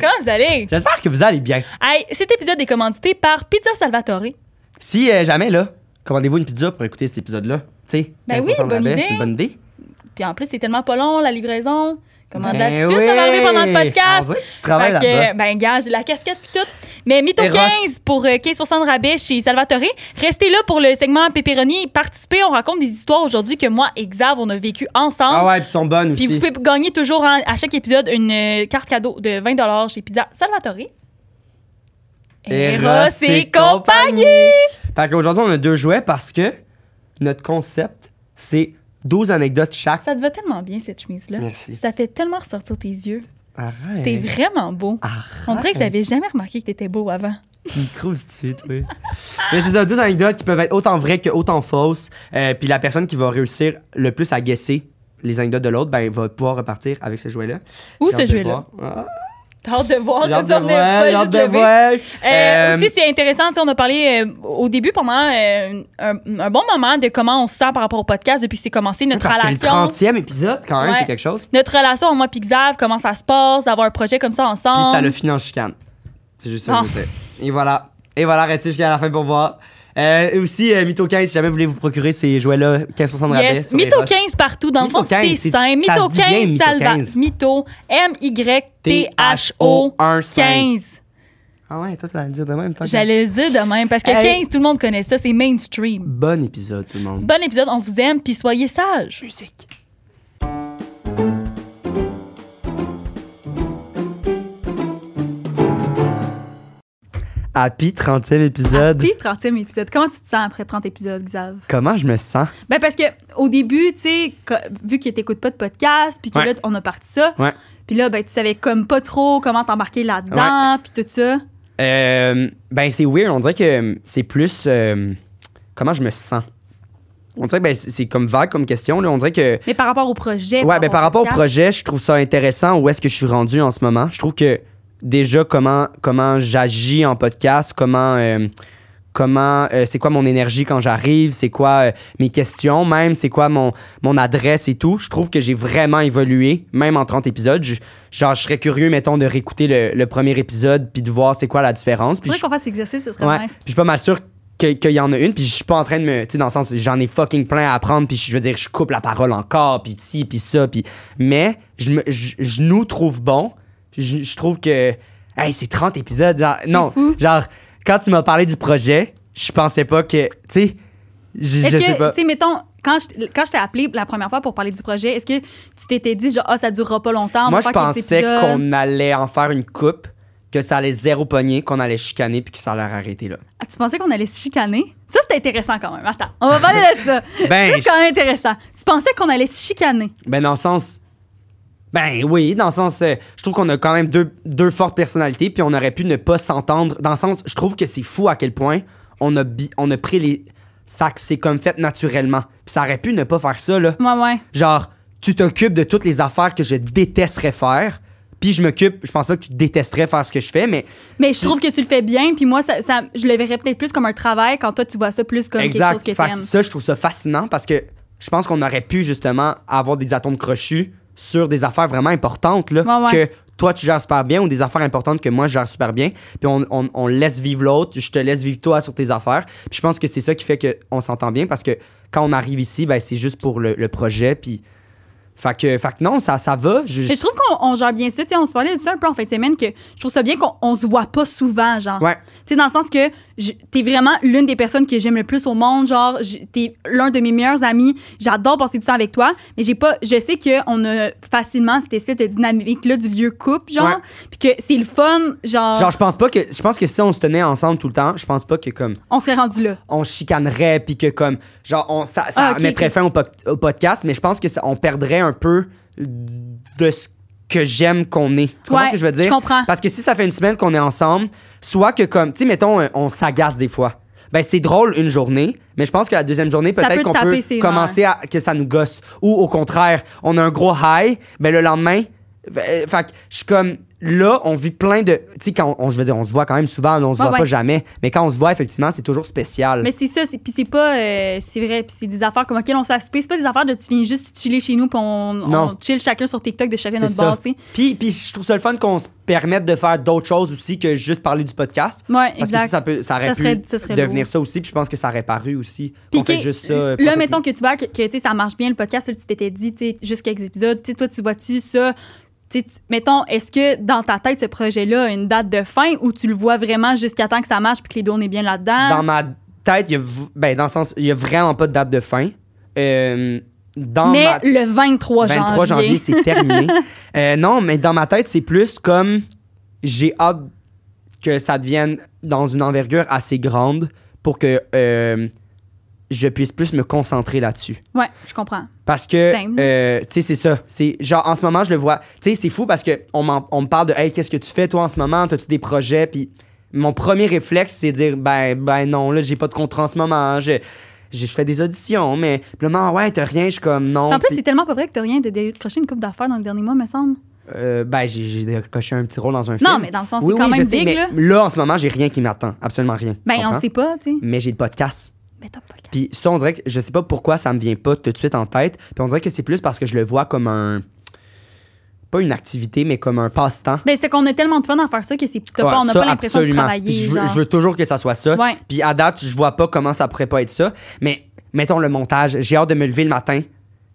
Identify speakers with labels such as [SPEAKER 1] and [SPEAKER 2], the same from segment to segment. [SPEAKER 1] Comment vous allez?
[SPEAKER 2] J'espère que vous allez bien.
[SPEAKER 1] Hey, cet épisode est commandité par Pizza Salvatore.
[SPEAKER 2] Si euh, jamais, là, commandez-vous une pizza pour écouter cet épisode-là. Tu sais,
[SPEAKER 1] Ben
[SPEAKER 2] 15%
[SPEAKER 1] oui,
[SPEAKER 2] de
[SPEAKER 1] bonne
[SPEAKER 2] rabais,
[SPEAKER 1] idée.
[SPEAKER 2] C'est une bonne idée.
[SPEAKER 1] Puis en plus, c'est tellement pas long, la livraison. Commande
[SPEAKER 2] Ben
[SPEAKER 1] d'habitude, ça va arriver pendant le
[SPEAKER 2] oui. On
[SPEAKER 1] podcast.
[SPEAKER 2] dirait que tu travailles
[SPEAKER 1] Fait que,
[SPEAKER 2] là-bas.
[SPEAKER 1] ben, gage, la casquette puis tout. Mais Mito
[SPEAKER 2] Et Ross.
[SPEAKER 1] 15 pour euh, 15 de rabais chez Salvatore. Restez là pour le segment Pepperoni. Participez. On raconte des histoires aujourd'hui que moi et Xav, on a vécu ensemble.
[SPEAKER 2] Ah ouais, puis ils sont bonnes
[SPEAKER 1] Puis
[SPEAKER 2] aussi.
[SPEAKER 1] vous pouvez gagner toujours en- à chaque épisode une euh, carte cadeau de 20 chez Pizza Salvatore. Eros et compagnie!
[SPEAKER 2] Fait qu'aujourd'hui, on a deux jouets parce que notre concept, c'est 12 anecdotes chaque.
[SPEAKER 1] Ça te va tellement bien, cette chemise-là.
[SPEAKER 2] Merci. Eh
[SPEAKER 1] Ça fait tellement ressortir tes yeux.
[SPEAKER 2] Arrête.
[SPEAKER 1] T'es vraiment beau.
[SPEAKER 2] Arrête.
[SPEAKER 1] On dirait que j'avais jamais remarqué que t'étais beau avant.
[SPEAKER 2] Une croustille, oui. Mais c'est ça, deux anecdotes qui peuvent être autant vraies que autant fausses. Euh, puis la personne qui va réussir le plus à guesser les anecdotes de l'autre, ben, va pouvoir repartir avec ce jouet-là.
[SPEAKER 1] Où
[SPEAKER 2] J'ai
[SPEAKER 1] ce
[SPEAKER 2] hâte de
[SPEAKER 1] jouet-là?
[SPEAKER 2] voir. Ah,
[SPEAKER 1] T'as hâte de voir.
[SPEAKER 2] J'ai hâte
[SPEAKER 1] ça,
[SPEAKER 2] de
[SPEAKER 1] on est pas
[SPEAKER 2] voir, j'ai hâte
[SPEAKER 1] juste
[SPEAKER 2] de
[SPEAKER 1] levé.
[SPEAKER 2] voir.
[SPEAKER 1] Euh,
[SPEAKER 2] Euh,
[SPEAKER 1] aussi, c'est intéressant. tu sais, On a parlé euh, au début pendant euh, un, un bon moment de comment on se sent par rapport au podcast depuis que c'est commencé notre
[SPEAKER 2] parce que le
[SPEAKER 1] relation.
[SPEAKER 2] 30e épisode, quand même,
[SPEAKER 1] Ouais.
[SPEAKER 2] c'est quelque chose.
[SPEAKER 1] Notre relation, moi puis Xav, comment ça se passe, d'avoir un projet comme ça ensemble.
[SPEAKER 2] Puis ça le finit en chicane. C'est juste ça que
[SPEAKER 1] Oh. Ah.
[SPEAKER 2] je veux dire. Et voilà. Et voilà, restez jusqu'à la fin pour voir. Euh, et aussi, euh, Mytho 15, si jamais vous voulez vous procurer ces jouets-là, 15% de rabais.
[SPEAKER 1] Yes.
[SPEAKER 2] sur
[SPEAKER 1] Mytho
[SPEAKER 2] Eros.
[SPEAKER 1] 15 partout. Dans le
[SPEAKER 2] Mytho
[SPEAKER 1] fond, c'est
[SPEAKER 2] 15, c'est-
[SPEAKER 1] simple.
[SPEAKER 2] ça
[SPEAKER 1] Mytho
[SPEAKER 2] se dit bien,
[SPEAKER 1] 15,
[SPEAKER 2] Mytho
[SPEAKER 1] Salva.
[SPEAKER 2] 15.
[SPEAKER 1] Mytho, M-Y-T-H-O
[SPEAKER 2] 15.
[SPEAKER 1] 15.
[SPEAKER 2] Ah ouais, toi, tu allais le dire de même. toi,
[SPEAKER 1] J'allais le dire de même parce que
[SPEAKER 2] Hey.
[SPEAKER 1] 15, tout le monde connaît ça. C'est mainstream.
[SPEAKER 2] Bon épisode, tout le monde.
[SPEAKER 1] Bon épisode. On vous aime puis soyez sages.
[SPEAKER 2] musique. Happy 30e épisode.
[SPEAKER 1] Puis 30e Ah, épisode. Comment tu te sens après 30 épisodes, Xav?
[SPEAKER 2] Comment je me sens?
[SPEAKER 1] Ben parce que au début, tu sais, co- vu que t'écoutes pas de podcast, puis que
[SPEAKER 2] Ouais.
[SPEAKER 1] là on a parti ça.
[SPEAKER 2] Ouais.
[SPEAKER 1] Puis là, ben tu savais comme pas trop comment t'embarquer là-dedans, puis tout ça.
[SPEAKER 2] Euh, ben, c'est weird. On dirait que c'est plus. euh, comment je me sens? On dirait que ben, c'est c'est comme vague comme question. Là. On dirait que.
[SPEAKER 1] Mais par rapport au projet.
[SPEAKER 2] Ouais, ben, par rapport au
[SPEAKER 1] podcast,
[SPEAKER 2] projet, je trouve ça intéressant où est-ce que je suis rendu en ce moment. Je trouve que déjà, comment, comment j'agis en podcast, comment. euh, Comment, euh, c'est quoi mon énergie quand j'arrive, c'est quoi euh, mes questions, même c'est quoi mon, mon adresse et tout. Je trouve que j'ai vraiment évolué, même en 30 épisodes. Je- genre, je serais curieux, mettons, de réécouter le, le premier épisode puis de voir c'est quoi la différence. Puis
[SPEAKER 1] Faudrait
[SPEAKER 2] je-
[SPEAKER 1] qu'on fasse l'exercice, ce serait
[SPEAKER 2] Ouais.
[SPEAKER 1] nice.
[SPEAKER 2] Puis je suis pas mal sûr que- qu'il y en a une. Puis je suis pas en train de me. Tu sais, dans le sens, j'en ai fucking plein à apprendre. Puis je veux dire, je coupe la parole encore. Puis ci, puis ça. Puis. Mais je, me- je, je nous trouve bon. Je, je trouve que. Hey, c'est 30 épisodes. Genre, non,
[SPEAKER 1] fou.
[SPEAKER 2] genre, quand tu m'as parlé du projet, je pensais pas que. Tu sais, je, je
[SPEAKER 1] Est-ce
[SPEAKER 2] sais
[SPEAKER 1] que,
[SPEAKER 2] pas.
[SPEAKER 1] tu sais, mettons, quand je, quand je t'ai appelé la première fois pour parler du projet, est-ce que tu t'étais dit, genre, ah, ça durera pas longtemps? on va
[SPEAKER 2] Moi, je
[SPEAKER 1] faire quelques
[SPEAKER 2] pensais
[SPEAKER 1] épisodes?
[SPEAKER 2] qu'on allait en faire une coupe, que ça allait zéro pogner, qu'on allait chicaner, puis que ça allait arrêter là.
[SPEAKER 1] Ah, tu pensais qu'on allait se chicaner? Ça, c'était intéressant quand même. Attends, on va parler de ça.
[SPEAKER 2] Ben,
[SPEAKER 1] Ça, c'est quand même intéressant. Tu pensais qu'on allait se chicaner?
[SPEAKER 2] Ben, dans le sens. Ben oui, dans le sens. euh, je trouve qu'on a quand même deux, deux fortes personnalités, puis on aurait pu ne pas s'entendre. Dans le sens, je trouve que c'est fou à quel point on a, bi- on a pris les. Ça, c'est comme fait naturellement. Puis ça aurait pu ne pas faire ça, là.
[SPEAKER 1] Ouais, ouais.
[SPEAKER 2] Genre, tu t'occupes de toutes les affaires que je détesterais faire, puis je m'occupe. Je pense pas que tu détesterais faire ce que je fais, mais
[SPEAKER 1] Mais je trouve que tu le fais bien, puis moi, ça, ça- je le verrais peut-être plus comme un travail quand toi, tu vois ça plus comme quelque chose que
[SPEAKER 2] Fait que
[SPEAKER 1] t'aimes.
[SPEAKER 2] ça, je trouve ça fascinant parce que je pense qu'on aurait pu justement avoir des atomes crochus sur des affaires vraiment importantes là,
[SPEAKER 1] Ouais, ouais.
[SPEAKER 2] que toi tu gères super bien ou des affaires importantes que moi je gère super bien. Puis on, on- on laisse vivre l'autre, je te laisse vivre toi sur tes affaires. Puis je pense que c'est ça qui fait qu'on s'entend bien parce que quand on arrive ici, ben, c'est juste pour le, le projet. Puis. Fait que, fait que non, ça, ça va. Je-
[SPEAKER 1] Mais je trouve qu'on on gère bien ça. Tu sais, on se parlait de ça un peu en fin de semaine, que je trouve ça bien qu'on on se voit pas souvent, genre.
[SPEAKER 2] Ouais.
[SPEAKER 1] Tu sais, dans le sens que je- t'es vraiment l'une des personnes que j'aime le plus au monde. Genre, j- t'es l'un de mes meilleurs amis. J'adore passer du temps avec toi. Mais j'ai pas. Je sais qu'on a facilement cette espèce de dynamique-là du vieux couple, genre.
[SPEAKER 2] Ouais.
[SPEAKER 1] Puis que c'est le fun, genre,
[SPEAKER 2] Genre, je pense pas que. Je pense que si on se tenait ensemble tout le temps, je pense pas que comme.
[SPEAKER 1] on serait rendu là.
[SPEAKER 2] on chicanerait puis que comme genre on ça, ça
[SPEAKER 1] Ah, ok,
[SPEAKER 2] mettrait
[SPEAKER 1] ok.
[SPEAKER 2] fin au, po- au podcast mais je pense que ça- on perdrait un peu de ce que j'aime qu'on est. Tu comprends
[SPEAKER 1] Ouais,
[SPEAKER 2] ce que je veux dire
[SPEAKER 1] Je comprends.
[SPEAKER 2] Parce que si ça fait une semaine qu'on est ensemble, soit que comme tu sais mettons euh, on s'agace des fois. Ben c'est drôle une journée, mais je pense que la deuxième journée
[SPEAKER 1] Ça
[SPEAKER 2] peut-être
[SPEAKER 1] peut
[SPEAKER 2] qu'on
[SPEAKER 1] taper
[SPEAKER 2] peut
[SPEAKER 1] ses
[SPEAKER 2] commencer à que ça nous ben, gosse ou au contraire, on a un gros high, mais le lendemain euh, ben, fait que je suis comme là, on vit plein de. Tu sais, quand on, je veux dire, on se voit quand même souvent, on se
[SPEAKER 1] Ouais,
[SPEAKER 2] voit
[SPEAKER 1] ouais.
[SPEAKER 2] pas jamais. Mais quand on se voit, effectivement, c'est toujours spécial.
[SPEAKER 1] Mais c'est ça, c'est- puis c'est pas. euh, c'est vrai, puis c'est des affaires comme, OK, on se fait souper. C'est pas des affaires de tu viens juste chiller chez nous, puis on,
[SPEAKER 2] Non.
[SPEAKER 1] on chill chacun sur TikTok de chacun
[SPEAKER 2] C'est
[SPEAKER 1] notre
[SPEAKER 2] ça.
[SPEAKER 1] bord, tu sais.
[SPEAKER 2] Puis, puis je trouve ça le fun qu'on se permette de faire d'autres choses aussi que juste parler du podcast.
[SPEAKER 1] Ouais,
[SPEAKER 2] Parce que ça,
[SPEAKER 1] exact.
[SPEAKER 2] ça, peut, ça aurait
[SPEAKER 1] Ça serait-
[SPEAKER 2] pu
[SPEAKER 1] ça serait
[SPEAKER 2] devenir
[SPEAKER 1] lourd.
[SPEAKER 2] ça aussi. Puis je pense que ça aurait paru aussi.
[SPEAKER 1] Puis
[SPEAKER 2] qu'on fait
[SPEAKER 1] que-
[SPEAKER 2] juste ça. euh,
[SPEAKER 1] Là,
[SPEAKER 2] professionnel.
[SPEAKER 1] mettons que tu vois que, que, tu sais, ça marche bien le podcast, là, tu t'étais dit, tu sais, jusqu'à quelques épisodes, tu sais, toi, tu vois-tu ça? Tu sais, tu- mettons, est-ce que dans ta tête, ce projet-là a une date de fin ou tu le vois vraiment jusqu'à temps que ça marche puis que les deux, on est bien
[SPEAKER 2] Dans
[SPEAKER 1] là-dedans?
[SPEAKER 2] ma tête, il y a, v- ben, dans le sens, il y a vraiment pas de date de fin. Euh, dans
[SPEAKER 1] Mais
[SPEAKER 2] ma
[SPEAKER 1] le 23 janvier.
[SPEAKER 2] 23 janvier, c'est terminé. Euh, non, mais dans ma tête, c'est plus comme j'ai hâte que ça devienne dans une envergure assez grande pour que euh, je puisse plus me concentrer là-dessus.
[SPEAKER 1] Ouais, je comprends.
[SPEAKER 2] Parce que,
[SPEAKER 1] Same.
[SPEAKER 2] euh, tu sais, c'est ça. C'est genre, en ce moment, je le vois. Tu sais, c'est fou parce que on, m'en- on me parle de, hey, qu'est-ce que tu fais, toi, en ce moment? T'as-tu des projets? Puis mon premier réflexe, c'est de dire, ben, ben non, là, j'ai pas de contrat en ce moment. Je, je, je fais des auditions, mais, puis là, non, ouais, t'as rien. Je suis comme, non.
[SPEAKER 1] en plus,
[SPEAKER 2] Puis,
[SPEAKER 1] c'est tellement pas vrai que t'as rien de décroché une coupe d'affaires dans le dernier mois, me semble.
[SPEAKER 2] euh, ben, j'ai- j'ai décroché un petit rôle dans un film.
[SPEAKER 1] Non, mais dans le sens,
[SPEAKER 2] Oui,
[SPEAKER 1] c'est quand
[SPEAKER 2] oui,
[SPEAKER 1] même
[SPEAKER 2] je sais,
[SPEAKER 1] big,
[SPEAKER 2] mais
[SPEAKER 1] là.
[SPEAKER 2] en ce moment, j'ai rien qui m'attend. Absolument rien.
[SPEAKER 1] Ben, on
[SPEAKER 2] Comprends? Mm.
[SPEAKER 1] sait pas, tu sais.
[SPEAKER 2] Mais j'ai le podcast.
[SPEAKER 1] Mais t'as pas le temps.
[SPEAKER 2] Puis ça, on dirait que je sais pas pourquoi ça me vient pas tout de suite en tête. Puis on dirait que c'est plus parce que je le vois comme un. Pas une activité, mais comme un passe-temps.
[SPEAKER 1] Ben, c'est qu'on a tellement de fun à faire ça que c'est. T'as
[SPEAKER 2] Ouais,
[SPEAKER 1] pas, on n'a
[SPEAKER 2] ça,
[SPEAKER 1] pas l'impression de
[SPEAKER 2] absolument.
[SPEAKER 1] travailler.
[SPEAKER 2] Je veux,
[SPEAKER 1] genre.
[SPEAKER 2] je veux toujours que ça soit ça.
[SPEAKER 1] Ouais.
[SPEAKER 2] Puis à date, je vois pas comment ça pourrait pas être ça. Mais mettons le montage, j'ai hâte de me lever le matin,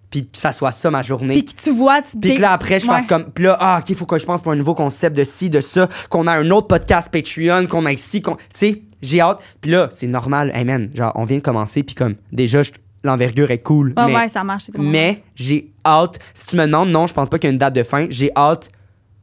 [SPEAKER 2] puis que ça soit ça ma journée.
[SPEAKER 1] Puis que tu vois, tu
[SPEAKER 2] Puis
[SPEAKER 1] dé-
[SPEAKER 2] que là, après, je
[SPEAKER 1] Ouais.
[SPEAKER 2] fasse comme. Puis là, ah, OK, faut que je pense pour un nouveau concept de ci, de ça, qu'on a un autre podcast Patreon, qu'on a ici, qu'on. Tu sais, j'ai hâte. Puis là, c'est normal. Hey man, genre, on vient de commencer, puis comme, déjà, je- l'envergure est cool.
[SPEAKER 1] Ouais,
[SPEAKER 2] mais
[SPEAKER 1] Ah ouais, ça marche. c'est vraiment
[SPEAKER 2] mais j'ai hâte. Si tu me demandes, non, je pense pas qu'il y a une date de fin. J'ai hâte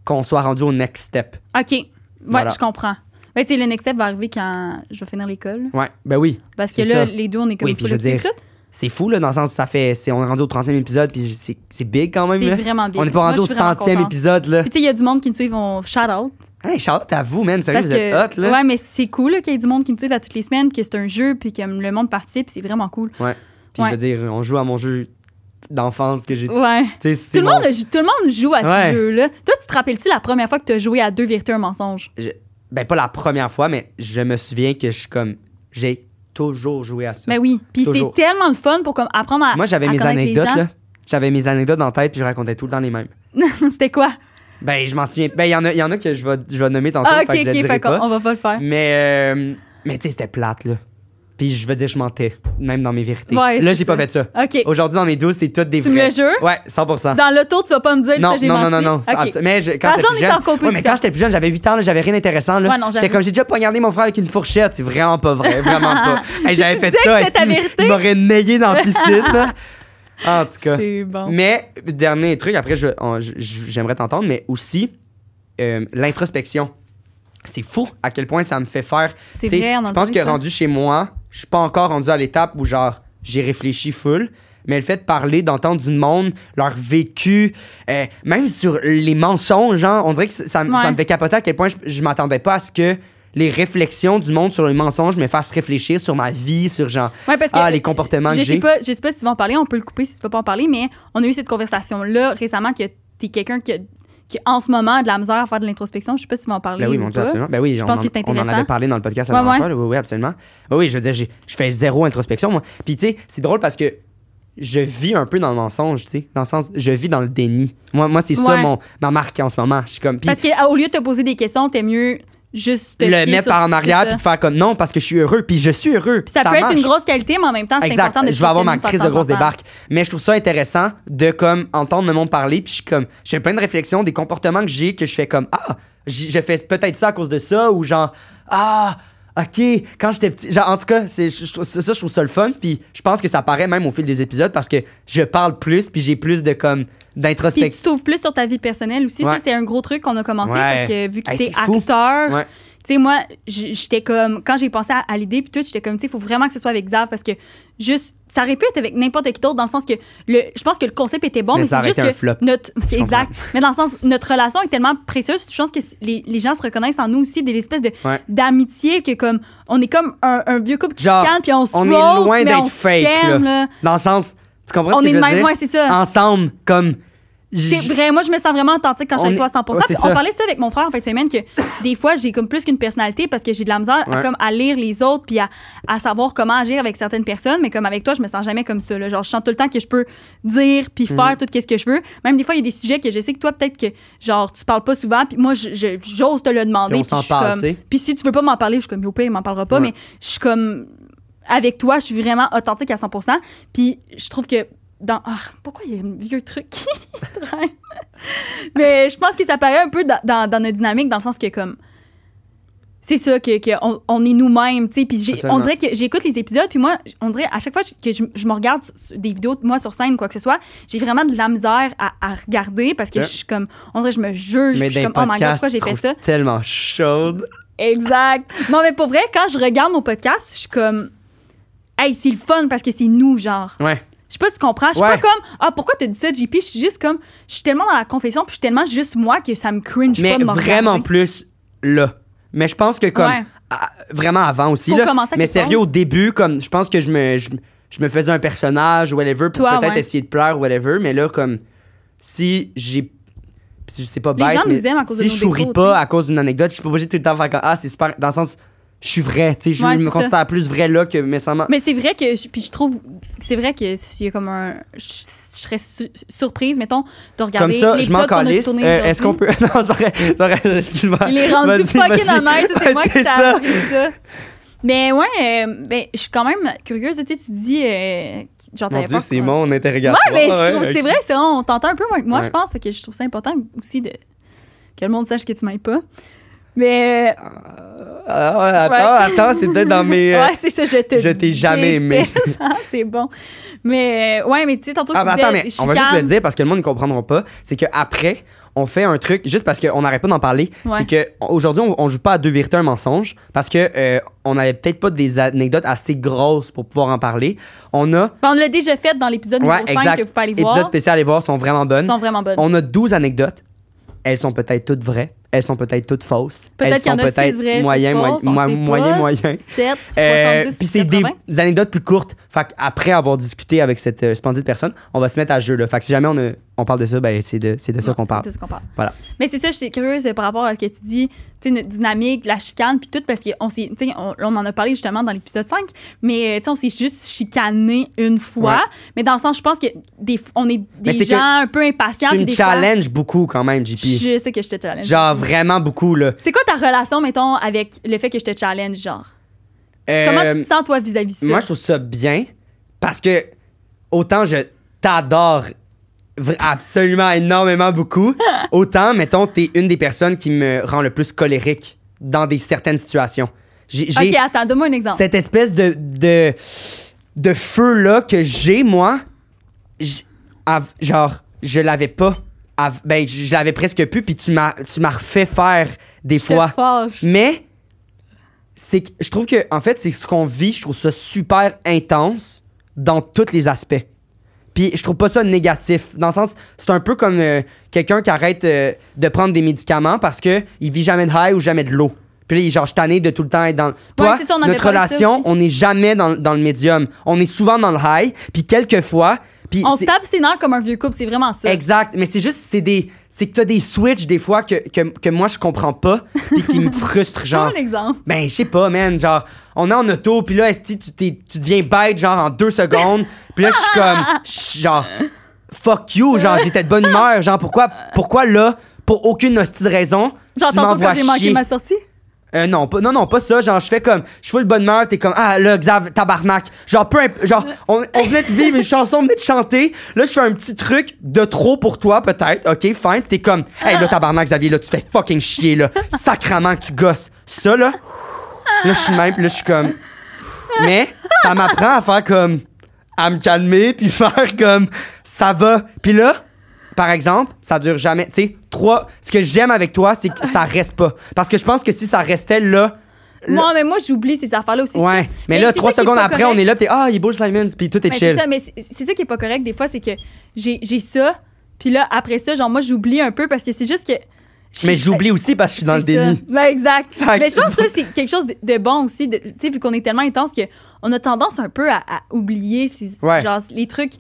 [SPEAKER 2] qu'on soit rendu au next step.
[SPEAKER 1] OK. Ouais,
[SPEAKER 2] Voilà.
[SPEAKER 1] je comprends. Ben, tu sais, le next step va arriver quand je vais finir l'école.
[SPEAKER 2] Ouais, ben oui.
[SPEAKER 1] Parce que
[SPEAKER 2] C'est
[SPEAKER 1] là,
[SPEAKER 2] ça.
[SPEAKER 1] les deux, on est comme
[SPEAKER 2] Oui,
[SPEAKER 1] full
[SPEAKER 2] puis je veux dire,
[SPEAKER 1] recrute.
[SPEAKER 2] C'est fou, là, dans le sens, ça fait. c'est- on est rendu au 30e épisode, puis c'est c'est big quand même,
[SPEAKER 1] C'est
[SPEAKER 2] là.
[SPEAKER 1] vraiment bien.
[SPEAKER 2] On n'est pas rendu
[SPEAKER 1] Moi,
[SPEAKER 2] au
[SPEAKER 1] je suis vraiment
[SPEAKER 2] 100e
[SPEAKER 1] contente.
[SPEAKER 2] épisode, là.
[SPEAKER 1] Puis, tu sais, il y a du monde qui nous suit, on shout out.
[SPEAKER 2] Hey, Charlotte, à vous, man. Sérieux,
[SPEAKER 1] Parce
[SPEAKER 2] vous
[SPEAKER 1] que,
[SPEAKER 2] êtes hot, là.
[SPEAKER 1] Ouais, mais c'est cool là, qu'il y ait du monde qui nous suit à toutes les semaines, que c'est un jeu, puis que le monde participe, puis c'est vraiment cool.
[SPEAKER 2] Puis
[SPEAKER 1] ouais.
[SPEAKER 2] je veux dire, on joue à mon jeu d'enfance que j'ai. tu
[SPEAKER 1] Ouais.
[SPEAKER 2] sais,
[SPEAKER 1] Tout
[SPEAKER 2] c'est
[SPEAKER 1] le,
[SPEAKER 2] mon-
[SPEAKER 1] monde, a- tout le monde joue à
[SPEAKER 2] Ouais.
[SPEAKER 1] ce jeu-là. Toi, tu te rappelles-tu la première fois que tu as joué à deux vérités, un mensonge?
[SPEAKER 2] Ben, pas la première fois, mais je me souviens que je suis comme. J'ai toujours joué à ça.
[SPEAKER 1] Ben oui. Puis c'est
[SPEAKER 2] Toujours.
[SPEAKER 1] tellement le fun pour comme, apprendre à.
[SPEAKER 2] Moi, j'avais
[SPEAKER 1] à
[SPEAKER 2] mes
[SPEAKER 1] connaître les
[SPEAKER 2] anecdotes,
[SPEAKER 1] gens.
[SPEAKER 2] là. J'avais mes anecdotes en tête, puis je racontais tout le temps les mêmes.
[SPEAKER 1] C'était quoi?
[SPEAKER 2] Ben, je m'en souviens. Ben, il y, en a- il y en a que je vais, je vais nommer tantôt,
[SPEAKER 1] Ah, ok,
[SPEAKER 2] fait que je le
[SPEAKER 1] ok,
[SPEAKER 2] dirai
[SPEAKER 1] fait qu'on
[SPEAKER 2] pas.
[SPEAKER 1] on va pas le faire.
[SPEAKER 2] Mais, euh, mais tu sais, c'était plate, là. Puis je veux dire, je mentais, même dans mes vérités.
[SPEAKER 1] Ouais,
[SPEAKER 2] là,
[SPEAKER 1] c'est
[SPEAKER 2] j'ai pas
[SPEAKER 1] ça.
[SPEAKER 2] fait ça.
[SPEAKER 1] Ok.
[SPEAKER 2] Aujourd'hui, dans mes 12, c'est toutes des
[SPEAKER 1] Tu me
[SPEAKER 2] vraies.
[SPEAKER 1] le jures?
[SPEAKER 2] Ouais, 100
[SPEAKER 1] Dans l'auto, tu vas pas me dire
[SPEAKER 2] non,
[SPEAKER 1] ça, j'ai
[SPEAKER 2] non, non,
[SPEAKER 1] menti.
[SPEAKER 2] non, non, c'est
[SPEAKER 1] Ok.
[SPEAKER 2] abs- Mais je- quand
[SPEAKER 1] Parce
[SPEAKER 2] j'étais
[SPEAKER 1] qu'on
[SPEAKER 2] plus
[SPEAKER 1] est
[SPEAKER 2] jeune,
[SPEAKER 1] en compétition.
[SPEAKER 2] Ouais, mais quand j'étais plus jeune, j'avais 8 ans, là, j'avais rien d'intéressant là.
[SPEAKER 1] Ouais, non, j'avoue.
[SPEAKER 2] j'étais comme j'ai déjà poignardé mon frère avec une fourchette, c'est vraiment pas vrai, vraiment pas. Hey, j'avais
[SPEAKER 1] Tu
[SPEAKER 2] fait
[SPEAKER 1] disais
[SPEAKER 2] ça,
[SPEAKER 1] que c'était
[SPEAKER 2] est-ce
[SPEAKER 1] ta
[SPEAKER 2] qu'il-
[SPEAKER 1] vérité?
[SPEAKER 2] il m'aurait naillé dans la piscine. là. En tout cas.
[SPEAKER 1] C'est bon.
[SPEAKER 2] Mais dernier truc, après je- on- je- je- j'aimerais t'entendre, mais aussi euh, l'introspection. C'est fou à quel point ça me fait faire.
[SPEAKER 1] C'est
[SPEAKER 2] T'sais,
[SPEAKER 1] vrai, on
[SPEAKER 2] Je pense
[SPEAKER 1] entend
[SPEAKER 2] que
[SPEAKER 1] ça.
[SPEAKER 2] rendu chez moi, je suis pas encore rendu à l'étape où genre j'ai réfléchi full, mais le fait de parler, d'entendre du monde, leur vécu, euh, même sur les mensonges, genre, on dirait que ça, ça me-
[SPEAKER 1] Ouais.
[SPEAKER 2] ça me fait capoter à quel point je, je m'attendais pas à ce que les réflexions du monde sur les mensonges me fassent réfléchir sur ma vie, sur genre
[SPEAKER 1] Ouais, parce que
[SPEAKER 2] ah les comportements
[SPEAKER 1] je
[SPEAKER 2] que
[SPEAKER 1] sais
[SPEAKER 2] j'ai.
[SPEAKER 1] pas, je sais pas si tu vas en parler, on peut le couper si tu vas pas en parler, mais on a eu cette conversation là récemment que t'es quelqu'un qui, a- qui en ce moment a de la misère à faire de l'introspection. Je sais pas si tu vas en parler.
[SPEAKER 2] Ben oui,
[SPEAKER 1] ou
[SPEAKER 2] mon Dieu,
[SPEAKER 1] pas.
[SPEAKER 2] absolument. Ben oui,
[SPEAKER 1] Je
[SPEAKER 2] on
[SPEAKER 1] pense
[SPEAKER 2] en-
[SPEAKER 1] que c'est
[SPEAKER 2] on en avait
[SPEAKER 1] intéressant.
[SPEAKER 2] parlé dans le podcast la
[SPEAKER 1] Ouais,
[SPEAKER 2] dernière
[SPEAKER 1] ouais.
[SPEAKER 2] fois, là. Oui, oui, absolument. Oui, oui, je veux dire, j'ai- je fais zéro introspection, moi. Puis, tu sais, c'est drôle parce que je vis un peu dans le mensonge, tu sais. Dans le sens, je vis dans le déni. Moi, moi c'est ça
[SPEAKER 1] Ouais.
[SPEAKER 2] mon, ma marque en ce moment. Je suis comme. Puis,
[SPEAKER 1] Parce qu'au lieu de te poser des questions, t'es mieux juste te
[SPEAKER 2] le
[SPEAKER 1] fier
[SPEAKER 2] mettre
[SPEAKER 1] sur-
[SPEAKER 2] par en arrière,
[SPEAKER 1] c'est
[SPEAKER 2] puis
[SPEAKER 1] ça.
[SPEAKER 2] de faire comme non, parce que je suis heureux, puis je suis heureux.
[SPEAKER 1] Puis ça, peut
[SPEAKER 2] marche.
[SPEAKER 1] être une grosse qualité, mais en même temps, Ah, c'est
[SPEAKER 2] Exact.
[SPEAKER 1] important de
[SPEAKER 2] je vais avoir ma
[SPEAKER 1] questionner
[SPEAKER 2] crise de
[SPEAKER 1] temps en
[SPEAKER 2] grosse
[SPEAKER 1] temps.
[SPEAKER 2] débarque. Mais je trouve ça intéressant de comme entendre le monde parler, puis je suis comme j'ai plein de réflexions des comportements que j'ai que je fais comme ah, j- je fais peut-être ça à cause de ça ou genre ah OK, quand j'étais petit, genre en tout cas, c'est je- je trouve- ça, ça, je trouve ça le fun puis je pense que ça paraît même au fil des épisodes parce que je parle plus puis j'ai plus de comme
[SPEAKER 1] Puis tu
[SPEAKER 2] d'introspection.
[SPEAKER 1] t'ouvres plus sur ta vie personnelle aussi.
[SPEAKER 2] Ouais.
[SPEAKER 1] Ça, c'était un gros truc qu'on a commencé
[SPEAKER 2] Ouais.
[SPEAKER 1] parce que vu que
[SPEAKER 2] Hey,
[SPEAKER 1] t'es
[SPEAKER 2] c'est fou.
[SPEAKER 1] acteur,
[SPEAKER 2] Ouais.
[SPEAKER 1] tu sais, moi, j- j'étais comme, quand j'ai pensé à, à l'idée, puis tout, j'étais comme, tu sais, il faut vraiment que ce soit avec Xav parce que juste, ça aurait pu être avec n'importe qui d'autre dans le sens que le, je pense que le concept était bon,
[SPEAKER 2] Mais
[SPEAKER 1] mais,
[SPEAKER 2] ça
[SPEAKER 1] c'est
[SPEAKER 2] aurait
[SPEAKER 1] juste
[SPEAKER 2] été
[SPEAKER 1] que
[SPEAKER 2] un flop.
[SPEAKER 1] notre,
[SPEAKER 2] Je
[SPEAKER 1] c'est
[SPEAKER 2] comprends.
[SPEAKER 1] exact. Mais dans le sens, notre relation est tellement précieuse, je pense que c- les, les gens se reconnaissent en nous aussi, des espèces de,
[SPEAKER 2] Ouais.
[SPEAKER 1] d'amitié que comme, on est comme un, un vieux couple qui
[SPEAKER 2] Genre,
[SPEAKER 1] se calme, puis on se
[SPEAKER 2] on est
[SPEAKER 1] roast,
[SPEAKER 2] loin
[SPEAKER 1] mais
[SPEAKER 2] d'être
[SPEAKER 1] on
[SPEAKER 2] fake,
[SPEAKER 1] s'aime, là.
[SPEAKER 2] Dans le sens, tu comprends
[SPEAKER 1] On
[SPEAKER 2] ce que
[SPEAKER 1] est
[SPEAKER 2] je
[SPEAKER 1] de
[SPEAKER 2] veux
[SPEAKER 1] même,
[SPEAKER 2] dire
[SPEAKER 1] ouais, c'est ça.
[SPEAKER 2] Ensemble comme
[SPEAKER 1] C'est
[SPEAKER 2] J-
[SPEAKER 1] vrai, moi, je me sens vraiment authentique quand je suis
[SPEAKER 2] On
[SPEAKER 1] avec toi à 100
[SPEAKER 2] est- ouais, c'est
[SPEAKER 1] Puis
[SPEAKER 2] ça.
[SPEAKER 1] On parlait de ça avec mon frère en fait de semaine, que des fois, j'ai comme plus qu'une personnalité parce que j'ai de la misère à,
[SPEAKER 2] Ouais.
[SPEAKER 1] comme, à lire les autres puis à, à savoir comment agir avec certaines personnes. Mais comme avec toi, je me sens jamais comme ça. là. Genre, je sens tout le temps que je peux dire puis
[SPEAKER 2] Mm.
[SPEAKER 1] faire tout ce que je veux. Même des fois, il y a des sujets que je sais que toi, peut-être que genre, tu parles pas souvent. Puis moi, je- je- j'ose te le demander.
[SPEAKER 2] Puis on
[SPEAKER 1] puis je
[SPEAKER 2] s'en
[SPEAKER 1] suis
[SPEAKER 2] parle,
[SPEAKER 1] comme-
[SPEAKER 2] tu sais.
[SPEAKER 1] Puis si tu veux pas m'en parler, je suis comme, au pire, il m'en parlera pas.
[SPEAKER 2] Ouais.
[SPEAKER 1] Mais je suis comme, avec toi, je suis vraiment authentique à 100 Puis je trouve que dans. Ah, pourquoi il y a un vieux truc qui traîne? Mais je pense que ça paraît un peu dans, dans, dans notre dynamique, dans le sens que, comme. C'est ça, que, que on, on est nous-mêmes, tu sais. Puis j'ai- on
[SPEAKER 2] Absolument.
[SPEAKER 1] dirait que j'écoute les épisodes, puis moi, on dirait à chaque fois que je, je me regarde sur- sur des vidéos, de moi sur scène, quoi que ce soit, j'ai vraiment de la misère à, à regarder parce que
[SPEAKER 2] Ok.
[SPEAKER 1] je suis comme. On dirait que je me juge,
[SPEAKER 2] Mais
[SPEAKER 1] puis je suis
[SPEAKER 2] d'un
[SPEAKER 1] comme, oh my god,
[SPEAKER 2] podcast,
[SPEAKER 1] pourquoi j'ai
[SPEAKER 2] tu
[SPEAKER 1] fait
[SPEAKER 2] trouves
[SPEAKER 1] ça?
[SPEAKER 2] tellement chaude.
[SPEAKER 1] Exact. Non, mais pour vrai, quand je regarde mon podcast, je suis comme. Hey, c'est le fun parce que c'est nous, genre.
[SPEAKER 2] Ouais.
[SPEAKER 1] Je sais pas si tu comprends. Je suis
[SPEAKER 2] Ouais.
[SPEAKER 1] pas comme. Ah, pourquoi t'as dit ça, JP? Je suis juste comme. Je suis tellement dans la confession, puis je suis tellement juste moi que ça me cringe
[SPEAKER 2] mais
[SPEAKER 1] pas de me
[SPEAKER 2] vraiment
[SPEAKER 1] regarder.
[SPEAKER 2] plus là. Mais je pense que comme
[SPEAKER 1] Ouais.
[SPEAKER 2] à- vraiment avant aussi
[SPEAKER 1] Faut
[SPEAKER 2] là.
[SPEAKER 1] commencer à
[SPEAKER 2] Mais
[SPEAKER 1] quelque part.
[SPEAKER 2] sérieux au début comme je pense que je me je, je me faisais un personnage whatever pour
[SPEAKER 1] Toi,
[SPEAKER 2] peut-être
[SPEAKER 1] ouais.
[SPEAKER 2] essayer de plaire whatever mais là comme si j'ai si c'est pas
[SPEAKER 1] Les
[SPEAKER 2] bête
[SPEAKER 1] gens
[SPEAKER 2] mais
[SPEAKER 1] nous aiment à cause de
[SPEAKER 2] si
[SPEAKER 1] nos
[SPEAKER 2] je souris
[SPEAKER 1] défauts,
[SPEAKER 2] pas
[SPEAKER 1] tu sais.
[SPEAKER 2] à cause d'une anecdote, je suis pas obligé de tout le temps faire comme ah c'est super dans le sens je suis vrai, tu sais je
[SPEAKER 1] Ouais, c'est
[SPEAKER 2] me
[SPEAKER 1] ça.
[SPEAKER 2] considère plus vrai là que nécessairement
[SPEAKER 1] Mais c'est vrai que. je- Puis je trouve. C'est vrai que s'il y a comme un. Je, je serais su- surprise, mettons, de
[SPEAKER 2] comme
[SPEAKER 1] regarder.
[SPEAKER 2] ça, je m'en
[SPEAKER 1] l'épisode qu'on a
[SPEAKER 2] calisse.
[SPEAKER 1] tourné
[SPEAKER 2] Euh, Est-ce qu'on
[SPEAKER 1] aujourd'hui.
[SPEAKER 2] peut. Non, c'est vrai, c'est vrai, excuse-moi.
[SPEAKER 1] Il est rendu
[SPEAKER 2] Vas-y,
[SPEAKER 1] fucking
[SPEAKER 2] vas-y.
[SPEAKER 1] honnête, c'est
[SPEAKER 2] Ouais,
[SPEAKER 1] moi qui t'ai
[SPEAKER 2] ça.
[SPEAKER 1] appris ça. Mais ouais, euh, ben, je suis quand même curieuse. Tu sais, tu dis. euh, genre,
[SPEAKER 2] Mon
[SPEAKER 1] t'avais
[SPEAKER 2] Dieu,
[SPEAKER 1] peur
[SPEAKER 2] c'est
[SPEAKER 1] qu'on-
[SPEAKER 2] mon interrogatoire.
[SPEAKER 1] Ouais, mais je trouve
[SPEAKER 2] Ah ouais,
[SPEAKER 1] c'est
[SPEAKER 2] ok.
[SPEAKER 1] vrai, c'est on t'entend un peu moins que moi,
[SPEAKER 2] Ouais.
[SPEAKER 1] je pense. Fait que je trouve ça important aussi de, que le monde sache que tu m'aimes pas. Mais
[SPEAKER 2] Ah, attends, attends, c'est peut-être dans mes. euh,
[SPEAKER 1] ouais, c'est ça, je te.
[SPEAKER 2] je t'ai jamais aimé.
[SPEAKER 1] déteste. Ah, c'est bon. Mais euh, ouais, mais tu sais, tantôt,
[SPEAKER 2] Ah,
[SPEAKER 1] tu
[SPEAKER 2] bah, attends,
[SPEAKER 1] disais,
[SPEAKER 2] mais on va juste
[SPEAKER 1] chicane.
[SPEAKER 2] le dire parce que le monde ne comprendra pas. C'est qu'après, on fait un truc, juste parce qu'on n'arrête pas d'en parler.
[SPEAKER 1] Ouais.
[SPEAKER 2] C'est qu'aujourd'hui, on, on joue pas à deux vérités, un mensonge. Parce que euh, on n'avait peut-être pas des anecdotes assez grosses pour pouvoir en parler. On a.
[SPEAKER 1] Ben, on l'a déjà fait dans l'épisode
[SPEAKER 2] Ouais,
[SPEAKER 1] numéro 5
[SPEAKER 2] exact.
[SPEAKER 1] que vous pouvez aller
[SPEAKER 2] Épisodes
[SPEAKER 1] voir.
[SPEAKER 2] spéciales, les voir sont vraiment
[SPEAKER 1] Elles
[SPEAKER 2] bonnes.
[SPEAKER 1] sont vraiment bonnes.
[SPEAKER 2] On a 12 anecdotes. Elles sont peut-être toutes vraies. Elles sont peut-être toutes fausses.
[SPEAKER 1] Peut-être
[SPEAKER 2] elles
[SPEAKER 1] qu'il y
[SPEAKER 2] sont
[SPEAKER 1] en a six
[SPEAKER 2] peut-être
[SPEAKER 1] vraies, six
[SPEAKER 2] moyen,
[SPEAKER 1] fausses, on
[SPEAKER 2] moyen,
[SPEAKER 1] sait
[SPEAKER 2] moyen,
[SPEAKER 1] pas.
[SPEAKER 2] moyen.
[SPEAKER 1] 7,
[SPEAKER 2] Euh,
[SPEAKER 1] 70,
[SPEAKER 2] Puis c'est des,
[SPEAKER 1] 80.
[SPEAKER 2] des anecdotes plus courtes. Fait après avoir discuté avec cette euh, splendide personne, on va se mettre à jeu. Là. Fait que si jamais on, a- on parle de ça, ben, c'est de, c'est de ça
[SPEAKER 1] Ouais,
[SPEAKER 2] qu'on parle.
[SPEAKER 1] C'est de ça qu'on parle.
[SPEAKER 2] Voilà.
[SPEAKER 1] Mais c'est ça, j'étais curieuse euh, par rapport à ce que tu dis, tu sais, notre dynamique, la chicane, puis tout, parce qu'on s'est, tu sais, on, on en a parlé justement dans l'épisode 5, mais euh, tu sais, on s'est juste chicané une fois.
[SPEAKER 2] Ouais.
[SPEAKER 1] Mais dans le sens, je pense que des, f- on est des
[SPEAKER 2] Mais c'est que
[SPEAKER 1] gens un peu impatients.
[SPEAKER 2] Tu
[SPEAKER 1] puis
[SPEAKER 2] me
[SPEAKER 1] des fois-
[SPEAKER 2] challenges beaucoup quand même, JP.
[SPEAKER 1] Je sais que je te challenge.
[SPEAKER 2] Genre vraiment beaucoup. Là.
[SPEAKER 1] C'est quoi ta relation, mettons, avec le fait que je te challenge, genre?
[SPEAKER 2] Euh,
[SPEAKER 1] Comment tu te sens, toi, vis-à-vis ça?
[SPEAKER 2] Moi, je trouve ça bien parce que autant je t'adore vra- absolument énormément beaucoup, autant, mettons, t'es une des personnes qui me rend le plus colérique dans des certaines situations. J'ai j'ai
[SPEAKER 1] Ok, attends, donne-moi un exemple.
[SPEAKER 2] cette espèce de, de, de feu-là que j'ai, moi, j- av- genre, je l'avais pas. Av- ben, je je l'avais presque plus, puis tu m'as tu m'as refait faire des
[SPEAKER 1] Je te
[SPEAKER 2] fois.
[SPEAKER 1] fâche.
[SPEAKER 2] Mais c'est que je trouve que en fait c'est ce qu'on vit, je trouve ça super intense dans tous les aspects. Puis je trouve pas ça négatif dans le sens c'est un peu comme euh, quelqu'un qui arrête euh, de prendre des médicaments parce que il vit jamais de high ou jamais de l'eau. Puis là, il est genre je suis tanné de tout le temps être dans toi,
[SPEAKER 1] c'est ça, on avait
[SPEAKER 2] notre
[SPEAKER 1] parlé de ça
[SPEAKER 2] relation,
[SPEAKER 1] aussi.
[SPEAKER 2] on n'est jamais dans, dans le médium, on est souvent dans le high, puis quelquefois puis
[SPEAKER 1] On
[SPEAKER 2] c'est-
[SPEAKER 1] se tape ses nerfs comme un vieux couple, c'est vraiment ça.
[SPEAKER 2] Exact, mais c'est juste, c'est des, c'est que t'as des switches des fois que, que, que moi je comprends pas et qui me frustrent, genre.
[SPEAKER 1] Donne-moi un exemple.
[SPEAKER 2] Ben, je sais pas, man. Genre, on est en auto, puis là, esti, tu, t'es- tu deviens bête, genre, en deux secondes. Puis là, je suis comme, je suis genre, fuck you, genre, j'étais de bonne humeur. Genre, pourquoi, pourquoi là, pour aucune hostie de raison,
[SPEAKER 1] Genre,
[SPEAKER 2] tu
[SPEAKER 1] tantôt,
[SPEAKER 2] m'envoies
[SPEAKER 1] quand j'ai manqué
[SPEAKER 2] chier?
[SPEAKER 1] ma sortie?
[SPEAKER 2] Euh, non, pas, non, non, pas ça. Genre, je fais comme, je fais le bonne humeur, t'es comme, ah là, Xav, tabarnak. Genre, peu imp- Genre, on, on venait de vivre une chanson, on venait de chanter. Là, je fais un petit truc de trop pour toi, peut-être. Ok, fine. T'es comme, hey, là, tabarnak, Xavier, là, tu fais fucking chier, là. Sacrament que tu gosses. Ça, là, là, je suis de même, puis là, je suis comme. Mais ça m'apprend à faire comme, à me calmer, puis faire comme, ça va. Puis là, par exemple, ça dure jamais. Tu sais, trois. Ce que j'aime avec toi, c'est que ça reste pas. Parce que je pense que si ça restait là. Le-
[SPEAKER 1] Moi, mais moi, j'oublie ces affaires-là aussi.
[SPEAKER 2] Ouais.
[SPEAKER 1] C'est-
[SPEAKER 2] Mais, là,
[SPEAKER 1] c'est
[SPEAKER 2] trois
[SPEAKER 1] ça qui est
[SPEAKER 2] secondes
[SPEAKER 1] pas
[SPEAKER 2] après,
[SPEAKER 1] correct.
[SPEAKER 2] on est là, t'es ah, il est Bull Simons, puis tout est
[SPEAKER 1] Mais
[SPEAKER 2] chill.
[SPEAKER 1] C'est ça, mais c'est- c'est ça qui est pas correct des fois, c'est que j'ai j'ai ça, puis là, après ça, genre, moi, j'oublie un peu parce que c'est juste que. je-
[SPEAKER 2] mais j'oublie aussi parce que je suis dans le
[SPEAKER 1] C'est ça.
[SPEAKER 2] déni.
[SPEAKER 1] Ben, exact.
[SPEAKER 2] Fait
[SPEAKER 1] mais
[SPEAKER 2] que-
[SPEAKER 1] je pense que ça, c'est quelque chose de, de bon aussi, de- tu sais, vu qu'on est tellement intense que on a tendance un peu à, à oublier ces-
[SPEAKER 2] Ouais.
[SPEAKER 1] genre, les trucs.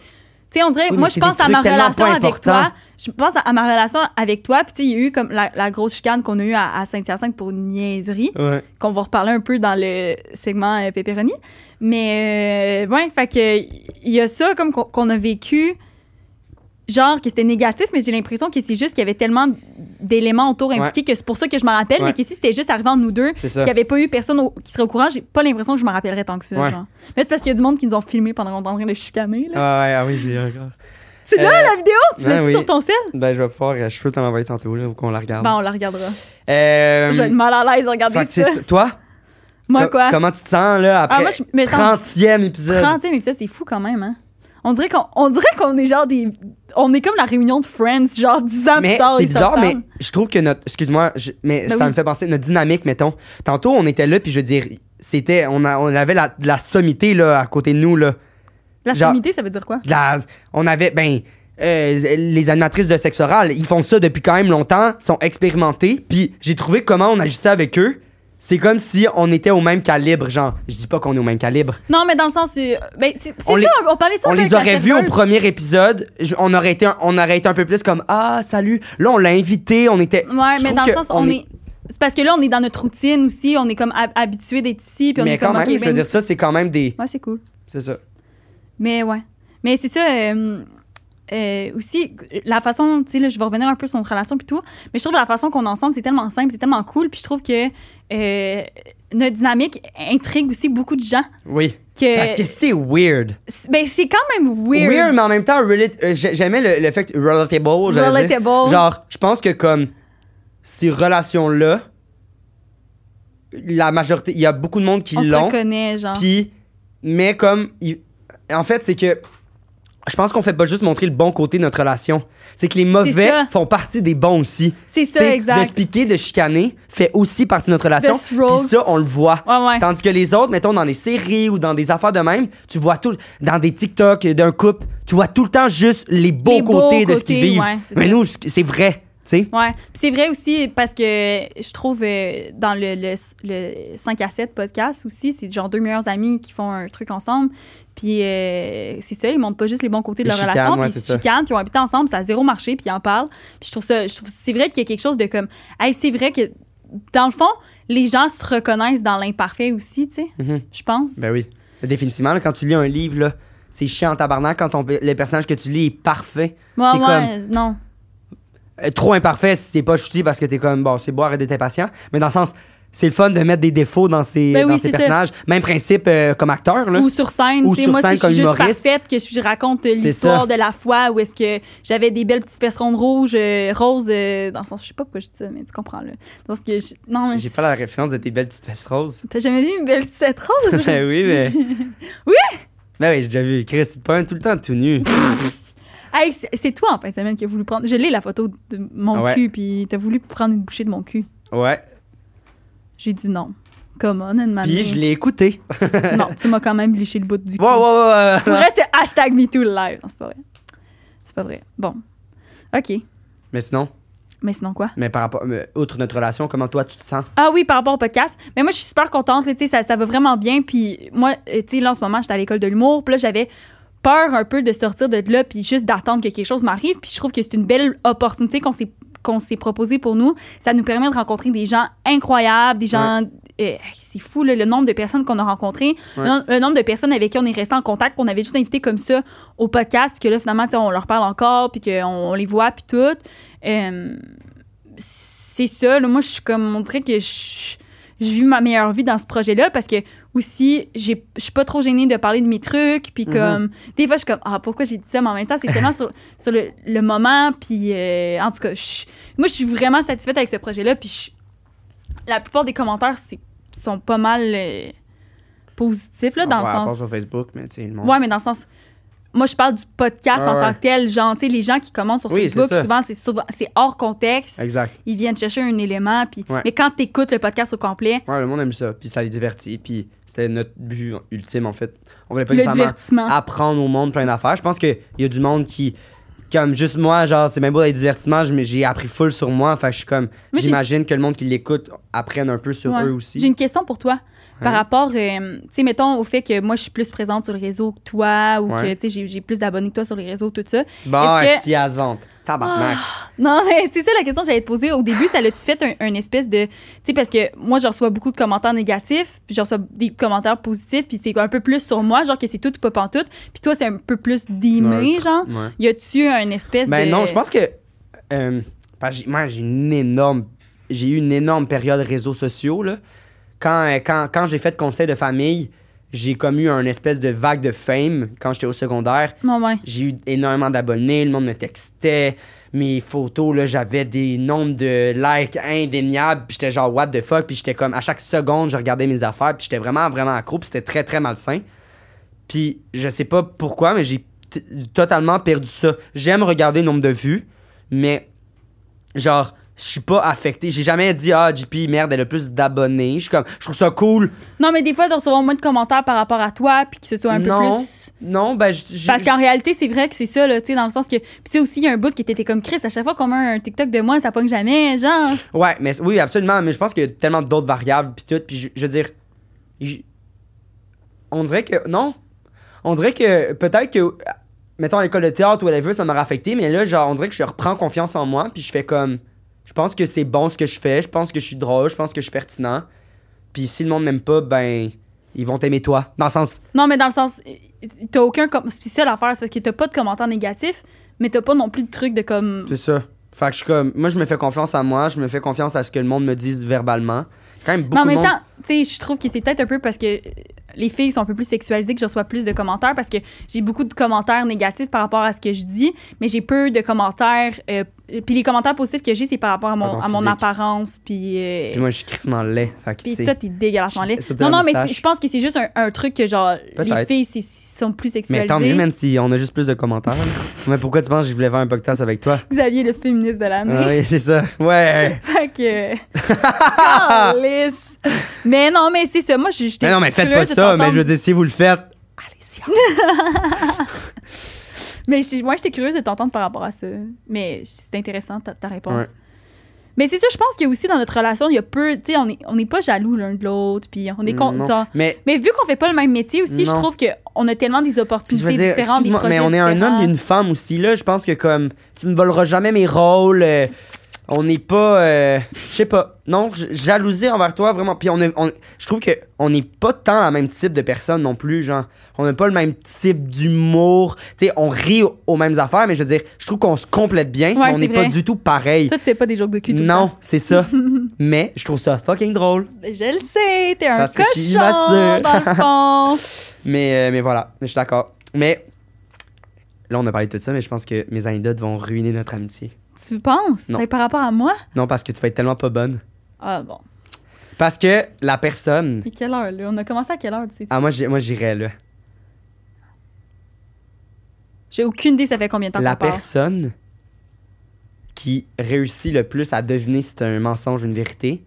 [SPEAKER 1] Tu sais, on dirait,
[SPEAKER 2] Oui,
[SPEAKER 1] moi,
[SPEAKER 2] mais
[SPEAKER 1] je
[SPEAKER 2] c'est
[SPEAKER 1] pense
[SPEAKER 2] des
[SPEAKER 1] à ma
[SPEAKER 2] trucs tellement
[SPEAKER 1] relation
[SPEAKER 2] pas
[SPEAKER 1] avec
[SPEAKER 2] importants.
[SPEAKER 1] toi. Je pense à, à ma relation avec toi. Puis, tu sais, il y a eu comme la, la grosse chicane qu'on a eue à, à Saint-Hyacinthe pour une niaiserie,
[SPEAKER 2] Ouais.
[SPEAKER 1] qu'on va reparler un peu dans le segment euh, pepperoni. Mais, euh, ouais, fait que, il y a ça, comme qu'on- qu'on a vécu, genre, que c'était négatif, mais j'ai l'impression que c'est juste qu'il y avait tellement d'éléments autour impliqués que c'est pour ça que je m'en rappelle,
[SPEAKER 2] Ouais.
[SPEAKER 1] mais que si c'était juste arrivé en nous deux,
[SPEAKER 2] C'est
[SPEAKER 1] qu'il
[SPEAKER 2] ça.
[SPEAKER 1] n'y avait pas eu personne au- qui serait au courant, j'ai pas l'impression que je m'en rappellerais tant que ça.
[SPEAKER 2] Ouais.
[SPEAKER 1] genre. Mais c'est parce qu'il y a du monde qui nous ont filmé pendant qu'on était en train de chicaner. là.
[SPEAKER 2] Ah ouais, ah oui, j'ai eu encore.
[SPEAKER 1] C'est là
[SPEAKER 2] Euh,
[SPEAKER 1] la vidéo, tu l'as
[SPEAKER 2] ben
[SPEAKER 1] dit
[SPEAKER 2] oui.
[SPEAKER 1] sur ton sel?
[SPEAKER 2] Ben, je vais pouvoir. euh, Je peux te l'envoyer tantôt, là, pour qu'on la regarde.
[SPEAKER 1] Ben, on la regardera.
[SPEAKER 2] Euh,
[SPEAKER 1] je vais être mal à l'aise de regarder
[SPEAKER 2] fait que
[SPEAKER 1] ça.
[SPEAKER 2] c'est ça. Toi,
[SPEAKER 1] Moi,
[SPEAKER 2] co-
[SPEAKER 1] quoi?
[SPEAKER 2] Comment tu te sens, là,
[SPEAKER 1] ah,
[SPEAKER 2] après
[SPEAKER 1] moi, je me sens
[SPEAKER 2] 30e épisode?
[SPEAKER 1] 30 mais ça, c'est fou quand même, hein? On dirait qu'on on dirait qu'on est genre des. On est comme la réunion de Friends, genre 10 ans plus
[SPEAKER 2] Mais
[SPEAKER 1] tard.
[SPEAKER 2] c'est
[SPEAKER 1] ils se
[SPEAKER 2] bizarre, mais
[SPEAKER 1] reparlent.
[SPEAKER 2] je trouve que notre. Excuse-moi, je- mais
[SPEAKER 1] Ben
[SPEAKER 2] ça
[SPEAKER 1] oui.
[SPEAKER 2] me fait penser. Notre dynamique, mettons. Tantôt, on était là, puis je veux dire, c'était. On, a- on avait la, de la sommité, là, à côté de nous, là.
[SPEAKER 1] La
[SPEAKER 2] genre-
[SPEAKER 1] sommité, ça veut dire quoi?
[SPEAKER 2] De la- on avait. Ben. euh, les animatrices de sexe oral, ils font ça depuis quand même longtemps, sont expérimentées, puis j'ai trouvé comment on agissait avec eux. C'est comme si on était au même calibre, genre. Je dis pas qu'on est au même calibre.
[SPEAKER 1] Non, mais dans le sens. euh, Ben, c'est c'est
[SPEAKER 2] On les-
[SPEAKER 1] ça, on parlait de ça.
[SPEAKER 2] on
[SPEAKER 1] un peu
[SPEAKER 2] les
[SPEAKER 1] avec la
[SPEAKER 2] aurait vus au
[SPEAKER 1] serveuse.
[SPEAKER 2] premier épisode, je- on aurait été, un- on aurait été un peu plus comme ah salut. Là, on l'a invité, on était.
[SPEAKER 1] Ouais,
[SPEAKER 2] je
[SPEAKER 1] mais
[SPEAKER 2] trouve
[SPEAKER 1] dans le
[SPEAKER 2] que
[SPEAKER 1] sens, on, est. C'est parce que là, on est dans notre routine aussi, on est comme hab- habitué d'être ici, puis on
[SPEAKER 2] mais
[SPEAKER 1] est
[SPEAKER 2] quand
[SPEAKER 1] comme.
[SPEAKER 2] même,
[SPEAKER 1] ok,
[SPEAKER 2] je
[SPEAKER 1] ben,
[SPEAKER 2] veux dire ça, c'est quand même des.
[SPEAKER 1] Ouais, c'est cool.
[SPEAKER 2] C'est ça.
[SPEAKER 1] Mais ouais. Mais c'est ça. euh, euh, aussi, la façon, tu sais, là, je vais revenir un peu sur notre relation puis tout, mais je trouve que la façon qu'on est ensemble, c'est tellement simple, c'est tellement cool, puis je trouve que euh, notre dynamique intrigue aussi beaucoup de gens.
[SPEAKER 2] Oui.
[SPEAKER 1] Que,
[SPEAKER 2] Parce que c'est weird.
[SPEAKER 1] c'est- ben, c'est quand même weird.
[SPEAKER 2] Weird, mais en même temps, relate- euh, j'ai- j'aimais le, le fait que relatable. j'allais dire.
[SPEAKER 1] Relatable.
[SPEAKER 2] Genre, je pense que comme ces relations là, la majorité, il y a beaucoup de monde qui
[SPEAKER 1] on se
[SPEAKER 2] l'ont.
[SPEAKER 1] reconnaît, genre.
[SPEAKER 2] Puis, mais comme, il- en fait, c'est que je pense qu'on fait pas juste montrer le bon côté de notre relation. C'est que les mauvais
[SPEAKER 1] ça.
[SPEAKER 2] font partie des bons aussi.
[SPEAKER 1] c'est
[SPEAKER 2] C'est
[SPEAKER 1] ça,
[SPEAKER 2] De se
[SPEAKER 1] exact.
[SPEAKER 2] piquer, de chicaner, fait aussi partie de notre relation.
[SPEAKER 1] se roast.
[SPEAKER 2] Puis ça, on le voit.
[SPEAKER 1] Ouais, ouais.
[SPEAKER 2] Tandis que les autres, mettons, dans les séries ou dans des affaires de même, tu vois tout, dans des TikTok d'un couple, tu vois tout le temps juste les beaux
[SPEAKER 1] Les beaux
[SPEAKER 2] côtés de ce qu'ils
[SPEAKER 1] côtés,
[SPEAKER 2] vivent.
[SPEAKER 1] ouais, c'est
[SPEAKER 2] Mais
[SPEAKER 1] ça.
[SPEAKER 2] nous, c'est vrai, tu sais.
[SPEAKER 1] Ouais. Puis c'est vrai aussi parce que je trouve euh, dans le, le, le 5 à 7 podcast aussi, c'est genre deux meilleurs amis qui font un truc ensemble. Puis euh, c'est ça, ils montrent pas juste les bons côtés de
[SPEAKER 2] Les
[SPEAKER 1] leur
[SPEAKER 2] chicanes,
[SPEAKER 1] relation,
[SPEAKER 2] ouais,
[SPEAKER 1] puis
[SPEAKER 2] c'est
[SPEAKER 1] ils se
[SPEAKER 2] ça.
[SPEAKER 1] chicanent, puis ils ont habité ensemble, ça a zéro marché, puis ils en parlent. Puis je trouve ça, je trouve, c'est vrai qu'il y a quelque chose de comme, hey, c'est vrai que dans le fond, les gens se reconnaissent dans l'imparfait aussi, tu sais,
[SPEAKER 2] Mhm.
[SPEAKER 1] je pense.
[SPEAKER 2] Ben oui. Définitivement, là, quand tu lis un livre, là, c'est chiant en tabarnak quand ton, le personnage que tu lis est parfait.
[SPEAKER 1] Moi,
[SPEAKER 2] c'est
[SPEAKER 1] ouais, non.
[SPEAKER 2] Euh, trop imparfait, c'est pas chouti parce que t'es comme, bon, c'est boire et d'être impatient. Mais dans le sens, c'est le fun de mettre des défauts dans ces,
[SPEAKER 1] Ben
[SPEAKER 2] dans
[SPEAKER 1] oui,
[SPEAKER 2] ces
[SPEAKER 1] c'est ça.
[SPEAKER 2] personnages. Même principe euh, comme acteur, là.
[SPEAKER 1] Ou sur scène,
[SPEAKER 2] Ou
[SPEAKER 1] tu sais,
[SPEAKER 2] sur
[SPEAKER 1] moi,
[SPEAKER 2] scène
[SPEAKER 1] si je
[SPEAKER 2] comme
[SPEAKER 1] suis juste
[SPEAKER 2] humoriste.
[SPEAKER 1] parfaite, que je je raconte euh,
[SPEAKER 2] C'est
[SPEAKER 1] l'histoire
[SPEAKER 2] ça.
[SPEAKER 1] de la fois où est-ce que j'avais des belles petites fesses rondes rouges, euh, roses, euh, dans le sens, je sais pas pourquoi je dis ça, mais tu comprends, là. Dans ce que je- non, mais
[SPEAKER 2] J'ai pas la référence de tes belles petites fesses roses.
[SPEAKER 1] t'as jamais vu une belle petite fesse rose?
[SPEAKER 2] ben oui, mais.
[SPEAKER 1] Oui!
[SPEAKER 2] Ben oui, j'ai déjà vu Chris, tu te promènes tout le temps tout nu.
[SPEAKER 1] Hey, c'est- c'est toi, en fin de semaine, qui a voulu prendre... Je l'ai, la photo de mon
[SPEAKER 2] Ouais.
[SPEAKER 1] cul, puis t'as voulu prendre une bouchée de mon cul.
[SPEAKER 2] ouais.
[SPEAKER 1] J'ai dit non. Come on, une
[SPEAKER 2] Puis je l'ai écouté.
[SPEAKER 1] Non, tu m'as quand même liché le bout du cul.
[SPEAKER 2] Ouais, ouais, ouais.
[SPEAKER 1] Je pourrais te hashtag MeToo live. Non, c'est pas vrai. C'est pas vrai. Bon. OK.
[SPEAKER 2] Mais sinon,
[SPEAKER 1] Mais sinon quoi?
[SPEAKER 2] mais par rapport. mais outre notre relation, comment toi tu te sens?
[SPEAKER 1] Ah oui, par rapport au podcast. Mais moi, je suis super contente. là, tu sais, ça, ça va vraiment bien. Puis moi, euh, tu sais, là, en ce moment, j'étais à l'école de l'humour. Puis là, j'avais peur un peu de sortir de là puis juste d'attendre que quelque chose m'arrive. Puis je trouve que c'est une belle opportunité qu'on s'est qu'on s'est proposée pour nous. Ça nous permet de rencontrer des gens incroyables, des gens... euh, c'est fou, là, le nombre de personnes qu'on a rencontrées, le
[SPEAKER 2] Ouais.
[SPEAKER 1] nom- le, nombre de personnes avec qui on est resté en contact, qu'on avait juste invité comme ça au podcast, puis que là, finalement, tu sais, on leur parle encore, puis qu'on on les voit, puis tout. Euh, c'est ça. là. moi, je suis comme, on dirait que je, je vis ma meilleure vie dans ce projet-là parce que aussi, j'ai- je suis pas trop gênée de parler de mes trucs. Puis
[SPEAKER 2] Mhm.
[SPEAKER 1] comme, des fois, je suis comme, ah, pourquoi j'ai dit ça? Mais en même temps, c'est tellement sur, sur le, le moment. Puis euh, en tout cas, je- moi, je suis vraiment satisfaite avec ce projet-là. Puis je- la plupart des commentaires c'est- sont pas mal euh, positifs, là, dans
[SPEAKER 2] Ah, Ouais, à
[SPEAKER 1] le
[SPEAKER 2] part
[SPEAKER 1] sens.
[SPEAKER 2] sur Facebook, mais tu sais, le monde.
[SPEAKER 1] Ouais, mais dans le sens. Moi, je parle du podcast
[SPEAKER 2] Ouais,
[SPEAKER 1] en tant
[SPEAKER 2] ouais.
[SPEAKER 1] que tel. Genre, tu sais, les gens qui commentent sur
[SPEAKER 2] Oui, c'est
[SPEAKER 1] Facebook,
[SPEAKER 2] ça.
[SPEAKER 1] souvent, c'est souvent- c'est hors contexte
[SPEAKER 2] Exact.
[SPEAKER 1] ils viennent chercher un élément. Puis,
[SPEAKER 2] Ouais.
[SPEAKER 1] Mais quand tu écoutes le podcast au complet,
[SPEAKER 2] Ouais, le monde aime ça. Puis ça les divertit. Puis c'était notre but ultime, en fait. On voulait pas
[SPEAKER 1] le
[SPEAKER 2] nécessairement
[SPEAKER 1] divertissement.
[SPEAKER 2] apprendre au monde plein d'affaires. Je pense qu'il y a du monde qui. Comme juste moi, genre, c'est même beau d'être divertissement, je- mais j'ai appris full sur moi. Fait que je suis comme.
[SPEAKER 1] j'ai-
[SPEAKER 2] J'imagine que le monde qui l'écoute apprenne un peu sur
[SPEAKER 1] Ouais.
[SPEAKER 2] eux
[SPEAKER 1] J'ai
[SPEAKER 2] aussi.
[SPEAKER 1] une question pour toi.
[SPEAKER 2] Hein?
[SPEAKER 1] Par rapport, euh, tu sais, mettons au fait que moi, je suis plus présente sur le réseau que toi ou
[SPEAKER 2] Ouais.
[SPEAKER 1] que, tu sais, j'ai- j'ai plus d'abonnés que toi sur les réseaux, tout ça.
[SPEAKER 2] Bon,
[SPEAKER 1] est-ce que- Ah!
[SPEAKER 2] est-ce qu'il y a à se vendre? Tabarnak.
[SPEAKER 1] Non, mais c'est ça la question que j'allais te poser. Au début, ça l'a-tu fait un, un espèce de. Tu sais, parce que moi, je reçois beaucoup de commentaires négatifs, puis je reçois des commentaires positifs, puis c'est un peu plus sur moi, genre que c'est tout ou pas pantoute. Puis toi, c'est un peu plus d'aimer,
[SPEAKER 2] Ouais.
[SPEAKER 1] genre.
[SPEAKER 2] Ouais.
[SPEAKER 1] Y a-tu un espèce
[SPEAKER 2] Ben
[SPEAKER 1] de.
[SPEAKER 2] non, je pense que. euh, parce que j'ai- moi, j'ai une énorme. J'ai eu une énorme période réseaux sociaux, là. Quand, euh, quand, quand j'ai fait conseil de famille, j'ai comme eu un espèce de vague de fame quand j'étais au secondaire.
[SPEAKER 1] Non, ouais.
[SPEAKER 2] J'ai eu énormément d'abonnés, le monde me textait. Mes photos, là, j'avais des nombres de likes indéniables. Puis j'étais genre, what the fuck. Puis j'étais comme, à chaque seconde, je regardais mes affaires. Puis j'étais vraiment, vraiment accro. Puis c'était très, très malsain. Puis je sais pas pourquoi, mais j'ai t- totalement perdu ça. J'aime regarder le nombre de vues, mais genre, je suis pas affecté. J'ai jamais dit, ah, JP, merde, elle a plus d'abonnés. Je suis comme, je trouve ça cool.
[SPEAKER 1] Non, mais des fois, de recevoir moins de commentaires par rapport à toi, puis que ce soit un peu
[SPEAKER 2] Non.
[SPEAKER 1] plus.
[SPEAKER 2] Non, ben, j- j-
[SPEAKER 1] Parce qu'en réalité, c'est vrai que c'est ça, là, tu sais, dans le sens que. Puis, tu sais, aussi, il y a un bout qui était comme Chris, à chaque fois qu'on met un TikTok de moi, ça pogne jamais, genre.
[SPEAKER 2] Ouais, mais oui, absolument. Mais je pense qu'il y a tellement d'autres variables puis tout. Puis je, je veux dire, j- on dirait que non, on dirait que peut-être que mettons à l'école de théâtre ou à veut ça m'aurait affecté, mais là genre on dirait que je reprends confiance en moi puis je fais comme, je pense que c'est bon ce que je fais, je pense que je suis drôle, je pense que je suis pertinent. Puis si le monde m'aime pas, ben ils vont t'aimer toi. Dans le sens,
[SPEAKER 1] Non, mais dans le sens, euh, t'as aucun com- spécial à faire, c'est parce que t'as pas de commentaires négatifs, mais t'as pas non plus de trucs de comme.
[SPEAKER 2] c'est ça. Fait que je suis comme, moi je me fais confiance à moi, je me fais confiance à ce que le monde me dise verbalement. Quand même beaucoup
[SPEAKER 1] Non, mais
[SPEAKER 2] de monde.
[SPEAKER 1] tant, tu sais, je trouve que c'est peut-être un peu parce que euh, les filles sont un peu plus sexualisées que je reçois plus de commentaires parce que j'ai beaucoup de commentaires négatifs par rapport à ce que je dis, mais j'ai peu de commentaires. euh, puis les commentaires positifs que j'ai, c'est par rapport à
[SPEAKER 2] À
[SPEAKER 1] mon,
[SPEAKER 2] ton
[SPEAKER 1] à mon
[SPEAKER 2] physique.
[SPEAKER 1] apparence, puis. euh,
[SPEAKER 2] Puis moi je suis crissement laid. Fait que,
[SPEAKER 1] Puis
[SPEAKER 2] tu sais.
[SPEAKER 1] toi, t'es dégueulassement laid.
[SPEAKER 2] Surtout
[SPEAKER 1] Non,
[SPEAKER 2] la
[SPEAKER 1] non, mais
[SPEAKER 2] moustache.
[SPEAKER 1] tu- je pense que c'est juste un, un truc que, genre, les
[SPEAKER 2] Peut-être.
[SPEAKER 1] filles c'est- sont plus
[SPEAKER 2] Mais
[SPEAKER 1] sexualisées.
[SPEAKER 2] tant mieux, man, si on a juste plus de commentaires. mais pourquoi tu penses que je voulais faire un podcast avec toi?
[SPEAKER 1] Xavier, le féministe de l'année.
[SPEAKER 2] Ah oui, c'est ça. Ouais.
[SPEAKER 1] Fait que. Calisse. mais non, mais c'est ça. Moi, je j'étais
[SPEAKER 2] Mais non, mais faites pas
[SPEAKER 1] curieuse de
[SPEAKER 2] ça. Mais
[SPEAKER 1] t'entendre.
[SPEAKER 2] je veux dire, si vous le faites, allez-y.
[SPEAKER 1] Mais c'est- moi, j'étais curieuse de t'entendre par rapport à ça. Mais c'est intéressant ta, ta réponse. Mais c'est ça, je pense qu'il y a aussi dans notre relation, il y a peu. Tu sais, on n'est on n'est pas jaloux l'un de l'autre. Puis on est con-
[SPEAKER 2] Non.
[SPEAKER 1] genre-
[SPEAKER 2] Mais
[SPEAKER 1] Mais vu qu'on fait pas le même métier aussi, je
[SPEAKER 2] Non.
[SPEAKER 1] trouve qu'on a tellement des
[SPEAKER 2] puis je
[SPEAKER 1] opportunités
[SPEAKER 2] veux dire,
[SPEAKER 1] différentes. Des
[SPEAKER 2] excuse-moi,
[SPEAKER 1] projets
[SPEAKER 2] mais on est un
[SPEAKER 1] différents.
[SPEAKER 2] homme et une femme aussi. Là, je pense que comme tu ne voleras jamais mes rôles. euh, on n'est pas, euh, je sais pas. Non, j- jalousie envers toi vraiment. Puis on, est- on- je trouve que on n'est pas tant le même type de personne non plus. Genre, on n'a pas le même type d'humour. Tu sais, on rit aux, aux mêmes affaires, mais je veux dire, je trouve qu'on se complète bien.
[SPEAKER 1] Ouais,
[SPEAKER 2] mais on
[SPEAKER 1] c'est
[SPEAKER 2] n'est pas
[SPEAKER 1] vrai.
[SPEAKER 2] du tout pareil.
[SPEAKER 1] Toi, tu fais pas des jokes de cul tout le
[SPEAKER 2] Non,
[SPEAKER 1] temps.
[SPEAKER 2] c'est ça. Mais je trouve ça fucking drôle.
[SPEAKER 1] Je le sais, t'es un
[SPEAKER 2] Parce que
[SPEAKER 1] cochon,
[SPEAKER 2] je suis immature.
[SPEAKER 1] dans le fond.
[SPEAKER 2] Mais, euh, mais voilà, je suis d'accord. Mais là, on a parlé de tout ça, mais je pense que mes anecdotes vont ruiner notre amitié.
[SPEAKER 1] tu penses?
[SPEAKER 2] Non.
[SPEAKER 1] C'est par rapport à moi?
[SPEAKER 2] Non, parce que tu vas être tellement pas bonne.
[SPEAKER 1] Ah bon.
[SPEAKER 2] Parce que la personne.
[SPEAKER 1] Et quelle heure, là? On a commencé à quelle heure, tu sais?
[SPEAKER 2] Ah, moi, j'ai- moi j'irais là.
[SPEAKER 1] J'ai aucune idée, ça fait combien de temps
[SPEAKER 2] La
[SPEAKER 1] qu'on parle.
[SPEAKER 2] personne qui réussit le plus à deviner si c'est un mensonge ou une vérité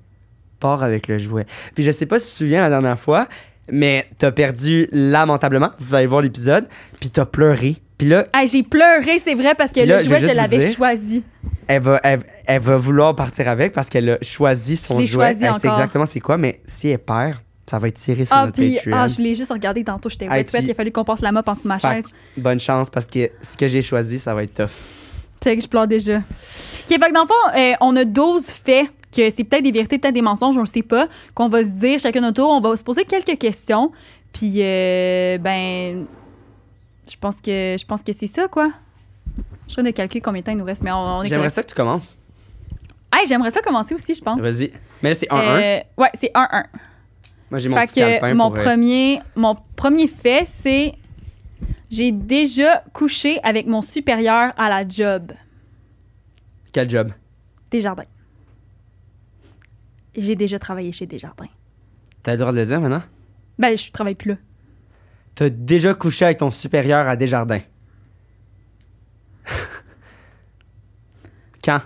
[SPEAKER 2] part avec le jouet. Puis je sais pas si tu te souviens la dernière fois, mais t'as perdu lamentablement. Vous allez voir l'épisode, puis t'as pleuré. Puis là,
[SPEAKER 1] Ah, j'ai pleuré, c'est vrai, parce que
[SPEAKER 2] Puis là,
[SPEAKER 1] le
[SPEAKER 2] je
[SPEAKER 1] jouet,
[SPEAKER 2] vais
[SPEAKER 1] je
[SPEAKER 2] juste vous
[SPEAKER 1] l'avais
[SPEAKER 2] dire-
[SPEAKER 1] choisi.
[SPEAKER 2] elle va, elle, elle va vouloir partir avec parce qu'elle a choisi son
[SPEAKER 1] l'ai
[SPEAKER 2] jouet.
[SPEAKER 1] choisi
[SPEAKER 2] elle sait
[SPEAKER 1] encore.
[SPEAKER 2] exactement c'est quoi, mais si elle perd, ça va être tiré sur
[SPEAKER 1] Ah,
[SPEAKER 2] notre
[SPEAKER 1] puis
[SPEAKER 2] Patreon.
[SPEAKER 1] ah, je l'ai juste regardé tantôt, j'étais
[SPEAKER 2] Hey,
[SPEAKER 1] wet, wet,
[SPEAKER 2] tu-
[SPEAKER 1] il a fallu qu'on passe la mop en dessous de ma
[SPEAKER 2] Fait
[SPEAKER 1] chaise.
[SPEAKER 2] que bonne chance parce que ce que j'ai choisi, ça va être tough.
[SPEAKER 1] Tu sais que je pleure déjà. OK, fait que dans le fond, euh, on a 12 faits que c'est peut-être des vérités, peut-être des mensonges, on le sait pas, qu'on va se dire chacun notre tour, on va se poser quelques questions, puis euh, ben je pense que je pense que c'est ça quoi. Je suis en train de calculer combien de temps il nous reste, mais on, on est
[SPEAKER 2] J'aimerais
[SPEAKER 1] correct.
[SPEAKER 2] ça que tu commences.
[SPEAKER 1] Hey, j'aimerais ça commencer aussi, je pense.
[SPEAKER 2] Vas-y. Mais là, c'est 1-1.
[SPEAKER 1] Euh, ouais, c'est 1-1.
[SPEAKER 2] Moi, j'ai mon
[SPEAKER 1] Fait
[SPEAKER 2] petit
[SPEAKER 1] que
[SPEAKER 2] calepin
[SPEAKER 1] mon
[SPEAKER 2] pour, euh,
[SPEAKER 1] premier, mon premier fait, c'est j'ai déjà couché avec mon supérieur à la job.
[SPEAKER 2] Quel job?
[SPEAKER 1] Desjardins. J'ai déjà travaillé chez Desjardins.
[SPEAKER 2] T'as le droit de le dire maintenant?
[SPEAKER 1] Ben, je travaille plus là.
[SPEAKER 2] T'as déjà couché avec ton supérieur à Desjardins. Quand?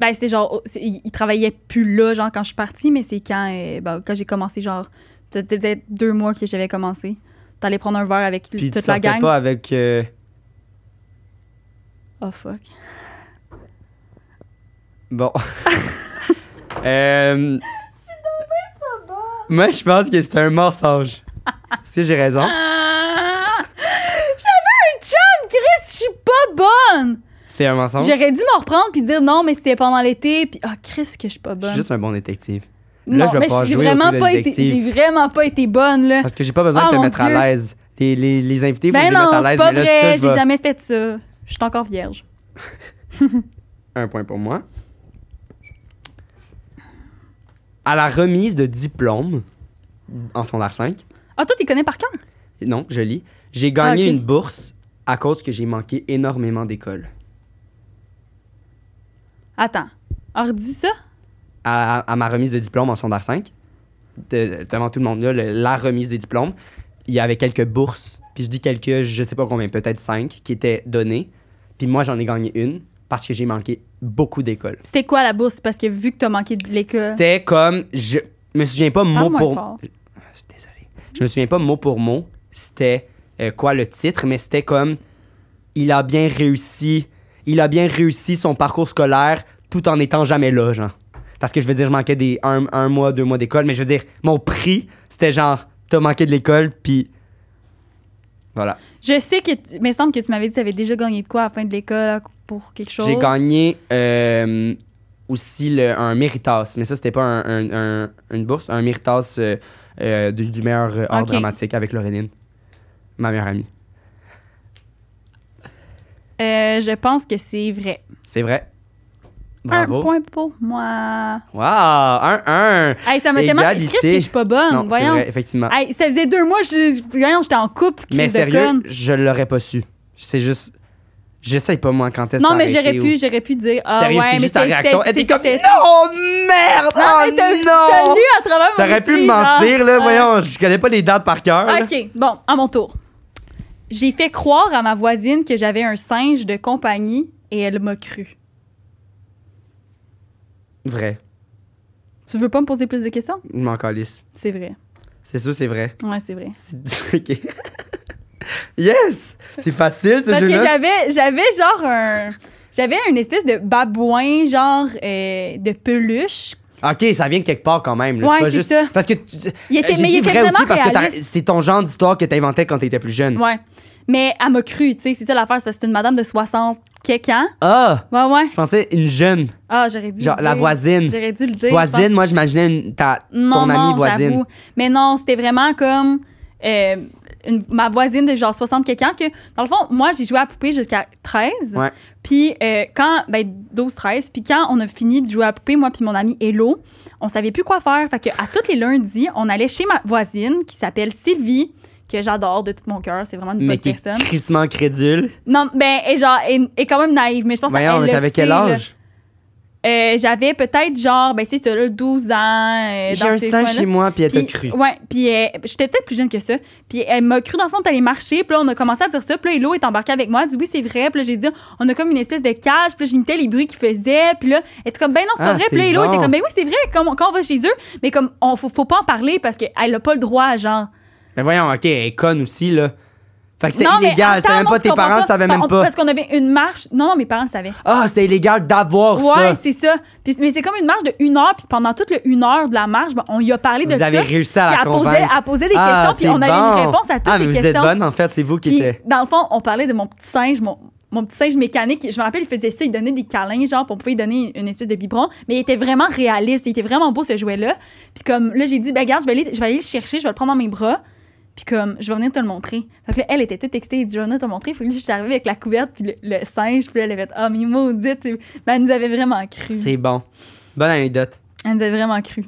[SPEAKER 1] Ben, c'était genre, c'est- il, il travaillait plus là, genre, quand je suis partie, mais c'est quand, euh, ben, quand j'ai commencé, genre, peut-être peut-être deux mois que j'avais commencé. T'allais prendre un verre avec
[SPEAKER 2] Puis tu
[SPEAKER 1] toute la
[SPEAKER 2] sortais
[SPEAKER 1] gang.
[SPEAKER 2] pas avec... euh,
[SPEAKER 1] Oh, fuck.
[SPEAKER 2] Bon. euh... Moi, je pense que c'est un mensonge. si j'ai raison.
[SPEAKER 1] Ah! J'avais un chum, Chris, je suis pas bonne.
[SPEAKER 2] C'est un mensonge.
[SPEAKER 1] J'aurais dû me reprendre puis dire non, mais c'était pendant l'été. Puis, ah, Chris, que je suis pas
[SPEAKER 2] Je suis
[SPEAKER 1] bonne.
[SPEAKER 2] juste un bon détective.
[SPEAKER 1] non,
[SPEAKER 2] Là, je vais
[SPEAKER 1] mais
[SPEAKER 2] pas
[SPEAKER 1] j'ai
[SPEAKER 2] jouer au
[SPEAKER 1] vraiment,
[SPEAKER 2] coup de
[SPEAKER 1] pas été-
[SPEAKER 2] détective.
[SPEAKER 1] j'ai vraiment pas été bonne, là.
[SPEAKER 2] Parce que j'ai pas besoin
[SPEAKER 1] Ah,
[SPEAKER 2] de te
[SPEAKER 1] mon
[SPEAKER 2] mettre
[SPEAKER 1] Dieu.
[SPEAKER 2] à l'aise. Les, les, les invités, vous les
[SPEAKER 1] Ben
[SPEAKER 2] mettre à
[SPEAKER 1] non,
[SPEAKER 2] l'aise.
[SPEAKER 1] c'est pas
[SPEAKER 2] mais là, ça,
[SPEAKER 1] vrai,
[SPEAKER 2] je
[SPEAKER 1] j'ai
[SPEAKER 2] vais-
[SPEAKER 1] jamais fait ça. Je suis encore vierge.
[SPEAKER 2] Un point pour moi. À la remise de diplôme en secondaire 5,
[SPEAKER 1] Ah, toi, t'es connais par cœur?
[SPEAKER 2] non, je lis, j'ai
[SPEAKER 1] Ah,
[SPEAKER 2] gagné
[SPEAKER 1] ok.
[SPEAKER 2] une bourse à cause que j'ai manqué énormément d'école.
[SPEAKER 1] Attends. Redis ça?
[SPEAKER 2] à, à ma remise de diplôme en secondaire 5, de- devant tout le monde, là, le- la remise des diplômes, il y avait quelques bourses, puis je dis quelques, je sais pas combien, peut-être 5, qui étaient données, puis moi j'en ai gagné une parce que j'ai manqué beaucoup d'écoles.
[SPEAKER 1] C'est quoi la bourse? Parce que vu que t'as manqué de l'école.
[SPEAKER 2] C'était comme, je me souviens pas mot
[SPEAKER 1] Parle-moi
[SPEAKER 2] pour...
[SPEAKER 1] fort.
[SPEAKER 2] Je suis désolé. Je me souviens pas mot pour mot, c'était euh, quoi le titre, mais c'était comme, il a bien réussi, il a bien réussi son parcours scolaire tout en étant jamais là, genre. Parce que je veux dire, je manquais des un, un mois, deux mois d'école, mais je veux dire, mon prix, c'était genre, t'as manqué de l'école, puis voilà.
[SPEAKER 1] Je sais que. tu- Mais il semble que tu m'avais dit que t'avais déjà gagné de quoi à la fin de l'école là, pour quelque chose.
[SPEAKER 2] J'ai gagné euh, aussi le- un méritas, mais ça, c'était pas un- un- un- une bourse, un méritas euh, euh, du, du meilleur euh, art
[SPEAKER 1] Ok.
[SPEAKER 2] dramatique avec Lorénine, ma meilleure amie.
[SPEAKER 1] Euh, je pense que c'est vrai.
[SPEAKER 2] C'est vrai. Bravo.
[SPEAKER 1] Un point pour moi.
[SPEAKER 2] Wow, un, un.
[SPEAKER 1] Hey, ça m'a tellement écrit
[SPEAKER 2] Égalité.
[SPEAKER 1] que je suis pas bonne.
[SPEAKER 2] non, c'est
[SPEAKER 1] Ah, voyons.
[SPEAKER 2] vrai, effectivement.
[SPEAKER 1] Hey, ça faisait deux mois je, voyons, j'étais en couple. crise
[SPEAKER 2] Ah. mais
[SPEAKER 1] de
[SPEAKER 2] sérieux,
[SPEAKER 1] conne.
[SPEAKER 2] je l'aurais pas su. C'est juste, j'essaye pas moi quand est-ce
[SPEAKER 1] Non, mais
[SPEAKER 2] d'arrêter
[SPEAKER 1] j'aurais
[SPEAKER 2] ou-
[SPEAKER 1] pu, j'aurais pu dire. Ah,
[SPEAKER 2] sérieux,
[SPEAKER 1] ouais,
[SPEAKER 2] c'est
[SPEAKER 1] mais
[SPEAKER 2] juste ta
[SPEAKER 1] c'était-
[SPEAKER 2] réaction. Elle
[SPEAKER 1] c'était-
[SPEAKER 2] était comme,
[SPEAKER 1] c'était-
[SPEAKER 2] non, merde,
[SPEAKER 1] Non, mais t'as,
[SPEAKER 2] oh,
[SPEAKER 1] t'as
[SPEAKER 2] non.
[SPEAKER 1] lu à travers mon
[SPEAKER 2] T'aurais pu me
[SPEAKER 1] esprit, genre.
[SPEAKER 2] mentir, là,
[SPEAKER 1] Ouais.
[SPEAKER 2] voyons, je connais pas les dates par cœur. là.
[SPEAKER 1] OK, bon, à mon tour. J'ai fait croire à ma voisine que j'avais un singe de compagnie et elle m'a cru.
[SPEAKER 2] Vrai,
[SPEAKER 1] Tu veux pas me poser plus de questions?
[SPEAKER 2] je m'en calisse.
[SPEAKER 1] C'est vrai.
[SPEAKER 2] C'est sûr, c'est vrai.
[SPEAKER 1] Ouais, c'est vrai.
[SPEAKER 2] C'est- ok. yes! C'est facile, ce
[SPEAKER 1] Parce que
[SPEAKER 2] jeu-là.
[SPEAKER 1] j'avais, j'avais genre un. J'avais une espèce de babouin, genre euh, de peluche.
[SPEAKER 2] Ok, ça vient de quelque part quand même. là,
[SPEAKER 1] Ouais,
[SPEAKER 2] pas
[SPEAKER 1] c'est
[SPEAKER 2] juste...
[SPEAKER 1] ça.
[SPEAKER 2] Parce que tu-
[SPEAKER 1] Il
[SPEAKER 2] Euh,
[SPEAKER 1] était,
[SPEAKER 2] j'ai
[SPEAKER 1] mais
[SPEAKER 2] dit
[SPEAKER 1] il était
[SPEAKER 2] vrai
[SPEAKER 1] vraiment
[SPEAKER 2] aussi parce que t'as-
[SPEAKER 1] réaliste.
[SPEAKER 2] c'est ton genre d'histoire que t'inventais quand t'étais plus jeune.
[SPEAKER 1] Ouais. Mais elle m'a cru, tu sais, c'est ça l'affaire, c'est parce que c'est une madame de 60 quelques ans.
[SPEAKER 2] Ah,
[SPEAKER 1] Ouais, ouais.
[SPEAKER 2] je pensais une jeune,
[SPEAKER 1] Ah, j'aurais dû.
[SPEAKER 2] genre
[SPEAKER 1] le
[SPEAKER 2] la
[SPEAKER 1] dire.
[SPEAKER 2] voisine.
[SPEAKER 1] J'aurais dû le dire. je pense.
[SPEAKER 2] voisine, moi j'imaginais une- ta
[SPEAKER 1] Non,
[SPEAKER 2] ton amie
[SPEAKER 1] non,
[SPEAKER 2] voisine.
[SPEAKER 1] j'avoue. Mais non, c'était vraiment comme euh, une- ma voisine de genre 60 quelqu'un que, dans le fond, moi, j'ai joué à la poupée jusqu'à 13.
[SPEAKER 2] Ouais.
[SPEAKER 1] Puis euh, quand, ben 12, 13. Puis quand on a fini de jouer à la poupée, moi puis mon ami Hello, on savait plus quoi faire. Fait que à tous les lundis, on allait chez ma voisine qui s'appelle Sylvie que j'adore de tout mon cœur, c'est vraiment une
[SPEAKER 2] Mais
[SPEAKER 1] bonne
[SPEAKER 2] qui est
[SPEAKER 1] personne.
[SPEAKER 2] crissement crédule.
[SPEAKER 1] Non, ben, elle, genre, elle, elle est quand même naïve, mais je pense
[SPEAKER 2] Voyons,
[SPEAKER 1] qu'elle
[SPEAKER 2] on
[SPEAKER 1] le
[SPEAKER 2] était avec quel
[SPEAKER 1] sait, là.
[SPEAKER 2] âge?
[SPEAKER 1] Euh, J'avais peut-être genre, ben c'est ça, là, 12 ans. euh,
[SPEAKER 2] J'ai
[SPEAKER 1] dans
[SPEAKER 2] un
[SPEAKER 1] ces
[SPEAKER 2] sang
[SPEAKER 1] coins-là.
[SPEAKER 2] chez moi, puis elle t'a
[SPEAKER 1] Puis,
[SPEAKER 2] cru.
[SPEAKER 1] Ouais, puis euh, j'étais peut-être plus jeune que ça. Puis elle m'a cru dans le fond d'aller marcher. Puis là, on a commencé à dire ça. Puis là, Hello est embarqué avec moi. Elle dit oui, c'est vrai. Puis là, j'ai dit, on a comme une espèce de cage. Puis là, j'imitais les bruits qu'il faisait. Puis là, elle était comme, ben non, c'est pas
[SPEAKER 2] Ah,
[SPEAKER 1] vrai.
[SPEAKER 2] c'est
[SPEAKER 1] Puis là, Hello
[SPEAKER 2] bon.
[SPEAKER 1] était comme, ben oui, c'est vrai. Comme, on- quand on va chez eux, mais comme, on faut, faut pas en parler parce qu'elle a pas le droit, genre.
[SPEAKER 2] Mais voyons, ok, elle est conne aussi, là. Fait que c'était
[SPEAKER 1] mais
[SPEAKER 2] illégal,
[SPEAKER 1] attends,
[SPEAKER 2] c'était même
[SPEAKER 1] non,
[SPEAKER 2] pas
[SPEAKER 1] tu
[SPEAKER 2] tes
[SPEAKER 1] comprends
[SPEAKER 2] parents le savaient
[SPEAKER 1] Par-
[SPEAKER 2] même
[SPEAKER 1] on-
[SPEAKER 2] pas.
[SPEAKER 1] Parce qu'on avait une marche. Non, non, mes parents le savaient.
[SPEAKER 2] Ah, c'était illégal d'avoir
[SPEAKER 1] Ouais,
[SPEAKER 2] ça.
[SPEAKER 1] c'est ça. Puis, mais c'est comme une marche de une heure. Puis pendant toute le une heure de la marche, ben, on y a parlé de
[SPEAKER 2] Vous
[SPEAKER 1] ça.
[SPEAKER 2] avez
[SPEAKER 1] Puis
[SPEAKER 2] réussi à la
[SPEAKER 1] elle posait,
[SPEAKER 2] convaincre.
[SPEAKER 1] elle posait des
[SPEAKER 2] Ah,
[SPEAKER 1] questions. Puis
[SPEAKER 2] c'est
[SPEAKER 1] on avait
[SPEAKER 2] bon.
[SPEAKER 1] une réponse à toutes
[SPEAKER 2] Ah, mais
[SPEAKER 1] les
[SPEAKER 2] vous
[SPEAKER 1] questions.
[SPEAKER 2] êtes bonne, en fait, c'est vous qui
[SPEAKER 1] Puis,
[SPEAKER 2] étiez.
[SPEAKER 1] dans le fond, on parlait de mon petit singe, mon, mon petit singe mécanique. Je me rappelle, il faisait ça, il donnait des câlins, genre, pour on pouvait lui donner une espèce de biberon. Mais il était vraiment réaliste, il était vraiment beau ce jouet-là. Puis comme, là, j'ai dit, ben regarde, je vais, aller, je vais aller le chercher, je vais le prendre dans mes bras. Puis comme, je vais venir te le montrer. Fait que là, elle était toute excitée, elle dit, je vais venir te le montrer. Fait que là, je suis arrivée avec la couverte, puis le, le singe, puis là, elle avait fait, ah, mais maudite. Ben, elle nous avait vraiment cru.
[SPEAKER 2] C'est bon. Bonne anecdote.
[SPEAKER 1] Elle nous avait vraiment cru.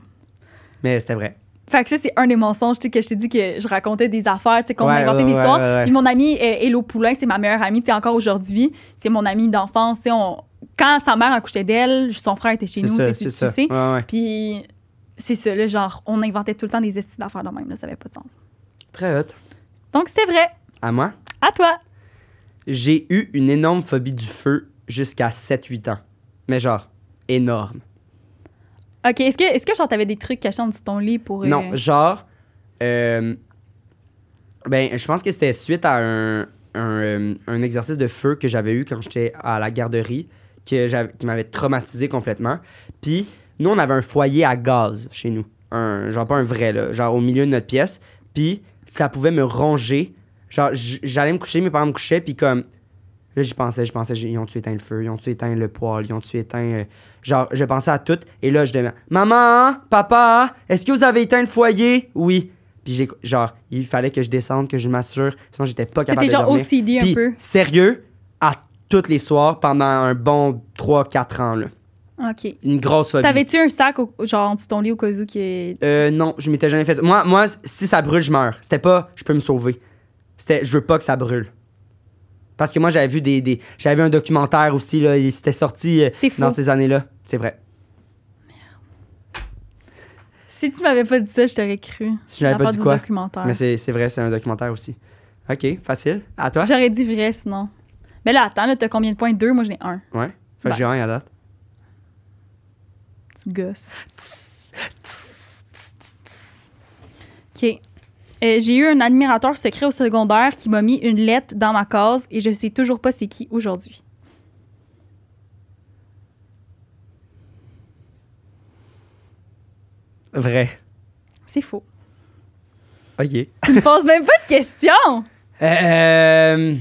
[SPEAKER 2] Mais c'était vrai.
[SPEAKER 1] Fait que ça, c'est un des mensonges, tu sais, que je t'ai dit que je racontais des affaires, tu sais, qu'on
[SPEAKER 2] Ouais,
[SPEAKER 1] inventait
[SPEAKER 2] ouais,
[SPEAKER 1] des
[SPEAKER 2] ouais,
[SPEAKER 1] histoires.
[SPEAKER 2] ouais, ouais.
[SPEAKER 1] Puis mon amie euh, Hello Poulain, c'est ma meilleure amie, tu sais, encore aujourd'hui. C'est mon amie d'enfance, tu sais, on... quand sa mère accouchait d'elle, son frère était chez
[SPEAKER 2] C'est
[SPEAKER 1] nous, tu
[SPEAKER 2] ça,
[SPEAKER 1] sais, tu-
[SPEAKER 2] c'est
[SPEAKER 1] tu
[SPEAKER 2] ça.
[SPEAKER 1] sais.
[SPEAKER 2] Ouais, ouais.
[SPEAKER 1] Puis c'est ça, là, genre, on inventait tout le temps des estis d'affaires de même, là, ça avait pas de sens.
[SPEAKER 2] Très haute.
[SPEAKER 1] Donc c'était vrai.
[SPEAKER 2] À moi?
[SPEAKER 1] À toi.
[SPEAKER 2] J'ai eu une énorme phobie du feu jusqu'à 7-8 ans. Mais genre, énorme.
[SPEAKER 1] OK, est-ce que, est-ce que genre, t'avais des trucs cachés en dessous de ton lit pour. euh,
[SPEAKER 2] Non, genre, euh, ben, je pense que c'était suite à un, un, euh, un exercice de feu que j'avais eu quand j'étais à la garderie, que j'avais- qui m'avait traumatisé complètement. Puis, nous, on avait un foyer à gaz chez nous. un genre pas un vrai là, genre au milieu de notre pièce, puis ça pouvait me ronger. Genre j- j'allais me coucher, mes parents me couchaient, puis comme là j'y pensais, je pensais j'ai- ils ont tu éteint le feu, ils ont tu éteint le poêle, ils ont tu éteint euh, genre je pensais à tout et là je demande "Maman, papa, est-ce que vous avez éteint le foyer Oui. Puis j'ai genre il fallait que je descende, que je m'assure, sinon j'étais pas capable
[SPEAKER 1] C'était
[SPEAKER 2] de
[SPEAKER 1] genre
[SPEAKER 2] dormir.
[SPEAKER 1] OCD un
[SPEAKER 2] Puis,
[SPEAKER 1] peu.
[SPEAKER 2] sérieux, à tous les soirs pendant un bon 3-4 ans, là.
[SPEAKER 1] OK.
[SPEAKER 2] Une grosse phobie.
[SPEAKER 1] T'avais-tu un sac, au- genre, en dessous de ton lit au cas où qui est.
[SPEAKER 2] Euh, non, je m'étais jamais fait. Moi, moi, si ça brûle, je meurs. C'était pas, je peux me sauver. C'était, je veux pas que ça brûle. Parce que moi, j'avais vu des, des- j'avais vu un documentaire aussi là, il s'était sorti euh,
[SPEAKER 1] C'est fou.
[SPEAKER 2] dans ces années-là. C'est vrai.
[SPEAKER 1] Si tu m'avais pas dit ça, je t'aurais cru.
[SPEAKER 2] Si j'avais pas
[SPEAKER 1] L'affaire
[SPEAKER 2] dit
[SPEAKER 1] du
[SPEAKER 2] quoi.
[SPEAKER 1] documentaire.
[SPEAKER 2] Mais c'est, c'est vrai, c'est un documentaire aussi. Ok, facile. À toi.
[SPEAKER 1] J'aurais dit vrai sinon. Mais là, attends, là, t'as combien de points? Deux, moi j'en ai un.
[SPEAKER 2] Ouais. Fait
[SPEAKER 1] Bah.
[SPEAKER 2] que j'ai un à date.
[SPEAKER 1] Petit gosse. OK. Euh, j'ai eu un admirateur secret au secondaire qui m'a mis une lettre dans ma case et je sais toujours pas c'est qui aujourd'hui.
[SPEAKER 2] Vrai.
[SPEAKER 1] C'est faux.
[SPEAKER 2] Ok.
[SPEAKER 1] Tu me poses même pas de questions!
[SPEAKER 2] Euh,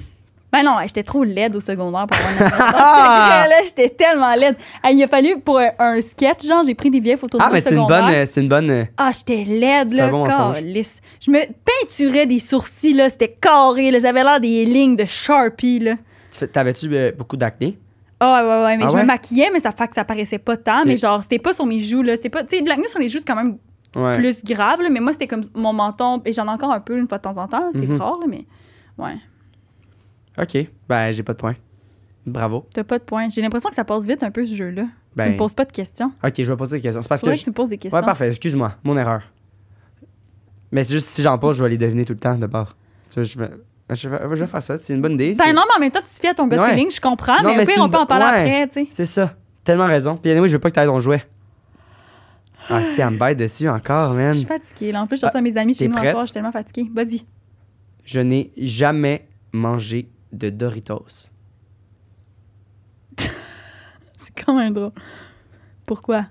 [SPEAKER 1] Ben non, hey, j'étais trop laide au secondaire pour avoir un admirateur secret, là, J'étais tellement laide. Hey, il a fallu pour un, un sketch, genre, j'ai pris des vieilles photos de
[SPEAKER 2] Ah,
[SPEAKER 1] moi
[SPEAKER 2] mais
[SPEAKER 1] au
[SPEAKER 2] c'est une
[SPEAKER 1] secondaire.
[SPEAKER 2] bonne, euh, c'est une bonne. euh,
[SPEAKER 1] Ah, j'étais laide,
[SPEAKER 2] C'est
[SPEAKER 1] là,
[SPEAKER 2] un bon mensonge.
[SPEAKER 1] calisse. Je me peinturais des sourcils, là, c'était carré, là, j'avais l'air des lignes de Sharpie, là.
[SPEAKER 2] tu fais- T'avais-tu euh, beaucoup d'acné?
[SPEAKER 1] Ah ouais, ouais, ouais, mais
[SPEAKER 2] Ah
[SPEAKER 1] je
[SPEAKER 2] ouais?
[SPEAKER 1] me maquillais, mais ça fait que ça paraissait pas tant,
[SPEAKER 2] Ok.
[SPEAKER 1] mais genre, c'était pas sur mes joues, là, c'était pas... Tu sais, de l'acné sur les joues, c'est quand même
[SPEAKER 2] Ouais.
[SPEAKER 1] plus grave, là, mais moi, c'était comme mon menton, et j'en ai encore un peu une fois de temps en temps, là, c'est
[SPEAKER 2] Mhm.
[SPEAKER 1] rare, là, mais... Ouais,
[SPEAKER 2] Ok. Ben, j'ai pas de point. Bravo.
[SPEAKER 1] t'as pas de point. J'ai l'impression que ça passe vite un peu, ce jeu-là.
[SPEAKER 2] Ben-
[SPEAKER 1] Tu me poses pas de questions.
[SPEAKER 2] Ok, je vais poser des questions. C'est parce
[SPEAKER 1] Faudrait que,
[SPEAKER 2] que. je-
[SPEAKER 1] tu me poses des questions.
[SPEAKER 2] Ouais, parfait. Excuse-moi. Mon erreur. Mais c'est juste si j'en pose, je vais les deviner tout le temps de bord. Tu vois, je vais, je vais- je vais faire ça. C'est une bonne idée.
[SPEAKER 1] Ben
[SPEAKER 2] c'est-
[SPEAKER 1] non, mais en même temps, tu te fies à ton gut
[SPEAKER 2] Ouais.
[SPEAKER 1] feeling, je comprends,
[SPEAKER 2] Non,
[SPEAKER 1] mais,
[SPEAKER 2] mais
[SPEAKER 1] au
[SPEAKER 2] c'est
[SPEAKER 1] pire, on
[SPEAKER 2] une
[SPEAKER 1] peut en
[SPEAKER 2] bo-
[SPEAKER 1] parler
[SPEAKER 2] ouais.
[SPEAKER 1] après, tu sais.
[SPEAKER 2] C'est ça. Tellement raison. Puis, anyway, je veux pas que t'ailles dans le jouet. Ah, si, elle me bête dessus encore,
[SPEAKER 1] Je
[SPEAKER 2] man. Ah,
[SPEAKER 1] suis fatiguée, là. En plus, je reçois mes amis
[SPEAKER 2] t'es
[SPEAKER 1] chez nous en
[SPEAKER 2] prête?
[SPEAKER 1] soir, je suis tellement fatiguée. Vas-y.
[SPEAKER 2] Je n'ai jamais mangé de Doritos.
[SPEAKER 1] C'est quand même drôle. Pourquoi?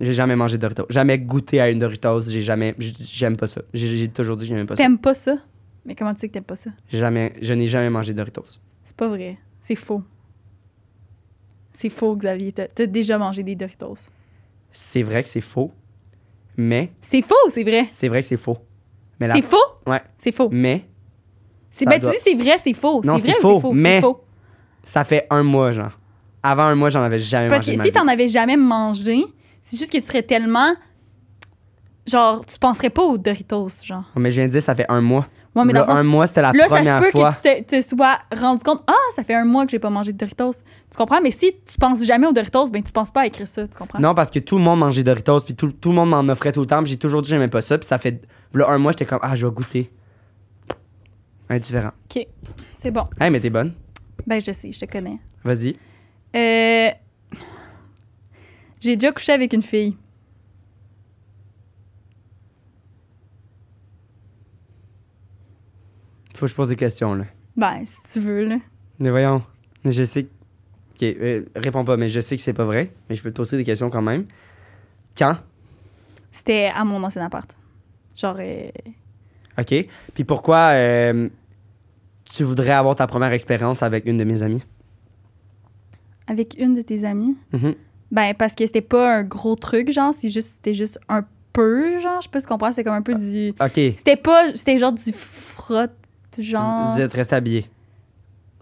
[SPEAKER 2] J'ai jamais mangé de Doritos. Jamais goûté à une Doritos. J'ai jamais. j- J'aime pas ça. J'ai j'ai toujours dit que j'aimais pas ça.
[SPEAKER 1] T'aimes pas ça? Mais comment tu sais que t'aimes pas ça?
[SPEAKER 2] Jamais. Je n'ai jamais mangé de Doritos.
[SPEAKER 1] C'est pas vrai. C'est faux. C'est faux, Xavier. T'as t'as déjà mangé des Doritos.
[SPEAKER 2] C'est vrai que c'est faux. Mais.
[SPEAKER 1] C'est faux, c'est vrai.
[SPEAKER 2] C'est vrai que c'est faux. Mais la
[SPEAKER 1] C'est faux?
[SPEAKER 2] Ouais.
[SPEAKER 1] C'est faux.
[SPEAKER 2] Mais
[SPEAKER 1] C'est
[SPEAKER 2] ça
[SPEAKER 1] ben,
[SPEAKER 2] doit-
[SPEAKER 1] tu dis c'est vrai, c'est faux.
[SPEAKER 2] Non,
[SPEAKER 1] C'est vrai
[SPEAKER 2] c'est
[SPEAKER 1] ou
[SPEAKER 2] faux,
[SPEAKER 1] c'est faux?
[SPEAKER 2] mais-
[SPEAKER 1] C'est faux.
[SPEAKER 2] ça fait un mois, genre. Avant un mois, j'en avais jamais
[SPEAKER 1] Parce
[SPEAKER 2] mangé.
[SPEAKER 1] que
[SPEAKER 2] de ma
[SPEAKER 1] si
[SPEAKER 2] vie.
[SPEAKER 1] t'en avais jamais mangé, c'est juste que tu serais tellement. Genre, tu penserais pas aux Doritos, genre.
[SPEAKER 2] Oh, Mais je viens de dire, ça fait un mois.
[SPEAKER 1] Ouais, mais
[SPEAKER 2] là,
[SPEAKER 1] dans le sens-
[SPEAKER 2] un mois, c'était la
[SPEAKER 1] Là, ça se
[SPEAKER 2] première
[SPEAKER 1] peut
[SPEAKER 2] fois.
[SPEAKER 1] que tu te, te sois rendu compte, ah, ça fait un mois que j'ai pas mangé de Doritos. Tu comprends? Mais si tu penses jamais aux Doritos, ben tu penses pas à écrire ça, tu comprends?
[SPEAKER 2] Non, parce que tout le monde mangeait Doritos, puis tout, tout le monde m'en offrait tout le temps, puis j'ai toujours dit que j'aimais pas ça, puis ça fait là, un mois, j'étais comme, ah, je vais goûter. Indifférent.
[SPEAKER 1] OK, c'est bon.
[SPEAKER 2] Hey, mais t'es bonne.
[SPEAKER 1] Ben, je sais, je te connais.
[SPEAKER 2] Vas-y.
[SPEAKER 1] Euh, J'ai déjà couché avec une fille.
[SPEAKER 2] Faut que je pose des questions, là.
[SPEAKER 1] Ben, si tu veux, là.
[SPEAKER 2] Mais voyons. Je sais. que- Ok, euh, réponds pas, mais je sais que c'est pas vrai, mais je peux te poser des questions quand même. Quand
[SPEAKER 1] C'était à mon ancien appart. Genre, euh,
[SPEAKER 2] OK. Puis pourquoi euh, tu voudrais avoir ta première expérience avec une de mes amies?
[SPEAKER 1] avec une de tes amies.
[SPEAKER 2] Mhm.
[SPEAKER 1] Ben, parce que c'était pas un gros truc, genre, c'est juste- c'était juste, un peu, genre, je sais pas si tu comprends, c'est comme un
[SPEAKER 2] Ah.
[SPEAKER 1] peu du.
[SPEAKER 2] OK.
[SPEAKER 1] C'était pas. C'était genre du frotte, genre.
[SPEAKER 2] Vous êtes resté habillé.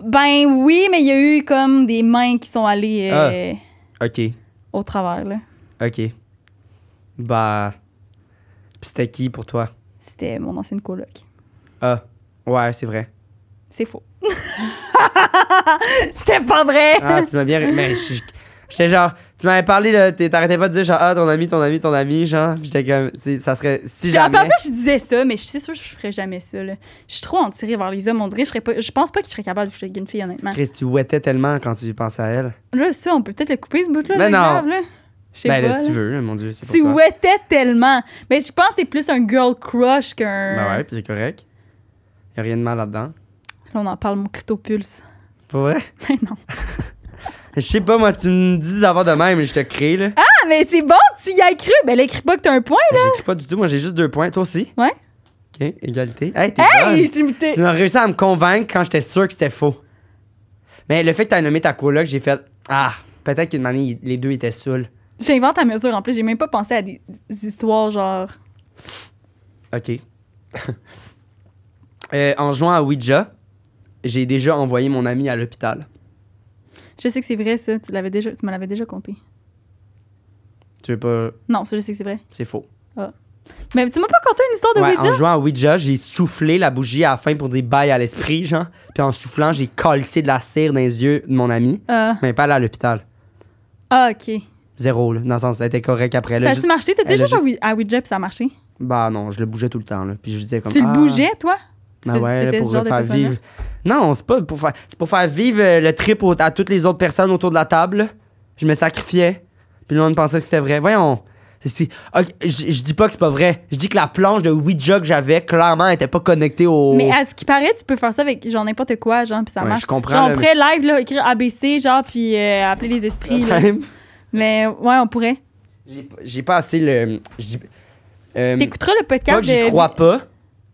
[SPEAKER 1] Ben oui, mais il y a eu comme des mains qui sont allées euh,
[SPEAKER 2] Ah. OK.
[SPEAKER 1] au travers. Là.
[SPEAKER 2] OK. Bah. Puis c'était qui pour toi?
[SPEAKER 1] C'était mon ancienne coloc.
[SPEAKER 2] Ah. Ouais, c'est vrai.
[SPEAKER 1] C'est faux. C'était pas vrai.
[SPEAKER 2] Ah, tu m'as bien. Mais je- j'étais genre. Tu m'avais parlé, là. t'es- T'arrêtais pas de dire genre, ah, ton ami, ton ami, ton ami, genre. Puis j'étais comme. c'est- Ça serait. Si
[SPEAKER 1] Genre,
[SPEAKER 2] jamais.
[SPEAKER 1] parfois, je disais ça, mais je suis sûre que je ferais jamais ça. là. Je suis trop en tirée vers les hommes. On dirait, que je, serais pas, je pense pas que je serais capable de coucher avec une fille, honnêtement.
[SPEAKER 2] Chris, tu ouettais tellement quand tu pensais à elle.
[SPEAKER 1] Là, ça, on peut peut-être le couper, ce bout-là. là,
[SPEAKER 2] Mais non.
[SPEAKER 1] grave, là. Je sais
[SPEAKER 2] Ben,
[SPEAKER 1] pas,
[SPEAKER 2] là, si tu
[SPEAKER 1] là.
[SPEAKER 2] veux, mon Dieu, c'est pour
[SPEAKER 1] Tu
[SPEAKER 2] toi.
[SPEAKER 1] ouettais tellement. Mais je pense que c'est plus un girl crush qu'un.
[SPEAKER 2] Ben ouais, puis c'est correct. Y a rien de mal là-dedans.
[SPEAKER 1] Là, on en parle, mon crypto pulse.
[SPEAKER 2] Pour vrai?
[SPEAKER 1] Mais non.
[SPEAKER 2] Je sais pas, moi, tu me dis d'avoir de même, je te crée, là.
[SPEAKER 1] Ah, mais c'est bon, tu y as cru. Ben, là, écris pas que t'as un point.
[SPEAKER 2] Ah, J'écris pas du tout, moi, j'ai juste deux points. Toi aussi?
[SPEAKER 1] Ouais.
[SPEAKER 2] OK, égalité. Hey, t'es bonne.
[SPEAKER 1] Hey, c'est- t'es-
[SPEAKER 2] Tu m'as réussi à me convaincre quand j'étais sûr que c'était faux. Mais le fait que t'as nommé ta coloc, j'ai fait Ah, peut-être qu'une manière, les deux étaient saouls.
[SPEAKER 1] J'invente à mesure en plus. J'ai même pas pensé à des des histoires genre.
[SPEAKER 2] OK. Euh, en jouant à Ouija, j'ai déjà envoyé mon ami à l'hôpital.
[SPEAKER 1] Je sais que c'est vrai, ça. Tu, l'avais déjà, tu me l'avais déjà compté.
[SPEAKER 2] Tu veux pas.
[SPEAKER 1] Non, ça, je sais que c'est vrai.
[SPEAKER 2] C'est faux.
[SPEAKER 1] Mais tu m'as pas conté une histoire de
[SPEAKER 2] Ouais,
[SPEAKER 1] Ouija?
[SPEAKER 2] en jouant à Ouija, j'ai soufflé la bougie à la fin pour des bails à l'esprit, genre. Puis en soufflant, j'ai calcé de la cire dans les yeux de mon ami.
[SPEAKER 1] Euh,
[SPEAKER 2] Mais pas allée à l'hôpital.
[SPEAKER 1] ah, OK.
[SPEAKER 2] Zéro, là. Dans le sens, elle était correcte après. Elle
[SPEAKER 1] ça
[SPEAKER 2] a
[SPEAKER 1] a-tu
[SPEAKER 2] juste...
[SPEAKER 1] marché? T'as
[SPEAKER 2] elle a
[SPEAKER 1] déjà
[SPEAKER 2] juste-
[SPEAKER 1] joué à Ouija puis ça a marché?
[SPEAKER 2] Bah non, je le bougeais tout le temps, là. Puis je disais comme
[SPEAKER 1] tu le
[SPEAKER 2] Ah.
[SPEAKER 1] bougeais, toi? Tu
[SPEAKER 2] Ben
[SPEAKER 1] fais-
[SPEAKER 2] ouais, là,
[SPEAKER 1] t'étais ce
[SPEAKER 2] pour
[SPEAKER 1] genre
[SPEAKER 2] le
[SPEAKER 1] de
[SPEAKER 2] faire
[SPEAKER 1] personne-là?
[SPEAKER 2] vivre. Non, c'est pas pour faire. C'est pour faire vivre euh, le trip au- à toutes les autres personnes autour de la table. Je me sacrifiais. Puis le monde pensait que c'était vrai. Voyons. C'est- c'est- ok, je je dis pas que c'est pas vrai. Je dis que la planche de Ouija que j'avais, clairement, elle était pas connectée au.
[SPEAKER 1] Mais à ce qui paraît, tu peux faire ça avec genre n'importe quoi, genre, puis ça
[SPEAKER 2] Ouais,
[SPEAKER 1] marche.
[SPEAKER 2] je comprends,
[SPEAKER 1] Genre,
[SPEAKER 2] là,
[SPEAKER 1] on pourrait live, là, écrire ABC, genre, puis euh, appeler les esprits. là. Mais ouais, on pourrait.
[SPEAKER 2] J'ai pas- J'ai pas assez le. je dis- euh,
[SPEAKER 1] T'écouteras le
[SPEAKER 2] pas
[SPEAKER 1] podcast
[SPEAKER 2] que j'y
[SPEAKER 1] de...
[SPEAKER 2] crois pas.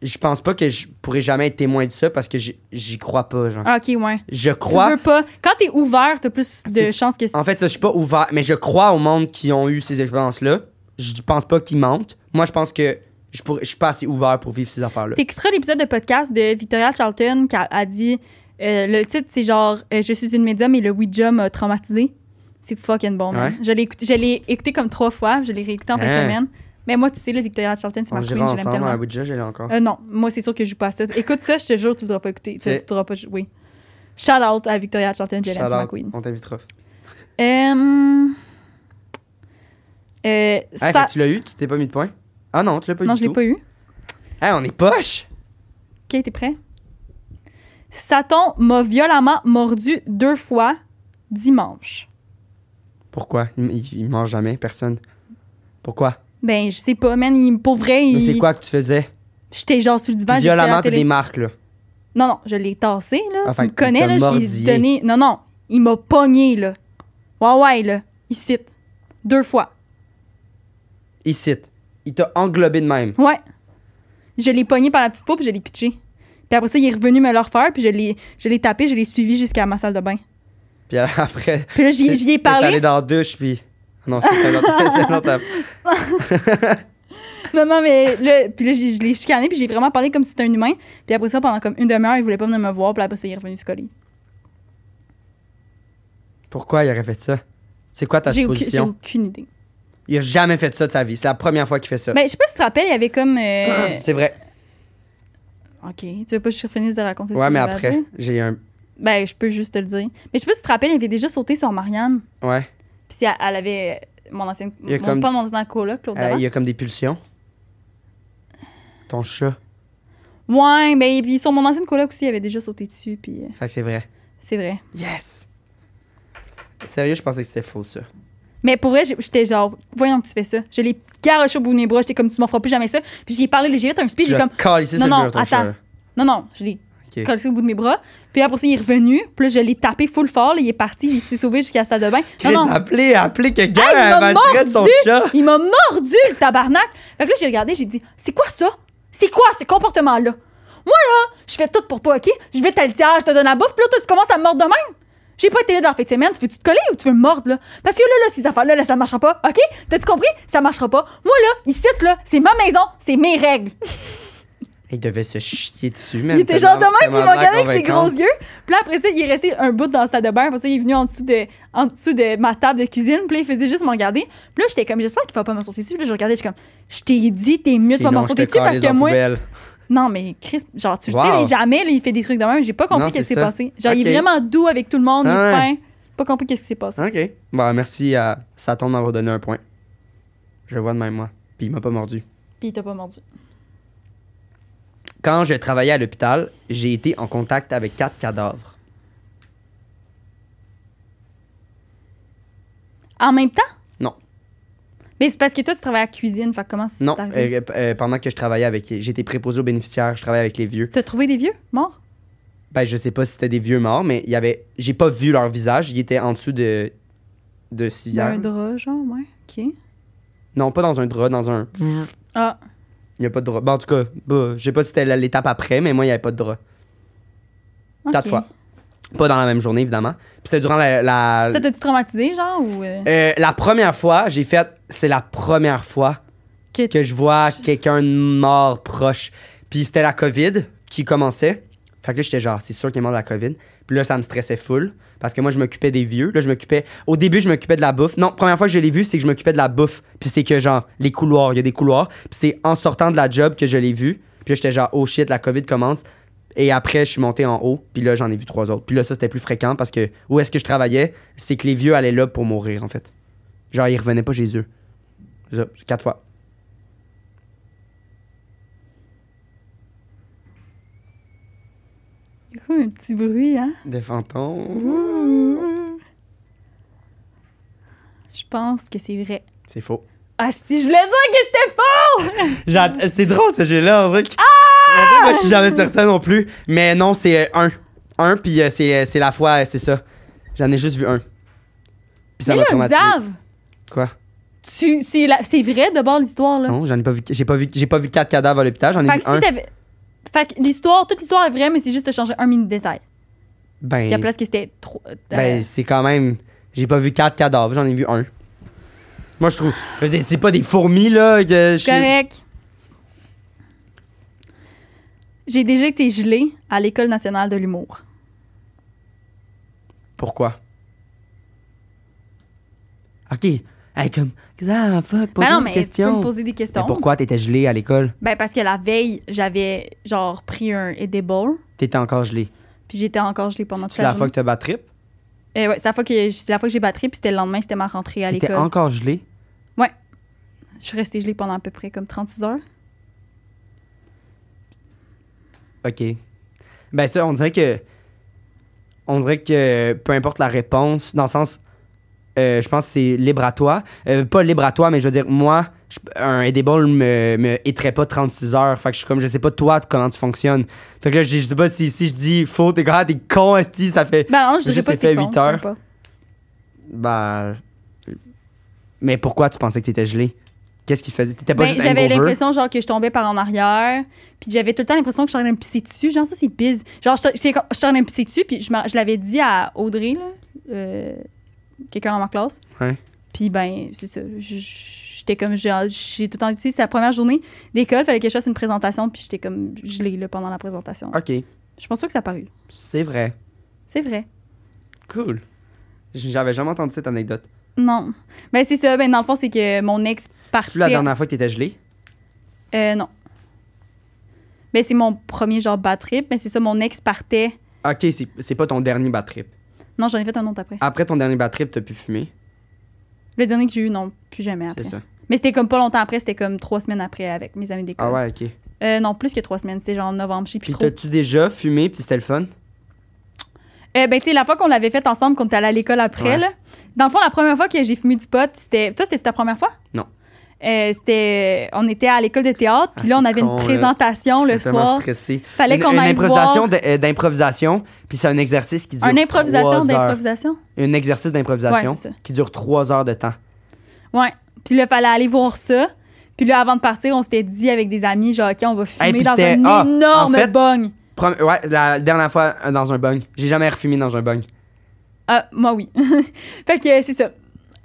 [SPEAKER 2] Je pense pas que je pourrais jamais être témoin de ça parce que j'y- j'y crois pas, genre.
[SPEAKER 1] Ah, OK, ouais.
[SPEAKER 2] Je
[SPEAKER 1] Tu
[SPEAKER 2] crois.
[SPEAKER 1] veux pas... Quand t'es ouvert, t'as plus de
[SPEAKER 2] C'est-
[SPEAKER 1] chances que...
[SPEAKER 2] En fait, ça, je suis pas ouvert, mais je crois au monde qui ont eu ces expériences-là. Je pense pas qu'ils mentent. Moi, je pense que je, pourrais, je suis pas assez ouvert pour vivre ces affaires-là.
[SPEAKER 1] T'écouteras l'épisode de podcast de Victoria Charlton qui a, a dit... euh, le titre, c'est genre euh, Je suis une médium et le Ouija m'a traumatisé ». C'est fucking bon, man.
[SPEAKER 2] Ouais.
[SPEAKER 1] Je l'ai écouté, je l'ai écouté comme trois fois. Je l'ai réécouté en fin
[SPEAKER 2] Hein.
[SPEAKER 1] de semaine. Mais moi, tu sais, le Victoria Charlton, c'est
[SPEAKER 2] On
[SPEAKER 1] ma
[SPEAKER 2] dira
[SPEAKER 1] queen. Je l'aime
[SPEAKER 2] ensemble
[SPEAKER 1] tellement.
[SPEAKER 2] à Ouija, je l'ai encore.
[SPEAKER 1] Euh, non, moi, c'est sûr que je joue pas à ça. Écoute ça, je te jure, tu voudras pas écouter. Tu
[SPEAKER 2] Ok.
[SPEAKER 1] voudras pas jou- Oui. Shout out à Victoria Charlton, je l'aime, c'est
[SPEAKER 2] Shout
[SPEAKER 1] ma
[SPEAKER 2] out,
[SPEAKER 1] queen.
[SPEAKER 2] On t'invitera.
[SPEAKER 1] Euh, euh,
[SPEAKER 2] Hey,
[SPEAKER 1] ça-
[SPEAKER 2] fait que tu l'as eu, tu t'es pas mis de point? Ah non, tu l'as pas eu
[SPEAKER 1] Non,
[SPEAKER 2] du
[SPEAKER 1] je l'ai
[SPEAKER 2] tout.
[SPEAKER 1] pas eu.
[SPEAKER 2] Hey, on est poche!
[SPEAKER 1] Ok, t'es prêt? Satan m'a violemment mordu deux fois dimanche.
[SPEAKER 2] Pourquoi? Il, il, il mange jamais, personne. Pourquoi?
[SPEAKER 1] Ben, je sais pas, man, il, pour vrai,
[SPEAKER 2] Mais
[SPEAKER 1] il-
[SPEAKER 2] c'est quoi que tu faisais?
[SPEAKER 1] J'étais genre sur le divan, j'écoutais la
[SPEAKER 2] Violemment, t'as
[SPEAKER 1] télé.
[SPEAKER 2] des marques, là.
[SPEAKER 1] Non, non, je l'ai tassé, là.
[SPEAKER 2] Ah,
[SPEAKER 1] tu
[SPEAKER 2] fait
[SPEAKER 1] me
[SPEAKER 2] qu'il t'a
[SPEAKER 1] connais, là.
[SPEAKER 2] mordillé.
[SPEAKER 1] J'ai donné. Non, non, il m'a pogné, là. Ouais, ouais, là. Ici. Deux fois.
[SPEAKER 2] Ici. Il t'a englobé de même.
[SPEAKER 1] Ouais. Je l'ai pogné par la petite peau, puis je l'ai pitché. Puis après ça, il est revenu me le refaire, puis je l'ai, je l'ai tapé, je l'ai suivi jusqu'à ma salle de bain.
[SPEAKER 2] Puis après,
[SPEAKER 1] Puis là, j'y, j'y ai
[SPEAKER 2] t'es allé
[SPEAKER 1] parlé.
[SPEAKER 2] dans la douche, puis... Ah Non, c'est un autre- c'est un autre-
[SPEAKER 1] Non, non, mais là, puis là, j'ai- je l'ai chicané, puis j'ai vraiment parlé comme si c'était un humain. Puis après ça, pendant comme une demi-heure, il voulait pas venir me voir, puis après ça, il est revenu se coller.
[SPEAKER 2] Pourquoi il aurait fait ça? C'est quoi ta
[SPEAKER 1] J'ai, aucune- j'ai
[SPEAKER 2] position?
[SPEAKER 1] aucune idée.
[SPEAKER 2] Il a jamais fait ça de sa vie. C'est la première fois qu'il fait ça.
[SPEAKER 1] Mais je sais pas si tu te rappelles, il y avait comme. euh,
[SPEAKER 2] C'est vrai.
[SPEAKER 1] Ok, tu veux pas que je finisse de raconter ce
[SPEAKER 2] Ouais,
[SPEAKER 1] que
[SPEAKER 2] mais
[SPEAKER 1] j'avais à
[SPEAKER 2] après,
[SPEAKER 1] dire?
[SPEAKER 2] j'ai un.
[SPEAKER 1] Ben, je peux juste te le dire. Mais je sais pas si tu te rappelles, il avait déjà sauté sur Marianne.
[SPEAKER 2] Ouais.
[SPEAKER 1] Puis si elle, elle avait euh, mon ancienne.
[SPEAKER 2] Il y a
[SPEAKER 1] mon-
[SPEAKER 2] comme-
[SPEAKER 1] Pas mon ancienne coloc, l'autre
[SPEAKER 2] Euh,
[SPEAKER 1] d'avant.
[SPEAKER 2] il y a comme des pulsions. Ton chat.
[SPEAKER 1] Ouais, ben, et puis sur mon ancienne coloc aussi, il avait déjà sauté dessus, puis euh,
[SPEAKER 2] Fait que c'est vrai.
[SPEAKER 1] c'est vrai.
[SPEAKER 2] Yes! Sérieux, je pensais que c'était faux, ça.
[SPEAKER 1] Mais pour vrai, j'ai- j'étais genre, voyons que tu fais ça. Je l'ai garoché au bout de mes bras, j'étais comme, tu m'en feras plus jamais ça. Puis j'y ai parlé, j'ai fait un speech,
[SPEAKER 2] Tu
[SPEAKER 1] j'ai
[SPEAKER 2] l'as
[SPEAKER 1] comme,
[SPEAKER 2] collé sur
[SPEAKER 1] Non,
[SPEAKER 2] le
[SPEAKER 1] non,
[SPEAKER 2] mur, ton
[SPEAKER 1] attends.
[SPEAKER 2] chat. là.
[SPEAKER 1] non, non, je l'ai
[SPEAKER 2] Ok.
[SPEAKER 1] collé au bout de mes bras. Puis après ça, il est revenu, puis là, je l'ai tapé full fort, là, il est parti, il s'est sauvé jusqu'à la salle de bain.
[SPEAKER 2] Chris,
[SPEAKER 1] Non, non,
[SPEAKER 2] appelez, appelez quelqu'un,
[SPEAKER 1] Ah, il
[SPEAKER 2] elle
[SPEAKER 1] m'a
[SPEAKER 2] maltraite son
[SPEAKER 1] mordu!
[SPEAKER 2] chat.
[SPEAKER 1] il m'a mordu, le tabarnak. Fait que là, j'ai regardé, j'ai dit, c'est quoi ça? C'est quoi ce comportement-là? Moi, là, je fais tout pour toi, OK? Je vais ta litière, je te donne la bouffe, puis là, toi, tu commences à me mordre de même. J'ai pas été là dans la fin de semaine. Tu veux-tu te coller ou tu veux me mordre, là? Parce que là, là, ces affaires-là, là, ça marchera pas, OK? T'as-tu compris? Ça marchera pas. Moi, là, ici, là, c'est ma maison, c'est mes règles.
[SPEAKER 2] Il devait se chier dessus, man.
[SPEAKER 1] Il était genre de
[SPEAKER 2] Tellement-
[SPEAKER 1] même, puis il m'a
[SPEAKER 2] tellement
[SPEAKER 1] regardé avec ses gros
[SPEAKER 2] convaincante.
[SPEAKER 1] yeux. Puis là, après ça, il est resté un bout dans la salle de bain. Après ça, il est venu en dessous de, en dessous de ma table de cuisine. Puis là, il faisait juste me regarder. Puis là, j'étais comme, j'espère qu'il va pas me sauter dessus. Puis là, je regardais, je suis comme, je t'ai dit, t'es mieux de pas
[SPEAKER 2] Sinon,
[SPEAKER 1] me
[SPEAKER 2] je te
[SPEAKER 1] sauter dessus parce
[SPEAKER 2] calisse
[SPEAKER 1] que
[SPEAKER 2] en
[SPEAKER 1] moi.
[SPEAKER 2] poubelle.
[SPEAKER 1] Non, mais Chris, genre, tu le
[SPEAKER 2] Wow.
[SPEAKER 1] sais, mais jamais, là, il fait des trucs de même. J'ai pas
[SPEAKER 2] Non,
[SPEAKER 1] compris ce
[SPEAKER 2] c'est
[SPEAKER 1] qui s'est
[SPEAKER 2] ça.
[SPEAKER 1] passé. Genre, il
[SPEAKER 2] Ok.
[SPEAKER 1] est vraiment doux avec tout le monde, il est
[SPEAKER 2] Ah
[SPEAKER 1] fin. Pas compris qu'est-ce qui s'est passé.
[SPEAKER 2] OK. Bah, merci à Satan de m'avoir donné un point. Je le vois de même, moi. Puis il m'a pas mordu.
[SPEAKER 1] Puis il t'a pas mordu.
[SPEAKER 2] Quand je travaillais à l'hôpital, j'ai été en contact avec quatre cadavres.
[SPEAKER 1] En même temps?
[SPEAKER 2] Non.
[SPEAKER 1] Mais c'est parce que toi, tu travailles à la cuisine. Fait que comment c'est
[SPEAKER 2] Non,
[SPEAKER 1] arrivé?
[SPEAKER 2] euh, euh, pendant que je travaillais avec... J'étais préposé aux bénéficiaires, je travaillais avec les vieux.
[SPEAKER 1] T'as trouvé des vieux morts?
[SPEAKER 2] ben, je sais pas si c'était des vieux morts, mais il y avait, j'ai pas vu leur visage. Ils étaient en dessous de, de
[SPEAKER 1] Il y a
[SPEAKER 2] civière.
[SPEAKER 1] un drap, genre, ouais. OK.
[SPEAKER 2] Non, pas dans un drap, dans un.
[SPEAKER 1] Ah,
[SPEAKER 2] Il y a pas de drap. Ben, en tout cas, bah, je sais pas si c'était la- l'étape après, mais moi, il y avait pas de drap.
[SPEAKER 1] OK.
[SPEAKER 2] Quatre fois. Pas dans la même journée, évidemment. Puis c'était durant la. la-
[SPEAKER 1] Ça t'a-tu traumatisé, genre, ou... euh,
[SPEAKER 2] Euh, la première fois, j'ai fait. C'est la première fois
[SPEAKER 1] que-
[SPEAKER 2] que je vois quelqu'un de mort proche. Puis c'était la COVID qui commençait. Fait que là, j'étais genre, c'est sûr qu'il est mort de la COVID. Puis là, ça me stressait full. Parce que moi, je m'occupais des vieux. Là, je m'occupais. Au début, je m'occupais de la bouffe. Non, première fois que je l'ai vu, c'est que je m'occupais de la bouffe. Puis c'est que, genre, les couloirs, il y a des couloirs. Puis c'est en sortant de la job que je l'ai vu. Puis là, j'étais genre, oh shit, la COVID commence. Et après, je suis monté en haut. Puis là, j'en ai vu trois autres. Puis là, ça, c'était plus fréquent parce que où est-ce que je travaillais, c'est que les vieux allaient là pour mourir, en fait. Genre, ils revenaient pas chez eux. C'est ça, quatre fois.
[SPEAKER 1] Il y a comme un petit bruit, hein?
[SPEAKER 2] Des fantômes.
[SPEAKER 1] Je pense que c'est vrai.
[SPEAKER 2] C'est faux.
[SPEAKER 1] Ah si, je voulais dire que c'était faux!
[SPEAKER 2] J'att- euh, C'est drôle ce jeu-là, on dirait que-
[SPEAKER 1] Ah!
[SPEAKER 2] On dirait que moi, je suis jamais certain non plus. Mais non, c'est euh, un. Un, puis euh, c'est euh, c'est la fois, euh, c'est ça. J'en ai juste vu un. Puis ça
[SPEAKER 1] Mais
[SPEAKER 2] m'a
[SPEAKER 1] là,
[SPEAKER 2] traumatisé.
[SPEAKER 1] Xav,
[SPEAKER 2] Quoi?
[SPEAKER 1] tu- c'est la- c'est vrai d'abord l'histoire, là.
[SPEAKER 2] Non, j'en ai pas vu. J'ai pas vu. J'ai pas vu quatre cadavres à l'hôpital. J'en ai
[SPEAKER 1] Fait
[SPEAKER 2] vu
[SPEAKER 1] que
[SPEAKER 2] un.
[SPEAKER 1] si t'avais... Fait que l'histoire, toute l'histoire est vraie, mais c'est juste de changer un mini détail. Puis
[SPEAKER 2] Ben,
[SPEAKER 1] après, est-ce que c'était trop... euh,
[SPEAKER 2] ben c'est quand même. J'ai pas vu quatre cadavres. J'en ai vu un. Moi, je trouve. je veux dire, C'est pas des fourmis là. Que je-
[SPEAKER 1] C'est correct. J'ai déjà été gelée à l'École nationale de l'humour.
[SPEAKER 2] Pourquoi? Ok. Hey, comme. Xav, fuck. Pose
[SPEAKER 1] Ben non,
[SPEAKER 2] une
[SPEAKER 1] mais tu peux
[SPEAKER 2] question.
[SPEAKER 1] me poser des
[SPEAKER 2] Mais
[SPEAKER 1] questions.
[SPEAKER 2] pourquoi t'étais gelé à l'école?
[SPEAKER 1] Ben parce que la veille, j'avais genre pris un edible,
[SPEAKER 2] T'étais encore gelé.
[SPEAKER 1] puis j'étais encore gelée pendant toute
[SPEAKER 2] C'est
[SPEAKER 1] la,
[SPEAKER 2] la
[SPEAKER 1] journée.
[SPEAKER 2] fois que t'as bad trip?
[SPEAKER 1] Euh, ouais, c'est la fois que c'est la fois que j'ai battu, puis c'était le lendemain, c'était ma rentrée à
[SPEAKER 2] T'étais
[SPEAKER 1] l'école.
[SPEAKER 2] encore gelé?
[SPEAKER 1] Je suis restée gelée pendant à peu près comme 36 heures.
[SPEAKER 2] OK. Ben ça, on dirait que... On dirait que peu importe la réponse, dans le sens... euh, je pense que c'est libre à toi. Euh, pas libre à toi, mais je veux dire, moi, je- un edible me, me éterait pas 36 heures. Fait que je suis comme, je sais pas toi comment tu fonctionnes. Fait que là, je, je sais pas si, si je dis faux, t'es grave, t'es con, esti, ça fait.
[SPEAKER 1] Ben non, je
[SPEAKER 2] Mais
[SPEAKER 1] dirais
[SPEAKER 2] je
[SPEAKER 1] pas
[SPEAKER 2] sais
[SPEAKER 1] que t'es
[SPEAKER 2] pas,
[SPEAKER 1] con,
[SPEAKER 2] huit heures.
[SPEAKER 1] même pas.
[SPEAKER 2] Ben. Mais pourquoi tu pensais que t'étais gelé? Qu'est-ce qui te faisait? T'étais pas
[SPEAKER 1] Ben,
[SPEAKER 2] juste
[SPEAKER 1] j'avais
[SPEAKER 2] hangover?
[SPEAKER 1] l'impression genre que je tombais par en arrière, puis j'avais tout le temps l'impression que je suis en train de me pisser dessus, genre ça c'est biz. Genre je je suis en train de me pisser dessus, puis je, m'en- je l'avais dit à Audrey là, euh, quelqu'un dans ma classe.
[SPEAKER 2] Ouais.
[SPEAKER 1] Puis ben c'est ça, je- j'étais comme genre, j'ai tout le temps tu sais, c'est la première journée d'école, fallait que je fasse une présentation, puis j'étais comme gelée là pendant la présentation.
[SPEAKER 2] Ok,
[SPEAKER 1] Je pense pas que ça a paru.
[SPEAKER 2] c'est vrai.
[SPEAKER 1] C'est vrai.
[SPEAKER 2] Cool. J'avais jamais entendu cette anecdote.
[SPEAKER 1] Non. Ben, c'est ça. Ben, dans le fond, c'est que mon ex
[SPEAKER 2] C'est
[SPEAKER 1] partait.
[SPEAKER 2] la dernière fois que t'étais gelé?
[SPEAKER 1] Euh, non. Ben, c'est mon premier genre bad trip. Mais c'est ça, mon ex partait.
[SPEAKER 2] Ok, c'est- c'est pas ton dernier bad trip.
[SPEAKER 1] Non, j'en ai fait un autre après.
[SPEAKER 2] Après ton dernier bad trip, t'as pu fumer.
[SPEAKER 1] Le dernier que j'ai eu, non, plus jamais après.
[SPEAKER 2] C'est ça.
[SPEAKER 1] Mais c'était comme pas longtemps après, c'était comme trois semaines après avec mes amis d'école.
[SPEAKER 2] Ah ouais, ok.
[SPEAKER 1] Euh, non, plus que trois semaines, c'était genre en novembre, je sais plus
[SPEAKER 2] Puis
[SPEAKER 1] trop.
[SPEAKER 2] t'as-tu déjà fumé, puis c'était le fun?
[SPEAKER 1] Euh, ben, tu sais, la fois qu'on l'avait fait ensemble, qu'on était allé à l'école après,
[SPEAKER 2] Ouais.
[SPEAKER 1] là, dans le fond, la première fois que j'ai fumé du pot, c'était. Toi, c'était ta première fois?
[SPEAKER 2] Non.
[SPEAKER 1] Euh, c'était. On était à l'école de théâtre, puis
[SPEAKER 2] Ah,
[SPEAKER 1] là, on
[SPEAKER 2] c'est
[SPEAKER 1] avait
[SPEAKER 2] con,
[SPEAKER 1] une
[SPEAKER 2] là.
[SPEAKER 1] présentation le
[SPEAKER 2] J'étais tellement
[SPEAKER 1] soir.
[SPEAKER 2] stressé.
[SPEAKER 1] Fallait
[SPEAKER 2] Une-
[SPEAKER 1] qu'on
[SPEAKER 2] une
[SPEAKER 1] aille
[SPEAKER 2] improvisation
[SPEAKER 1] voir.
[SPEAKER 2] de- euh, d'improvisation, puis c'est un exercice qui dure
[SPEAKER 1] Un improvisation
[SPEAKER 2] trois heures.
[SPEAKER 1] d'improvisation.
[SPEAKER 2] Un exercice d'improvisation
[SPEAKER 1] Ouais, c'est ça.
[SPEAKER 2] qui dure trois heures de temps.
[SPEAKER 1] Ouais. Puis là, fallait aller voir ça. Puis là, avant de partir, on s'était dit avec des amis, genre, OK, on va fumer
[SPEAKER 2] Hey, puis
[SPEAKER 1] dans
[SPEAKER 2] c'était-
[SPEAKER 1] un
[SPEAKER 2] ah,
[SPEAKER 1] énorme
[SPEAKER 2] en fait-
[SPEAKER 1] bong.
[SPEAKER 2] Prom- ouais, la dernière fois euh, dans un bung. J'ai jamais refumé dans un bung.
[SPEAKER 1] Ah, moi, oui. fait que euh, c'est ça.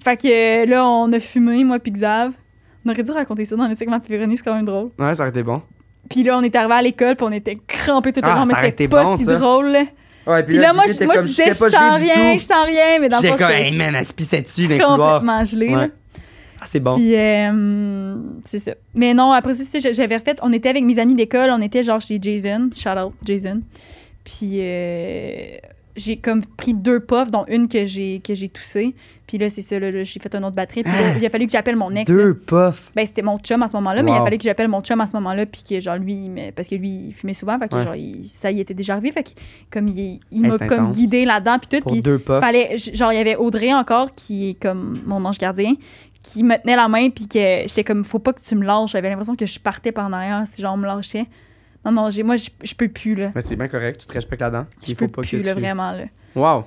[SPEAKER 1] Fait que euh, là, on a fumé, moi puis Xav. On aurait dû raconter ça dans le segment Pyrénées, c'est quand même drôle.
[SPEAKER 2] Ouais, ça aurait été bon.
[SPEAKER 1] Puis là, on est arrivé à l'école, puis on était crampés tout le
[SPEAKER 2] Ah,
[SPEAKER 1] long, mais
[SPEAKER 2] ça aurait
[SPEAKER 1] c'était
[SPEAKER 2] été
[SPEAKER 1] pas
[SPEAKER 2] bon,
[SPEAKER 1] si
[SPEAKER 2] ça.
[SPEAKER 1] drôle. là.
[SPEAKER 2] Ouais,
[SPEAKER 1] Puis là, moi, je,
[SPEAKER 2] j'étais
[SPEAKER 1] moi, je
[SPEAKER 2] comme,
[SPEAKER 1] disais, je
[SPEAKER 2] j'étais
[SPEAKER 1] sens
[SPEAKER 2] pas gelé du
[SPEAKER 1] rien, je
[SPEAKER 2] tout.
[SPEAKER 1] sens rien, mais dans le fond,
[SPEAKER 2] J'étais comme,
[SPEAKER 1] j'étais
[SPEAKER 2] hey man, elle se pissait dessus dans le couloir.
[SPEAKER 1] complètement gelé.
[SPEAKER 2] Ouais. Ah, c'est bon.
[SPEAKER 1] Puis, euh, c'est ça. Mais non, après ça, c'est- j'avais refait. On était avec mes amis d'école, on était genre chez Jason, shout out Jason. Puis, euh, j'ai comme pris deux puffs, dont une que j'ai que j'ai toussée. Puis là, c'est ça, là, là, j'ai fait une autre batterie. Puis là, il a fallu que j'appelle mon ex. là.
[SPEAKER 2] Ah! Deux puffs.
[SPEAKER 1] Ben, c'était mon chum à ce moment-là, mais il a
[SPEAKER 2] Wow.
[SPEAKER 1] fallu que j'appelle mon chum à ce moment-là. Puis que, genre, lui, il me- parce que lui, il fumait souvent, fait que,
[SPEAKER 2] Ouais.
[SPEAKER 1] genre, il- ça y était déjà arrivé. Fait que, comme, il, il
[SPEAKER 2] Hey,
[SPEAKER 1] m'a
[SPEAKER 2] c'est
[SPEAKER 1] comme
[SPEAKER 2] intense.
[SPEAKER 1] guidé là-dedans. Puis tout.
[SPEAKER 2] Pour
[SPEAKER 1] Puis,
[SPEAKER 2] deux puffs.
[SPEAKER 1] fallait j- genre il y avait Audrey encore qui est comme mon ange gardien qui me tenait la main puis que j'étais comme faut pas que tu me lâches j'avais l'impression que je partais par en arrière si genre on me lâchait Non, non, j'ai- moi, je je peux plus, là.
[SPEAKER 2] Mais c'est bien correct, tu te respectes là-dedans.
[SPEAKER 1] Je
[SPEAKER 2] Il faut
[SPEAKER 1] peux
[SPEAKER 2] pas
[SPEAKER 1] plus,
[SPEAKER 2] que
[SPEAKER 1] là,
[SPEAKER 2] tu...
[SPEAKER 1] vraiment, là.
[SPEAKER 2] Wow.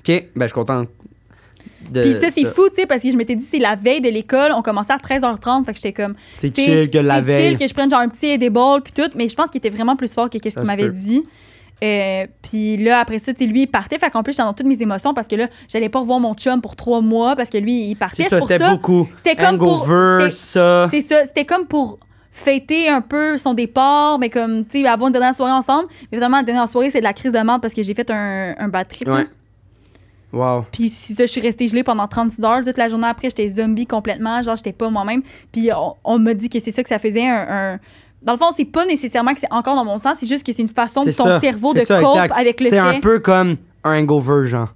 [SPEAKER 2] OK, ben je suis content de
[SPEAKER 1] Puis ça, c'est fou, tu sais, parce que je m'étais dit, c'est la veille de l'école, on commençait à 13h30, fait que j'étais comme,
[SPEAKER 2] C'est
[SPEAKER 1] tu sais,
[SPEAKER 2] chill que la
[SPEAKER 1] c'est
[SPEAKER 2] veille.
[SPEAKER 1] chill que je prenne genre un petit edible, puis tout, mais je pense qu'il était vraiment plus fort que qu'est-ce
[SPEAKER 2] Ça
[SPEAKER 1] qu'il
[SPEAKER 2] se
[SPEAKER 1] m'avait
[SPEAKER 2] peut.
[SPEAKER 1] dit. Euh, puis là, après ça, tu sais, lui, il partait, fait qu'en plus, j'étais dans toutes mes émotions parce que là, j'allais pas revoir mon chum pour trois mois parce que lui, il partait.
[SPEAKER 2] C'est
[SPEAKER 1] C'est
[SPEAKER 2] ça,
[SPEAKER 1] pour
[SPEAKER 2] c'était
[SPEAKER 1] ça.
[SPEAKER 2] beaucoup.
[SPEAKER 1] C'était comme pour.
[SPEAKER 2] Hangover,
[SPEAKER 1] c'était-
[SPEAKER 2] ça.
[SPEAKER 1] C'est ça, c'était comme pour fêter un peu son départ, mais comme, tu sais, avant une dernière soirée ensemble. Mais vraiment, la dernière soirée, c'est de la crise de menthe parce que j'ai fait un, un bad trip. là.
[SPEAKER 2] Ouais. Wow.
[SPEAKER 1] Puis si ça, je suis restée gelée pendant 36 heures. Toute la journée après, j'étais zombie complètement. Genre, j'étais pas moi-même. Puis on, on m'a dit que c'est ça que ça faisait un. un- Dans le fond, c'est pas nécessairement que c'est encore dans mon sens, c'est juste que c'est une façon de
[SPEAKER 2] C'est
[SPEAKER 1] ton
[SPEAKER 2] ça,
[SPEAKER 1] cerveau
[SPEAKER 2] c'est
[SPEAKER 1] de
[SPEAKER 2] ça,
[SPEAKER 1] cope
[SPEAKER 2] exact.
[SPEAKER 1] avec le
[SPEAKER 2] C'est un
[SPEAKER 1] fait.
[SPEAKER 2] peu comme un hangover, genre.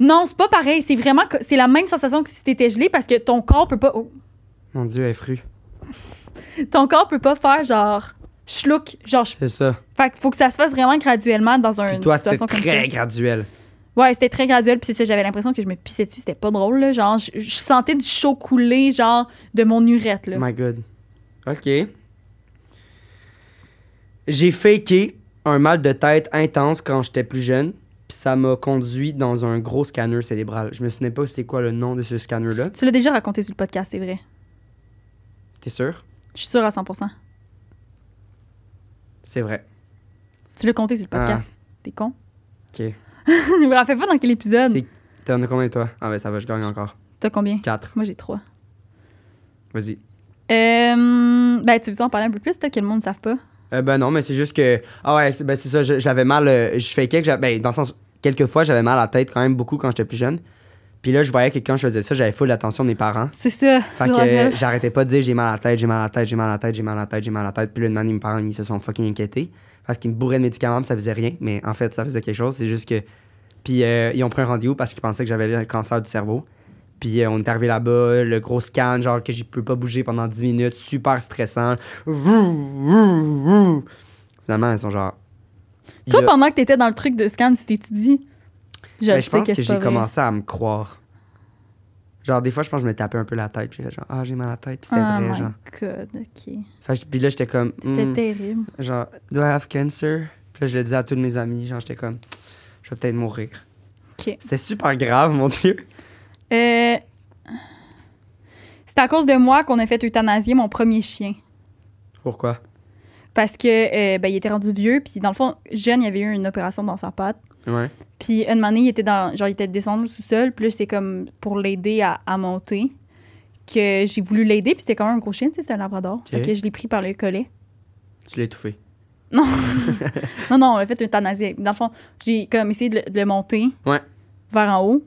[SPEAKER 1] Non, c'est pas pareil. C'est vraiment que- c'est la même sensation que si t'étais gelé parce que ton corps peut pas. oh.
[SPEAKER 2] Mon Dieu, elle est frue.
[SPEAKER 1] ton corps peut pas faire genre schlouk. Genre, je-
[SPEAKER 2] C'est ça.
[SPEAKER 1] fait qu'il faut que ça se fasse vraiment graduellement dans un-
[SPEAKER 2] Puis
[SPEAKER 1] une
[SPEAKER 2] toi, c'était
[SPEAKER 1] situation comme ça.
[SPEAKER 2] très graduel.
[SPEAKER 1] Ouais, c'était très graduel. Puis c'est ça, j'avais l'impression que je me pissais dessus. C'était pas drôle, là. Genre, je, je sentais du chaud couler, genre, de mon urette, là.
[SPEAKER 2] My God. OK. J'ai faké un mal de tête intense quand j'étais plus jeune, puis ça m'a conduit dans un gros scanner cérébral. Je me souvenais pas c'est quoi le nom de ce scanner-là.
[SPEAKER 1] Tu l'as déjà raconté sur le podcast, c'est vrai.
[SPEAKER 2] T'es sûr?
[SPEAKER 1] Je suis sûre à 100%.
[SPEAKER 2] C'est vrai.
[SPEAKER 1] Tu l'as compté sur le
[SPEAKER 2] Ah.
[SPEAKER 1] podcast. T'es con.
[SPEAKER 2] OK.
[SPEAKER 1] je me rappelle pas dans quel épisode.
[SPEAKER 2] C'est- T'en as combien, toi? Ah ben, ça va, je gagne encore.
[SPEAKER 1] T'as combien?
[SPEAKER 2] 4.
[SPEAKER 1] Moi, j'ai trois.
[SPEAKER 2] Vas-y.
[SPEAKER 1] Euh, ben, tu veux en parler un peu plus? Peut-être que le monde ne savent pas.
[SPEAKER 2] Euh, ben non, mais c'est juste que... Ah ouais, c'est- ben c'est ça, je- j'avais mal... euh, je fakeais que j'avais... Ben, dans le sens... Quelques fois, j'avais mal à la tête quand même beaucoup quand j'étais plus jeune. Puis là, je voyais que quand je faisais ça, j'avais full l'attention de mes parents.
[SPEAKER 1] C'est ça.
[SPEAKER 2] Fait
[SPEAKER 1] je me
[SPEAKER 2] que euh,
[SPEAKER 1] rappelle.
[SPEAKER 2] j'arrêtais pas de dire j'ai mal à la tête, j'ai mal à la tête, j'ai mal à la tête, j'ai mal à la tête, j'ai mal à la tête. Puis là, une année, mes parents, ils se sont fucking inquiétés parce qu'ils me bourraient de médicaments, puis ça faisait rien. Mais en fait, ça faisait quelque chose. C'est juste que. Puis euh, ils ont pris un rendez-vous parce qu'ils pensaient que j'avais le cancer du cerveau. Puis euh, on est arrivé là-bas, le gros scan, genre que je peux pas bouger pendant 10 minutes, super stressant. Vrou, vrou, vrou. Finalement, ils sont genre. il
[SPEAKER 1] Toi,
[SPEAKER 2] a-
[SPEAKER 1] pendant que t'étais dans le truc de scan, tu t'es dit. Je,
[SPEAKER 2] Ben,
[SPEAKER 1] le sais
[SPEAKER 2] je pense que,
[SPEAKER 1] c'est
[SPEAKER 2] j'ai
[SPEAKER 1] pas vrai.
[SPEAKER 2] commencé à me croire. Genre, des fois, je pense que je me tapais un peu la tête. Puis j'étais genre, ah, j'ai mal à la tête. Puis c'était
[SPEAKER 1] Ah,
[SPEAKER 2] vrai,
[SPEAKER 1] my
[SPEAKER 2] genre.
[SPEAKER 1] God, OK.
[SPEAKER 2] Fait que- puis là, j'étais comme,
[SPEAKER 1] C'était
[SPEAKER 2] hmm,
[SPEAKER 1] terrible.
[SPEAKER 2] genre, do I have cancer? Puis là, je le disais à tous mes amis, genre, j'étais comme, je vais peut-être mourir.
[SPEAKER 1] OK.
[SPEAKER 2] C'était super grave, mon Dieu.
[SPEAKER 1] Euh, c'est à cause de moi qu'on a fait euthanasier mon premier chien.
[SPEAKER 2] Pourquoi?
[SPEAKER 1] Parce que euh, ben, il était rendu vieux, puis dans le fond, jeune, il y avait eu une opération dans sa patte.
[SPEAKER 2] Ouais.
[SPEAKER 1] Puis une année, il était dans, genre, il était descendu sous sol. Puis là, c'est comme pour l'aider à, à monter que j'ai voulu l'aider. Puis c'était quand même un gros chien, tu sais, c'était un labrador. Fait que je l'ai pris par le collet.
[SPEAKER 2] Tu l'as étouffé.
[SPEAKER 1] Non, non, on l'a fait euthanasier. Dans le fond, j'ai comme essayé de le, de le monter
[SPEAKER 2] Ouais.
[SPEAKER 1] vers en haut.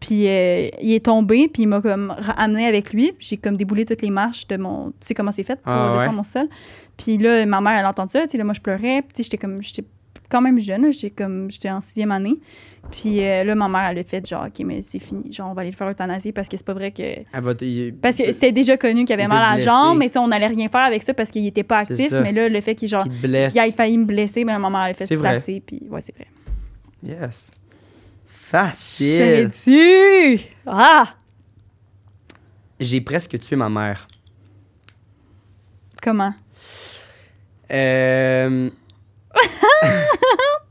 [SPEAKER 1] Puis euh, il est tombé, puis il m'a comme ra- amené avec lui. Puis j'ai comme déboulé toutes les marches de mon. Tu sais comment c'est fait pour
[SPEAKER 2] Ah, ouais.
[SPEAKER 1] descendre mon sol. Puis là, ma mère, elle entend ça. Tu sais, là, moi, je pleurais. Puis tu sais, j'étais comme. J'étais quand même jeune. là. J'étais comme. J'étais en sixième année. Puis euh, là, ma mère, elle a fait genre, OK, mais c'est fini. Genre, on va aller le faire euthanasier parce que c'est pas vrai que.
[SPEAKER 2] Elle va te- il-
[SPEAKER 1] Parce que c'était déjà connu qu'il avait
[SPEAKER 2] Il
[SPEAKER 1] mal
[SPEAKER 2] peut
[SPEAKER 1] à la
[SPEAKER 2] blesser.
[SPEAKER 1] jambe, mais tu sais, on n'allait rien faire avec ça parce qu'il était pas
[SPEAKER 2] C'est
[SPEAKER 1] actif.
[SPEAKER 2] ça.
[SPEAKER 1] Mais là, le fait qu'il genre.
[SPEAKER 2] qu'il te blesse.
[SPEAKER 1] Il a failli me blesser, mais ma maman, elle a fait
[SPEAKER 2] C'est
[SPEAKER 1] se
[SPEAKER 2] vrai.
[SPEAKER 1] tasser, puis ouais, c'est vrai.
[SPEAKER 2] Yes.
[SPEAKER 1] J'aurais
[SPEAKER 2] Facile.
[SPEAKER 1] dû! Ah!
[SPEAKER 2] J'ai presque tué ma mère.
[SPEAKER 1] Comment?
[SPEAKER 2] Euh...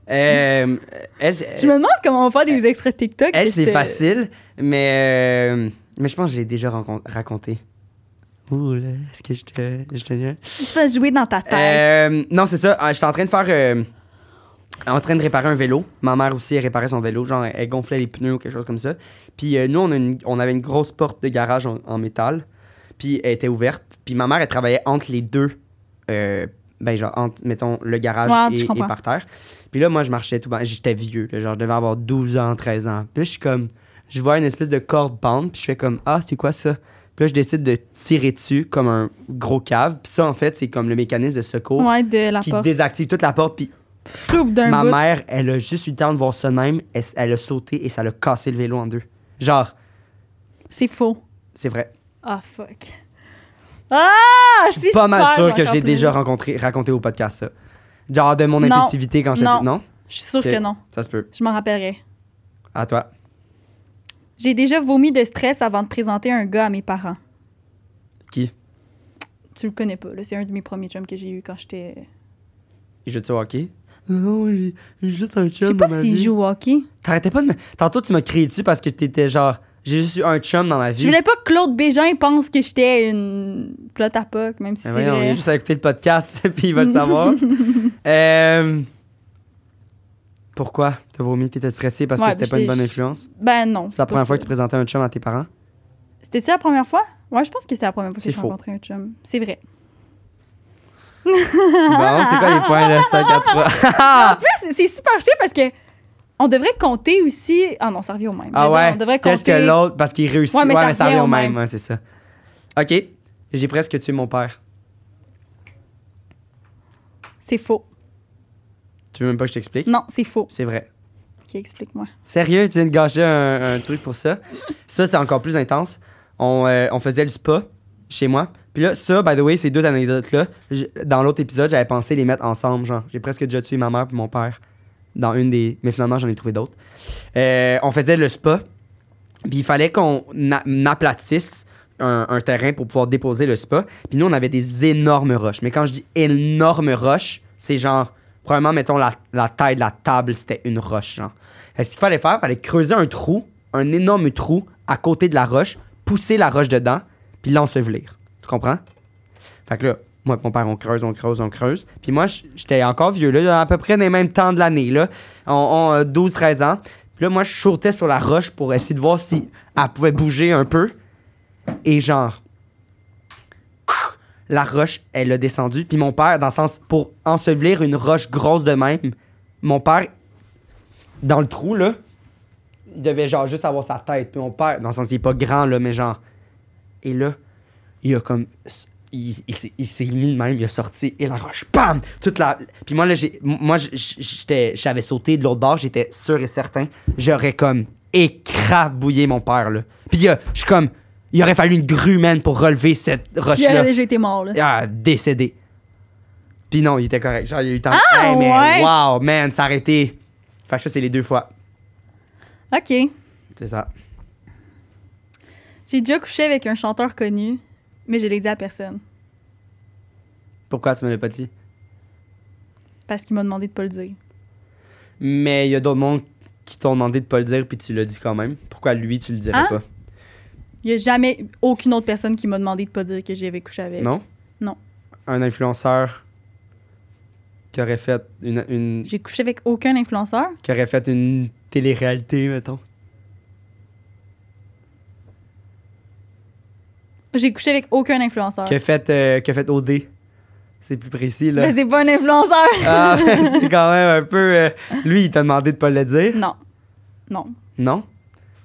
[SPEAKER 2] euh... Elle,
[SPEAKER 1] Je me demande comment on va faire des extraits TikTok.
[SPEAKER 2] elle,
[SPEAKER 1] parce
[SPEAKER 2] c'est
[SPEAKER 1] que-
[SPEAKER 2] facile, mais... euh, Mais je pense que j'ai déjà rancon- raconté. Ouh là, est-ce que je te, je te dirais?
[SPEAKER 1] Je fais jouer dans ta tête.
[SPEAKER 2] Euh, non, c'est ça. Je suis en train de faire. euh, en train de réparer un vélo. Ma mère aussi, elle réparait son vélo. Genre, elle gonflait les pneus ou quelque chose comme ça. Puis euh, nous, on, a une- on avait une grosse porte de garage en, en métal. Puis elle était ouverte. Puis ma mère, elle travaillait entre les deux. euh, ben, genre, entre, mettons, le garage
[SPEAKER 1] Ouais,
[SPEAKER 2] et,
[SPEAKER 1] je
[SPEAKER 2] et
[SPEAKER 1] comprends.
[SPEAKER 2] par terre. Puis là, moi, je marchais tout. ben, J'étais vieux. là. genre, je devais avoir 12 ans, 13 ans. Puis là, je suis comme. Je vois une espèce de corde pente. Puis je fais comme Ah, c'est quoi ça? Puis là, je décide de tirer dessus comme un gros cave. Puis ça, en fait, c'est comme le mécanisme de secours
[SPEAKER 1] ouais, de la
[SPEAKER 2] Euh, oh, qui
[SPEAKER 1] porte.
[SPEAKER 2] désactive toute la porte. Puis
[SPEAKER 1] Floup d'un
[SPEAKER 2] ma
[SPEAKER 1] bout.
[SPEAKER 2] mère, elle a juste eu le temps de voir ça de même. Elle, s- elle a sauté et ça l'a cassé le vélo en deux. Genre,
[SPEAKER 1] C'est faux.
[SPEAKER 2] c'est vrai.
[SPEAKER 1] Ah, fuck. Ah!
[SPEAKER 2] je suis pas mal sûr que je l'ai déjà rencontré, raconté au podcast, ça. Genre de mon
[SPEAKER 1] Non.
[SPEAKER 2] impulsivité quand j'étais.
[SPEAKER 1] Non.
[SPEAKER 2] Non,
[SPEAKER 1] Je suis sûre
[SPEAKER 2] Ok.
[SPEAKER 1] que non.
[SPEAKER 2] ça se peut.
[SPEAKER 1] Je m'en rappellerai.
[SPEAKER 2] À toi.
[SPEAKER 1] J'ai déjà vomi de stress avant de présenter un gars à mes parents.
[SPEAKER 2] Qui
[SPEAKER 1] Tu le connais pas. là. C'est un de mes premiers chums que j'ai eu quand j'étais.
[SPEAKER 2] Je joue au hockey? Non, j'ai j'ai juste un
[SPEAKER 1] Je sais
[SPEAKER 2] chum dans
[SPEAKER 1] pas
[SPEAKER 2] ma
[SPEAKER 1] s'il
[SPEAKER 2] vie.
[SPEAKER 1] joue au hockey.
[SPEAKER 2] T'arrêtais pas de me... Tantôt, tu m'as crié dessus parce que t'étais genre... J'ai juste eu un chum dans ma vie.
[SPEAKER 1] Je voulais pas que Claude Bégin pense que j'étais une plot à poc, même si
[SPEAKER 2] Mais
[SPEAKER 1] c'est
[SPEAKER 2] Ben voyons, il
[SPEAKER 1] vrai.
[SPEAKER 2] est juste à écouter le podcast, puis il va le savoir. Euh, Pourquoi t'as vomi? T'étais stressé parce
[SPEAKER 1] Ouais,
[SPEAKER 2] que c'était
[SPEAKER 1] puis
[SPEAKER 2] pas une
[SPEAKER 1] c'est-
[SPEAKER 2] bonne influence?
[SPEAKER 1] Ben non.
[SPEAKER 2] C'est la
[SPEAKER 1] pas
[SPEAKER 2] première fois
[SPEAKER 1] ça.
[SPEAKER 2] que tu présentais un chum à tes parents?
[SPEAKER 1] C'était-tu la première fois? Ouais, je pense que c'est la première fois que
[SPEAKER 2] C'est
[SPEAKER 1] j'ai
[SPEAKER 2] faux.
[SPEAKER 1] rencontré un chum. C'est vrai.
[SPEAKER 2] Bon, c'est quoi les points de 5 à Ah 3?
[SPEAKER 1] Là, c'est- c'est super chier parce que on devrait compter aussi. Ah non, ça revient au même. Je
[SPEAKER 2] ah
[SPEAKER 1] veux dire,
[SPEAKER 2] ouais?
[SPEAKER 1] On devrait
[SPEAKER 2] Qu'est-ce
[SPEAKER 1] compter.
[SPEAKER 2] que l'autre? Parce qu'il réussit.
[SPEAKER 1] Ouais, mais ça revient
[SPEAKER 2] revient
[SPEAKER 1] au
[SPEAKER 2] au
[SPEAKER 1] même.
[SPEAKER 2] même. ouais, c'est ça. OK. J'ai presque tué mon père.
[SPEAKER 1] C'est faux.
[SPEAKER 2] Tu veux même pas que je t'explique?
[SPEAKER 1] Non, c'est faux.
[SPEAKER 2] C'est vrai.
[SPEAKER 1] Ok, explique-moi.
[SPEAKER 2] Sérieux, tu viens de gâcher un, un truc pour ça. Ça, c'est encore plus intense. On, euh, on faisait le spa chez moi. Puis là, ça, by the way, ces deux anecdotes-là, j- dans l'autre épisode, j'avais pensé les mettre ensemble. Genre, j'ai presque déjà tué ma mère et mon père dans une des. Mais finalement, j'en ai trouvé d'autres. Euh, on faisait le spa. Puis il fallait qu'on a- aplatisse un, un terrain pour pouvoir déposer le spa. Puis nous, on avait des énormes roches. Mais quand je dis énormes roches, c'est genre, probablement, mettons, la, la taille de la table, c'était une roche, genre. Fait que Ce qu'il fallait faire, il fallait creuser un trou, un énorme trou, à côté de la roche, pousser la roche dedans, puis l'ensevelir. Tu comprends? Fait que là, moi et mon père, on creuse, on creuse, on creuse. Puis moi, j- j'étais encore vieux, là, à peu près dans les mêmes temps de l'année, là. On, on- 12, 13 ans. Puis là, moi, je sautais sur la roche pour essayer de voir si elle pouvait bouger un peu. Et genre, la roche, elle a descendu. Puis mon père, dans le sens, pour ensevelir une roche grosse de même, mon père, dans le trou, là, il devait genre juste avoir sa tête. Puis mon père, dans le sens, il est pas grand, là, mais genre. Et là, il a comme. Il, il s'est- il s'est mis de même, il a sorti, et la roche, bam! Toute la. Puis moi, là, j'ai- moi j'- j'étais- j'avais sauté de l'autre bord, j'étais sûr et certain, j'aurais comme écrabouillé mon père, là. Puis il a- je suis comme. Il aurait fallu une grue, man, pour relever cette
[SPEAKER 1] Puis elle
[SPEAKER 2] roche-là.
[SPEAKER 1] a déjà été mort, là.
[SPEAKER 2] Ah, décédé. Puis non, il était correct. Genre, il a eu le temps.
[SPEAKER 1] Ah,
[SPEAKER 2] hey, man,
[SPEAKER 1] ouais.
[SPEAKER 2] wow, man, s'arrêter. Fait que ça, c'est les deux fois.
[SPEAKER 1] Ok.
[SPEAKER 2] C'est ça.
[SPEAKER 1] J'ai déjà couché avec un chanteur connu, mais je l'ai dit à personne
[SPEAKER 2] Pourquoi tu me l'as pas dit?
[SPEAKER 1] parce qu'il m'a demandé de pas le dire.
[SPEAKER 2] Mais il y a d'autres mondes qui t'ont demandé de pas le dire, puis tu l'as dit quand même. Pourquoi lui, tu le dirais
[SPEAKER 1] Hein?
[SPEAKER 2] pas?
[SPEAKER 1] Il y a jamais eu aucune autre personne qui m'a demandé de pas dire que j'avais couché avec.
[SPEAKER 2] Non?
[SPEAKER 1] Non.
[SPEAKER 2] Un influenceur qui aurait fait une, une-
[SPEAKER 1] J'ai couché avec aucun influenceur.
[SPEAKER 2] qui aurait fait une télé-réalité, mettons.
[SPEAKER 1] J'ai couché avec aucun influenceur.
[SPEAKER 2] Qui a fait, euh, qui a fait OD. C'est plus précis, là.
[SPEAKER 1] Mais c'est pas un influenceur.
[SPEAKER 2] Ah, c'est quand même un peu. euh, lui, il t'a demandé de pas le dire.
[SPEAKER 1] Non. Non.
[SPEAKER 2] Non?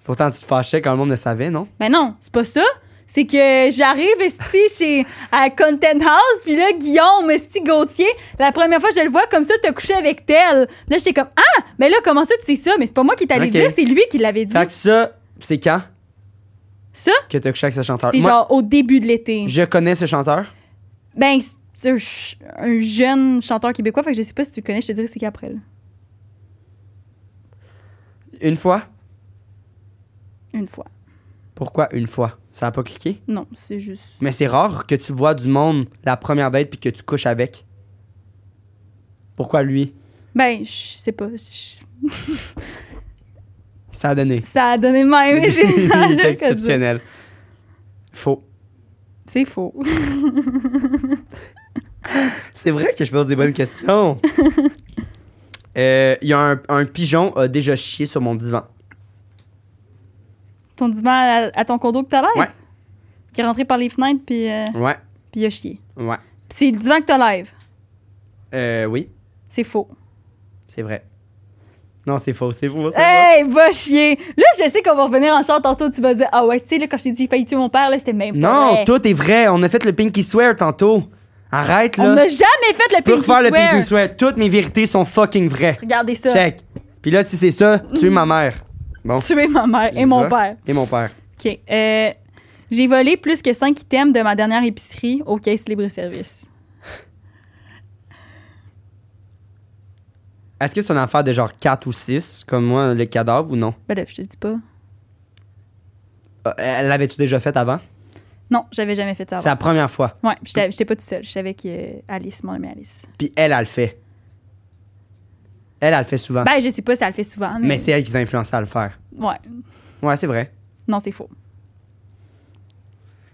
[SPEAKER 2] Pourtant, tu te fâchais quand le monde le savait, non?
[SPEAKER 1] Ben non, c'est pas ça. C'est que j'arrive ici chez à Content House, puis là, Guillaume, esti Gauthier, la première fois que je le vois comme ça, t'as couché avec tel. Là, j'étais comme, ah, mais là, comment ça, tu sais ça? Mais c'est pas moi qui t'allais
[SPEAKER 2] Ok.
[SPEAKER 1] dire, c'est lui qui l'avait dit.
[SPEAKER 2] Fait que ça, c'est quand
[SPEAKER 1] Ça,
[SPEAKER 2] que t'as couché avec ce chanteur?
[SPEAKER 1] c'est
[SPEAKER 2] Moi,
[SPEAKER 1] genre au début de l'été.
[SPEAKER 2] je connais ce chanteur.
[SPEAKER 1] Ben, c'est un, ch- un jeune chanteur québécois, fait que je sais pas si tu le connais, je te dirais c'est qu'après, là.
[SPEAKER 2] Une fois.
[SPEAKER 1] Une fois.
[SPEAKER 2] Pourquoi une fois? Ça a pas cliqué?
[SPEAKER 1] Non, c'est juste.
[SPEAKER 2] Mais c'est rare que tu vois du monde la première date puis que tu couches avec. Pourquoi lui?
[SPEAKER 1] Ben, je sais pas. je-
[SPEAKER 2] Ça a donné.
[SPEAKER 1] Ça a donné le même.
[SPEAKER 2] Il est
[SPEAKER 1] j'ai-
[SPEAKER 2] exceptionnel. Faux.
[SPEAKER 1] C'est faux.
[SPEAKER 2] C'est vrai que je pose des bonnes questions. Euh, Il y a un, un pigeon a déjà chié sur mon divan.
[SPEAKER 1] Ton divan à, à ton condo que t'as l'air?
[SPEAKER 2] Ouais.
[SPEAKER 1] Qui est rentré par les fenêtres, puis euh,
[SPEAKER 2] Ouais,
[SPEAKER 1] puis il a chié.
[SPEAKER 2] ouais.
[SPEAKER 1] Puis c'est le divan que t'as live.
[SPEAKER 2] Euh, oui,
[SPEAKER 1] C'est faux.
[SPEAKER 2] c'est vrai. Non, c'est faux, c'est faux. c'est
[SPEAKER 1] Hey, va chier! Là, je sais qu'on va revenir en chant tantôt. Tu vas dire, ah ouais, tu sais, là, quand je t'ai dit, j'ai failli tuer mon père, là, c'était même pas
[SPEAKER 2] Non,
[SPEAKER 1] vrai.
[SPEAKER 2] tout est vrai. On a fait le Pinky Swear tantôt. Arrête,
[SPEAKER 1] On
[SPEAKER 2] là.
[SPEAKER 1] n'a jamais fait le
[SPEAKER 2] Tu peux
[SPEAKER 1] Pinky
[SPEAKER 2] refaire
[SPEAKER 1] Swear.
[SPEAKER 2] le Pinky Swear. Toutes mes vérités sont fucking vraies.
[SPEAKER 1] Regardez ça. Mm.
[SPEAKER 2] Check. Puis là, si c'est ça, tu es ma mère. Bon.
[SPEAKER 1] Tuer ma mère et mon
[SPEAKER 2] Ça.
[SPEAKER 1] père.
[SPEAKER 2] Et mon père.
[SPEAKER 1] OK. euh, j'ai volé plus que 5 items de ma dernière épicerie aux caisses libre-service.
[SPEAKER 2] Est-ce que c'est une affaire de genre 4 ou 6, comme moi, le cadavre ou non?
[SPEAKER 1] Ben là, je te le dis pas.
[SPEAKER 2] Euh, L'avais-tu déjà fait avant?
[SPEAKER 1] Non, j'avais jamais fait ça
[SPEAKER 2] C'est
[SPEAKER 1] avant.
[SPEAKER 2] la première fois.
[SPEAKER 1] Ouais, puis j'étais j'étais pas toute seule. J'étais avec euh, Alice, mon amie Alice.
[SPEAKER 2] Puis elle, elle le fait. Elle, elle le fait souvent.
[SPEAKER 1] Ben, je sais pas si elle le fait souvent. Mais,
[SPEAKER 2] Ah. mais c'est elle qui t'a influencé à le faire.
[SPEAKER 1] Ouais.
[SPEAKER 2] Ouais, c'est vrai.
[SPEAKER 1] Non, c'est faux.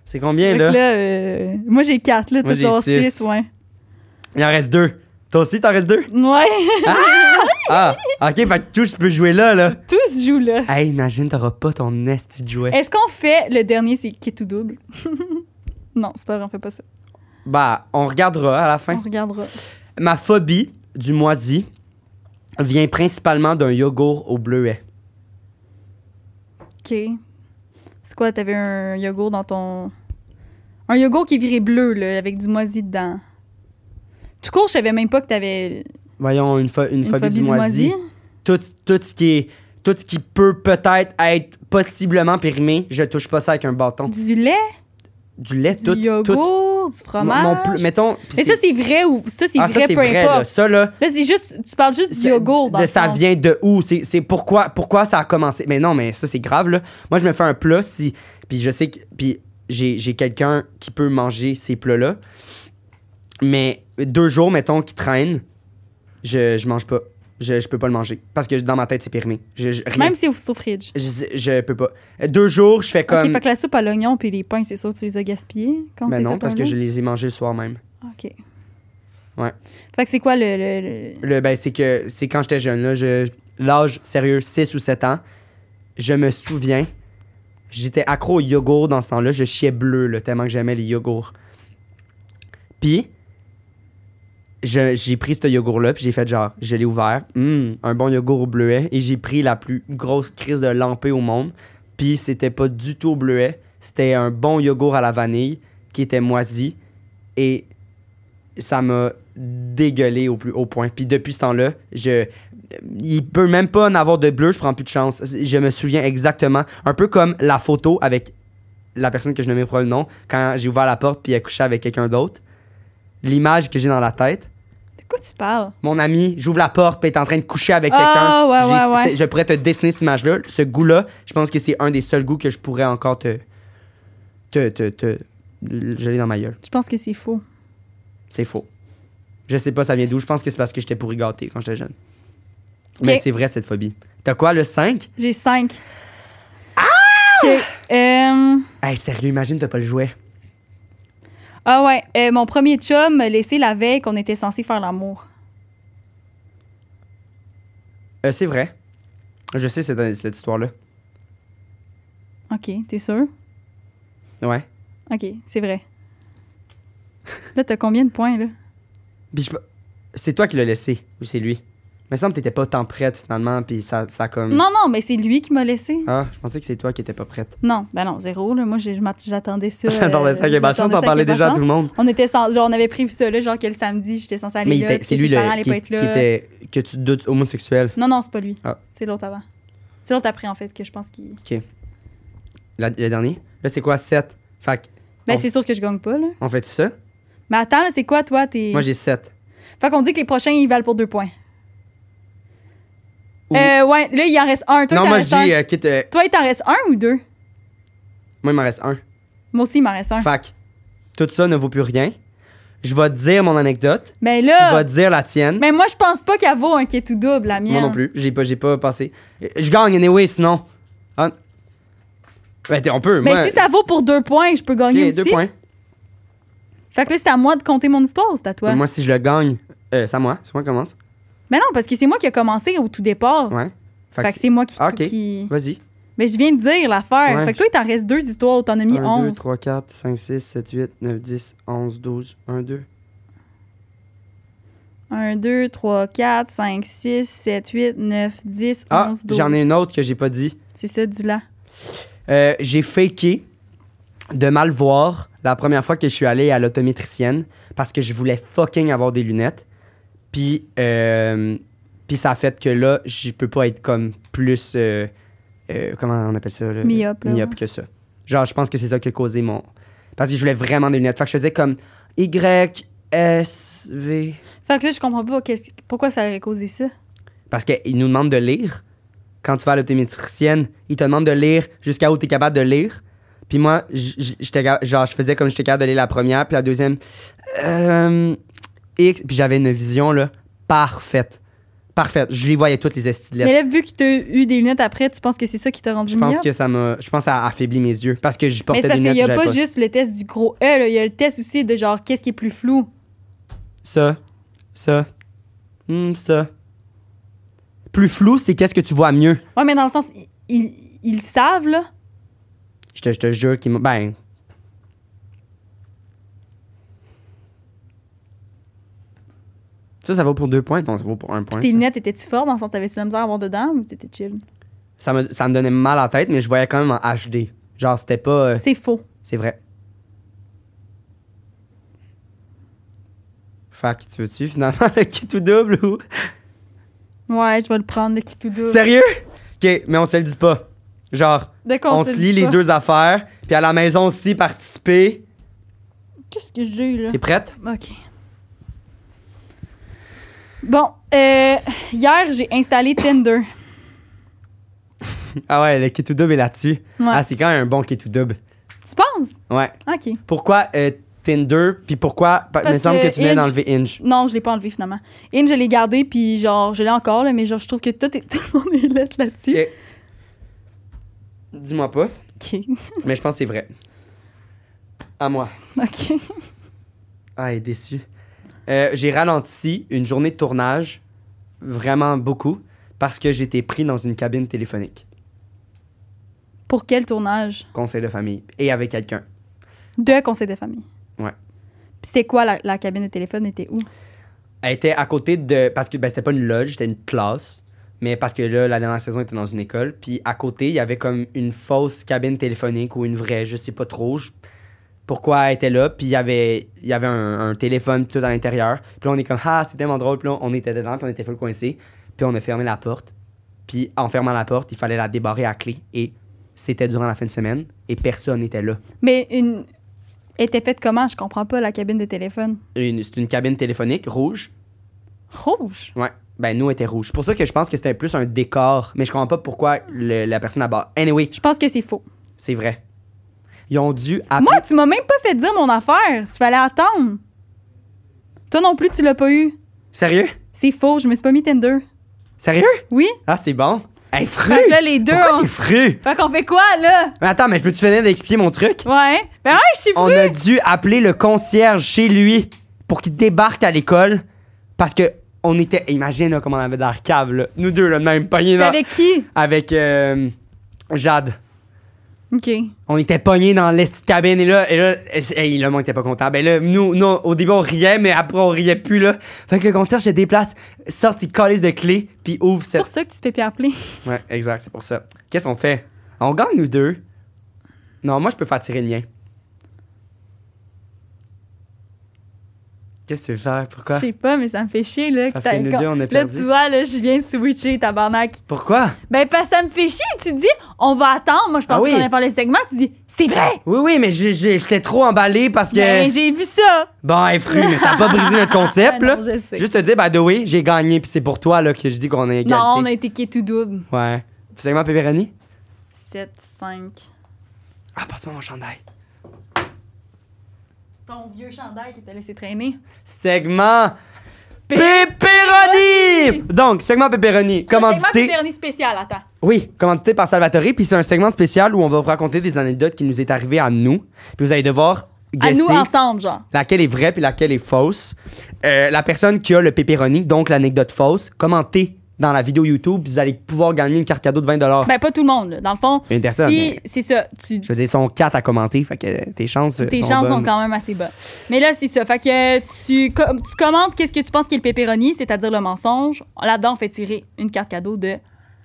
[SPEAKER 2] C'est combien,
[SPEAKER 1] Fait que
[SPEAKER 2] là?
[SPEAKER 1] là, euh, moi, j'ai quatre, là.
[SPEAKER 2] Moi,
[SPEAKER 1] Toi,
[SPEAKER 2] j'ai
[SPEAKER 1] t'as
[SPEAKER 2] six.
[SPEAKER 1] six, ouais.
[SPEAKER 2] Il en reste deux. Toi aussi, t'en restes deux?
[SPEAKER 1] Ouais,
[SPEAKER 2] Ah! OK, fait que tout, je peux jouer là, là.
[SPEAKER 1] tout se joue, là.
[SPEAKER 2] Hey, imagine, t'auras pas ton esti de jouet.
[SPEAKER 1] Est-ce qu'on fait le dernier, c'est qui est tout double? non, c'est pas vrai, on fait pas ça.
[SPEAKER 2] Bah, on regardera à la fin.
[SPEAKER 1] On regardera.
[SPEAKER 2] Ma phobie du moisi vient principalement d'un yogourt au bleuet.
[SPEAKER 1] OK. C'est quoi, t'avais un yogourt dans ton... Un yogourt qui est viré bleu, là, avec du moisi dedans. Tout court, je savais même pas que t'avais
[SPEAKER 2] Voyons, une, pho- une
[SPEAKER 1] une
[SPEAKER 2] phobie, du moisi. Tout, tout, ce qui est, tout ce qui peut peut-être être possiblement périmé, je touche pas ça avec un bâton.
[SPEAKER 1] Du lait,
[SPEAKER 2] Du lait,
[SPEAKER 1] du
[SPEAKER 2] tout, tout.
[SPEAKER 1] yogourt, du
[SPEAKER 2] Mon-
[SPEAKER 1] fromage.
[SPEAKER 2] mon pl- mettons, pis
[SPEAKER 1] Mais ça, c'est vrai ou... Ça, c'est
[SPEAKER 2] ah, ça,
[SPEAKER 1] vrai,
[SPEAKER 2] c'est
[SPEAKER 1] peu
[SPEAKER 2] vrai, là.
[SPEAKER 1] importe.
[SPEAKER 2] Ça, là,
[SPEAKER 1] Là, c'est juste... Tu parles juste du
[SPEAKER 2] C'est-
[SPEAKER 1] yogourt, dans
[SPEAKER 2] de-
[SPEAKER 1] le
[SPEAKER 2] ça
[SPEAKER 1] fond.
[SPEAKER 2] vient de où c'est, c'est pourquoi pourquoi ça a commencé mais non mais ça c'est grave là moi je me fais un plat si puis je sais que puis j'ai, j'ai quelqu'un qui peut manger ces plats là mais deux jours mettons qui traîne je, je mange pas je, je peux pas le manger parce que dans ma tête c'est périmé je, je- rien
[SPEAKER 1] Même si c'est au fridge.
[SPEAKER 2] je, je peux pas deux jours je fais
[SPEAKER 1] OK,
[SPEAKER 2] comme
[SPEAKER 1] fait que la soupe à l'oignon puis les pains, c'est sûr que tu les as gaspillés quand
[SPEAKER 2] ben
[SPEAKER 1] c'est
[SPEAKER 2] non
[SPEAKER 1] fait
[SPEAKER 2] parce
[SPEAKER 1] un
[SPEAKER 2] que
[SPEAKER 1] an?
[SPEAKER 2] je les ai mangés le soir même
[SPEAKER 1] OK.
[SPEAKER 2] Ouais.
[SPEAKER 1] Fait que c'est quoi le... le- le-
[SPEAKER 2] Le, ben, c'est que c'est quand j'étais jeune, là, je, l'âge sérieux, 6 ou 7 ans, je me souviens, j'étais accro au yogourt dans ce temps-là, je chiais bleu, là, tellement que j'aimais les yogourts. Puis, je- j'ai pris ce yogourt-là, puis j'ai fait genre, je l'ai ouvert, Hum, un bon yogourt au bleuet, et j'ai pris la plus grosse crise de lampée au monde, puis c'était pas du tout au bleuet, c'était un bon yogourt à la vanille qui était moisi, et ça m'a dégueulé au plus haut point. Puis depuis ce temps-là, je il peut même pas en avoir de bleu, je prends plus de chance. Je me souviens exactement, un peu comme la photo avec la personne que je ne mets pas le nom, quand j'ai ouvert la porte puis elle couchait avec quelqu'un d'autre. L'image que j'ai dans la tête,
[SPEAKER 1] De quoi tu parles?
[SPEAKER 2] mon ami, j'ouvre la porte puis elle est en train de coucher avec
[SPEAKER 1] Ah,
[SPEAKER 2] quelqu'un.
[SPEAKER 1] ouais,
[SPEAKER 2] J'ai-
[SPEAKER 1] ouais, ouais.
[SPEAKER 2] c'est- Je pourrais te dessiner cette image-là. Ce goût-là, je pense que c'est un des seuls goûts que je pourrais encore te. te. te. te. je l'ai dans ma gueule.
[SPEAKER 1] Je pense que c'est faux.
[SPEAKER 2] C'est faux. Je sais pas ça vient d'où. Je pense que c'est parce que j'étais pourri gâté quand j'étais jeune.
[SPEAKER 1] Ok.
[SPEAKER 2] Mais c'est vrai cette phobie. T'as quoi, le 5?
[SPEAKER 1] J'ai cinq. Ah! Euh,
[SPEAKER 2] Hey, sérieux, imagine t'as pas le jouet.
[SPEAKER 1] ah ouais, euh, mon premier chum m'a laissé la veille qu'on était censé faire l'amour.
[SPEAKER 2] Euh, c'est vrai. Je sais cette, cette histoire-là.
[SPEAKER 1] OK, t'es sûr?
[SPEAKER 2] Ouais.
[SPEAKER 1] OK, c'est vrai. Là, t'as combien de points, là?
[SPEAKER 2] Puis je peux- C'est toi qui l'as laissé ou c'est lui? Mais semble que t'étais pas tant prête finalement, puis ça, ça comme.
[SPEAKER 1] Non, non, mais c'est lui qui m'a laissé.
[SPEAKER 2] Ah, je pensais que c'est toi qui étais pas prête.
[SPEAKER 1] Non, ben non, zéro, là. Moi, j'ai- je m'att- j'attendais ça.
[SPEAKER 2] J'attendais ça
[SPEAKER 1] euh,
[SPEAKER 2] avec impatience,
[SPEAKER 1] j'attendais
[SPEAKER 2] t'en
[SPEAKER 1] ça
[SPEAKER 2] parlais
[SPEAKER 1] avec
[SPEAKER 2] déjà à tout
[SPEAKER 1] impatience.
[SPEAKER 2] le monde.
[SPEAKER 1] On était sans- genre, on avait prévu ça, là, genre que le samedi, j'étais censée aller
[SPEAKER 2] Mais il
[SPEAKER 1] là,
[SPEAKER 2] était-
[SPEAKER 1] puis
[SPEAKER 2] c'est
[SPEAKER 1] que
[SPEAKER 2] lui
[SPEAKER 1] ses parents
[SPEAKER 2] le,
[SPEAKER 1] allaient
[SPEAKER 2] qui,
[SPEAKER 1] pas être là.
[SPEAKER 2] qui était. que tu te doutes homosexuel.
[SPEAKER 1] Non, non, c'est pas lui.
[SPEAKER 2] Ah.
[SPEAKER 1] C'est l'autre avant. C'est l'autre après, en fait, que je pense qu'il.
[SPEAKER 2] La- Le dernier? Là, c'est quoi, 7? Fait que,
[SPEAKER 1] Ben,
[SPEAKER 2] On-
[SPEAKER 1] c'est sûr que je gagne pas, là.
[SPEAKER 2] on fait ça?
[SPEAKER 1] Mais attends, là, c'est quoi, toi? T'es...
[SPEAKER 2] Moi, j'ai 7.
[SPEAKER 1] Fait qu'on dit que les prochains, ils valent pour deux points.
[SPEAKER 2] Ou-
[SPEAKER 1] Euh, ouais, là, il en reste un. Toi, il
[SPEAKER 2] non,
[SPEAKER 1] t'en
[SPEAKER 2] moi, je
[SPEAKER 1] restes un.
[SPEAKER 2] dis, euh, quitte. euh,
[SPEAKER 1] Toi, il t'en reste un ou deux?
[SPEAKER 2] Moi, il m'en reste un.
[SPEAKER 1] Moi aussi, il m'en reste un.
[SPEAKER 2] Fac, tout ça ne vaut plus rien. Je vais te dire mon anecdote.
[SPEAKER 1] Mais
[SPEAKER 2] Tu
[SPEAKER 1] Ben, là,
[SPEAKER 2] vas te dire la tienne.
[SPEAKER 1] Ah! mais moi, je pense pas qu'elle vaut un qui est tout double, la mienne.
[SPEAKER 2] Moi non plus. J'ai pas, j'ai pas passé. Euh, Je gagne anyway, sinon. Ah. Ben, t'es- on peut.
[SPEAKER 1] Mais
[SPEAKER 2] moi,
[SPEAKER 1] si ça vaut pour deux points, je peux
[SPEAKER 2] Ok,
[SPEAKER 1] gagner aussi.
[SPEAKER 2] deux points.
[SPEAKER 1] Fait que là, c'est à moi de compter mon histoire ou c'est à toi?
[SPEAKER 2] Moi, si je le gagne, euh, c'est à moi. C'est moi qui commence.
[SPEAKER 1] Mais non, parce que c'est moi qui a commencé au tout départ.
[SPEAKER 2] Ouais. Fait
[SPEAKER 1] Fait
[SPEAKER 2] que
[SPEAKER 1] que c'est moi qui.
[SPEAKER 2] Ah, ok.
[SPEAKER 1] qui-
[SPEAKER 2] c'est- Vas-y.
[SPEAKER 1] Mais je viens de dire l'affaire.
[SPEAKER 2] Ouais.
[SPEAKER 1] Fait que toi, il t'en reste deux histoires. T'en as mis
[SPEAKER 2] 1, 2,
[SPEAKER 1] 11.
[SPEAKER 2] 3, 4, 5, 6, 7, 8, 9, 10, 11, 12, 1, 2.
[SPEAKER 1] 1, 2, 3, 4, 5, 6, 7, 8, 9, 10,
[SPEAKER 2] Ah,
[SPEAKER 1] 11, 12.
[SPEAKER 2] j'en ai une autre que j'ai pas dit.
[SPEAKER 1] C'est ça, dis-la.
[SPEAKER 2] Euh, j'ai faké de mal voir la première fois que je suis allé à l'optométricienne parce que je voulais fucking avoir des lunettes. Puis, euh, puis ça a fait que là, je peux pas être comme plus. euh, euh, comment on appelle ça? là?
[SPEAKER 1] Myope, là, ouais.
[SPEAKER 2] que ça. Genre, je pense que c'est ça qui a causé mon. Parce que je voulais vraiment des lunettes. Fait que je faisais comme Y, S, V.
[SPEAKER 1] Fait que là, je comprends pas qu'est-ce- pourquoi ça aurait causé ça.
[SPEAKER 2] Parce qu'ils nous demandent de lire. Quand tu vas à l'optométricienne, ils te demandent de lire jusqu'à où tu es capable de lire. Puis moi, j- j- j'étais ga- genre, je faisais comme j'étais capable d'aller la première, puis la deuxième. euh, X. Puis j'avais une vision, là, parfaite. Parfaite. Je les voyais toutes les
[SPEAKER 1] Mais
[SPEAKER 2] estilettes.
[SPEAKER 1] là, vu que tu as eu des lunettes après, tu penses que c'est ça qui t'a rendu
[SPEAKER 2] Je pense
[SPEAKER 1] meilleur?
[SPEAKER 2] que ça m'a. Je pense que ça a affaibli mes yeux. Parce que j'y
[SPEAKER 1] Mais
[SPEAKER 2] portais
[SPEAKER 1] c'est
[SPEAKER 2] des
[SPEAKER 1] parce qu'il
[SPEAKER 2] lunettes.
[SPEAKER 1] n'y a
[SPEAKER 2] puis
[SPEAKER 1] pas
[SPEAKER 2] j'avais
[SPEAKER 1] juste le test du gros E, là. il y a le test aussi de genre qu'est-ce qui est plus flou.
[SPEAKER 2] Ça. Ça. Hmm, ça. Plus flou, c'est qu'est-ce que tu vois mieux.
[SPEAKER 1] Ouais, mais dans le sens, i- ils, ils le savent, là.
[SPEAKER 2] Je te, je te jure qu'ils m'ont. Ben. Ça, ça vaut pour deux points, non, ça vaut pour un point.
[SPEAKER 1] Tes
[SPEAKER 2] ça.
[SPEAKER 1] lunettes, étais-tu fort dans le sens, t'avais-tu la misère à avoir dedans ou t'étais chill?
[SPEAKER 2] Ça me, ça me donnait mal à la tête, mais je voyais quand même en HD. Genre, c'était pas. euh,
[SPEAKER 1] C'est faux.
[SPEAKER 2] c'est vrai. Fait que tu veux-tu finalement le kit ou double ou.
[SPEAKER 1] Ouais, je vais le prendre, le kit tout double.
[SPEAKER 2] Sérieux? Ok, mais on se le dit pas. Genre,
[SPEAKER 1] De quoi
[SPEAKER 2] on,
[SPEAKER 1] se
[SPEAKER 2] se
[SPEAKER 1] le
[SPEAKER 2] lit
[SPEAKER 1] dit
[SPEAKER 2] les
[SPEAKER 1] pas?
[SPEAKER 2] deux affaires, puis à la maison aussi participer.
[SPEAKER 1] Qu'est-ce que j'ai eu, là?
[SPEAKER 2] T'es prête?
[SPEAKER 1] OK. Bon, euh, hier, j'ai installé Tinder.
[SPEAKER 2] Ah ouais, le kit ou double est là-dessus.
[SPEAKER 1] Ouais.
[SPEAKER 2] Ah, c'est quand même un bon kit ou double.
[SPEAKER 1] tu penses?
[SPEAKER 2] Ouais.
[SPEAKER 1] OK.
[SPEAKER 2] Pourquoi euh, Tinder, puis pourquoi. pa-
[SPEAKER 1] Parce
[SPEAKER 2] me semble que,
[SPEAKER 1] que
[SPEAKER 2] tu venais
[SPEAKER 1] Inch-
[SPEAKER 2] d'enlever Inch.
[SPEAKER 1] Non, je l'ai pas enlevé finalement. Inge, je l'ai gardé, puis genre, je l'ai encore, là, mais genre, je trouve que tout, est, tout le monde est lettre là-dessus.
[SPEAKER 2] Ok. Dis-moi pas,
[SPEAKER 1] OK.
[SPEAKER 2] mais je pense que c'est vrai. À moi.
[SPEAKER 1] OK.
[SPEAKER 2] Ah, elle est déçue. Euh, j'ai ralenti une journée de tournage, vraiment beaucoup, parce que j'étais pris dans une cabine téléphonique.
[SPEAKER 1] Pour quel tournage?
[SPEAKER 2] Conseil de famille. Et avec quelqu'un.
[SPEAKER 1] De conseil de famille.
[SPEAKER 2] Ouais.
[SPEAKER 1] Puis c'était quoi la, la cabine de téléphone? était où?
[SPEAKER 2] Elle était à côté de. Parce que ben, c'était pas une loge, c'était une classe. Mais parce que là, la dernière saison elle était dans une école. Puis à côté, il y avait comme une fausse cabine téléphonique ou une vraie, je sais pas trop. je- Pourquoi elle était là. Puis il y avait, il y avait un, un téléphone puis tout à l'intérieur. Puis là, on est comme, ah, c'est tellement drôle. Puis là, on était dedans, puis on était full coincé. Puis on a fermé la porte. Puis en fermant la porte, il fallait la débarrer à clé. Et c'était durant la fin de semaine. Et personne n'était là.
[SPEAKER 1] Mais une. Elle était faite comment? Je comprends pas la cabine de téléphone.
[SPEAKER 2] Une- C'est une cabine téléphonique rouge.
[SPEAKER 1] Rouge?
[SPEAKER 2] Ouais. Ben, nous, on était rouge. C'est pour ça que je pense que c'était plus un décor. Mais je comprends pas pourquoi le- la personne à bas. Anyway,
[SPEAKER 1] Je pense que c'est faux.
[SPEAKER 2] c'est vrai. Ils ont dû appeler.
[SPEAKER 1] Moi, tu m'as même pas fait dire mon affaire. Il fallait attendre. Toi non plus, tu l'as pas eu.
[SPEAKER 2] Sérieux?
[SPEAKER 1] C'est faux, je me suis pas mis Tinder.
[SPEAKER 2] Sérieux?
[SPEAKER 1] Oui?
[SPEAKER 2] Ah, c'est bon. Hey, fru!
[SPEAKER 1] Fait que là, les deux, hein?
[SPEAKER 2] Pourquoi
[SPEAKER 1] on...
[SPEAKER 2] t'es fru?
[SPEAKER 1] Fait qu'on fait quoi, là?
[SPEAKER 2] Mais attends, mais je peux-tu finir d'expliquer mon truc?
[SPEAKER 1] Ouais. Ben ouais, je suis
[SPEAKER 2] On a dû appeler le concierge chez lui pour qu'il débarque à l'école parce que on était. Imagine là, comment on avait dans la cave, là. Nous deux, là, de même pognés
[SPEAKER 1] T'es
[SPEAKER 2] dans...
[SPEAKER 1] avec qui?
[SPEAKER 2] avec euh, Jade.
[SPEAKER 1] OK.
[SPEAKER 2] On était pognés dans l'est de cabine et là, et là, et, et là, moi, on était pas content. Ben là, nous, nous, au début, on riait, mais après, on riait plus, là. Fait que le concierge se déplace, sort ses calices de clés, puis ouvre
[SPEAKER 1] C'est
[SPEAKER 2] cette.
[SPEAKER 1] pour ça que tu t'es fait appeler.
[SPEAKER 2] Ouais, exact, c'est pour ça. Qu'est-ce qu'on fait? On gagne, nous deux. Non, moi, je peux faire tirer le mien. Qu'est-ce que tu veux faire?
[SPEAKER 1] Je
[SPEAKER 2] Pourquoi?
[SPEAKER 1] sais pas, mais ça me fait chier, là.
[SPEAKER 2] Parce
[SPEAKER 1] t'as-
[SPEAKER 2] que nous deux, on a
[SPEAKER 1] Là,
[SPEAKER 2] perdu.
[SPEAKER 1] tu vois, là, je viens de switcher, tabarnak.
[SPEAKER 2] Pourquoi?
[SPEAKER 1] Ben, parce que ça me fait chier. Tu dis, on va attendre. Moi, je pensais
[SPEAKER 2] Ah oui.
[SPEAKER 1] qu'on allait faire le segment. Tu dis, c'est vrai!
[SPEAKER 2] Oui, oui, mais j'ai- j'ai- j'étais trop emballé parce que.
[SPEAKER 1] Ben, j'ai vu ça.
[SPEAKER 2] Bon, hey, fru, mais ça a pas brisé notre concept,
[SPEAKER 1] Ah,
[SPEAKER 2] là.
[SPEAKER 1] non, je sais.
[SPEAKER 2] Juste te dire, by the way, j'ai gagné, puis c'est pour toi là, que je dis qu'on a égalité.
[SPEAKER 1] Non, on a été qui tout double.
[SPEAKER 2] Ouais. Segment pepperoni?
[SPEAKER 1] 7, 5.
[SPEAKER 2] Ah, passe-moi mon chandail.
[SPEAKER 1] Ton vieux chandail qui t'a laissé traîner.
[SPEAKER 2] Segment
[SPEAKER 1] Pe-
[SPEAKER 2] pepperoni! Donc, segment pepperoni,
[SPEAKER 1] C'est
[SPEAKER 2] commandité.
[SPEAKER 1] dernier spécial, attends.
[SPEAKER 2] Oui, commandité par Salvatore, puis c'est un segment spécial où on va vous raconter des anecdotes qui nous est arrivées à nous, puis vous allez devoir
[SPEAKER 1] À
[SPEAKER 2] guesser
[SPEAKER 1] nous ensemble, genre.
[SPEAKER 2] laquelle est vraie puis laquelle est fausse. Euh, la personne qui a le pepperoni, donc l'anecdote fausse, commentez dans la vidéo YouTube, puis vous allez pouvoir gagner une carte cadeau de 20
[SPEAKER 1] Ben, pas tout le monde, là. Dans le fond,
[SPEAKER 2] Une personne,
[SPEAKER 1] Ben, si,
[SPEAKER 2] mais-
[SPEAKER 1] c'est ça. Tu,
[SPEAKER 2] Je veux dire, ils sont 4 à commenter, fait que euh, tes chances euh,
[SPEAKER 1] tes
[SPEAKER 2] sont
[SPEAKER 1] chances
[SPEAKER 2] bonnes.
[SPEAKER 1] sont quand même assez bonnes. Mais là, c'est ça. Fait que tu, com- tu commentes qu'est-ce que tu penses qui est le pepperoni, c'est-à-dire le mensonge. Là-dedans, on fait tirer une carte cadeau de.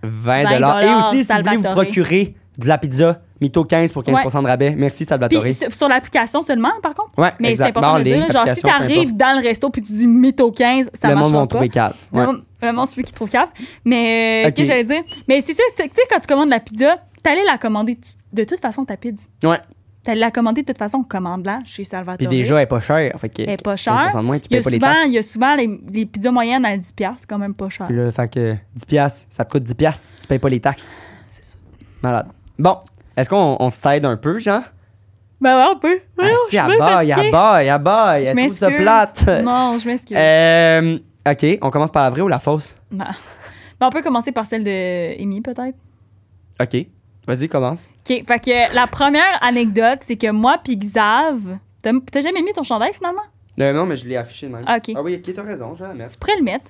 [SPEAKER 2] 20
[SPEAKER 1] dollars,
[SPEAKER 2] Et aussi, si vous voulez
[SPEAKER 1] Salvatore.
[SPEAKER 2] vous procurer de la pizza, Mito 15 pour 15 de rabais. Merci, Salvatore.
[SPEAKER 1] Puis sur sur l'application seulement, par contre.
[SPEAKER 2] Ouais,
[SPEAKER 1] Mais c'est
[SPEAKER 2] exact.
[SPEAKER 1] important de
[SPEAKER 2] Barre
[SPEAKER 1] le dire.
[SPEAKER 2] ligne,
[SPEAKER 1] là. Genre, si
[SPEAKER 2] application, peu
[SPEAKER 1] t'arrives
[SPEAKER 2] importe.
[SPEAKER 1] dans le resto puis tu dis mytho 15, ça
[SPEAKER 2] le
[SPEAKER 1] marche
[SPEAKER 2] monde va en
[SPEAKER 1] pas.
[SPEAKER 2] trouver 4. Ouais.
[SPEAKER 1] Vraiment, Vraiment, celui qui trouve cave. Mais euh,
[SPEAKER 2] Ok.
[SPEAKER 1] qu'est-ce que j'allais dire? Mais c'est sûr, tu sais, quand tu commandes la pizza, t'allais la commander tu- de toute façon, ta pizza.
[SPEAKER 2] Ouais.
[SPEAKER 1] T'allais la commander de toute façon, commande-la chez Salvatore.
[SPEAKER 2] Puis déjà, elle est pas chère. Fait que
[SPEAKER 1] Elle est pas chère.
[SPEAKER 2] 15% de moins, tu
[SPEAKER 1] il y, a
[SPEAKER 2] payes pas les
[SPEAKER 1] souvent,
[SPEAKER 2] taxes.
[SPEAKER 1] il y a souvent les, les pizzas moyennes à 10$, piastres, c'est quand même pas cher.
[SPEAKER 2] Puis là, fait que 10 piastres, ça te coûte 10 piastres, tu payes pas les taxes.
[SPEAKER 1] C'est ça.
[SPEAKER 2] Malade. Bon, Est-ce qu'on on s'aide un peu, Jean?
[SPEAKER 1] Ben ouais, on peut. Ouais, je
[SPEAKER 2] Asti,
[SPEAKER 1] suis
[SPEAKER 2] Ah, à
[SPEAKER 1] bien
[SPEAKER 2] bas,
[SPEAKER 1] fatiguée.
[SPEAKER 2] à bas, à bas,
[SPEAKER 1] Je
[SPEAKER 2] elle trouve ça
[SPEAKER 1] m'excuse.
[SPEAKER 2] plate.
[SPEAKER 1] Non, je m'excuse.
[SPEAKER 2] Euh, ok, on commence par la vraie ou la fausse?
[SPEAKER 1] Ben, ben, on peut commencer par celle de Amy, peut-être.
[SPEAKER 2] Ok, vas-y, commence.
[SPEAKER 1] OK, fait que la première anecdote, c'est que moi puis Xav... T'as t'as jamais mis ton chandail, finalement?
[SPEAKER 2] Euh, non, mais je l'ai affiché de même.
[SPEAKER 1] Ah, ok.
[SPEAKER 2] Ah oui, ok, t'as raison, je vais la mettre.
[SPEAKER 1] Tu pourrais le mettre.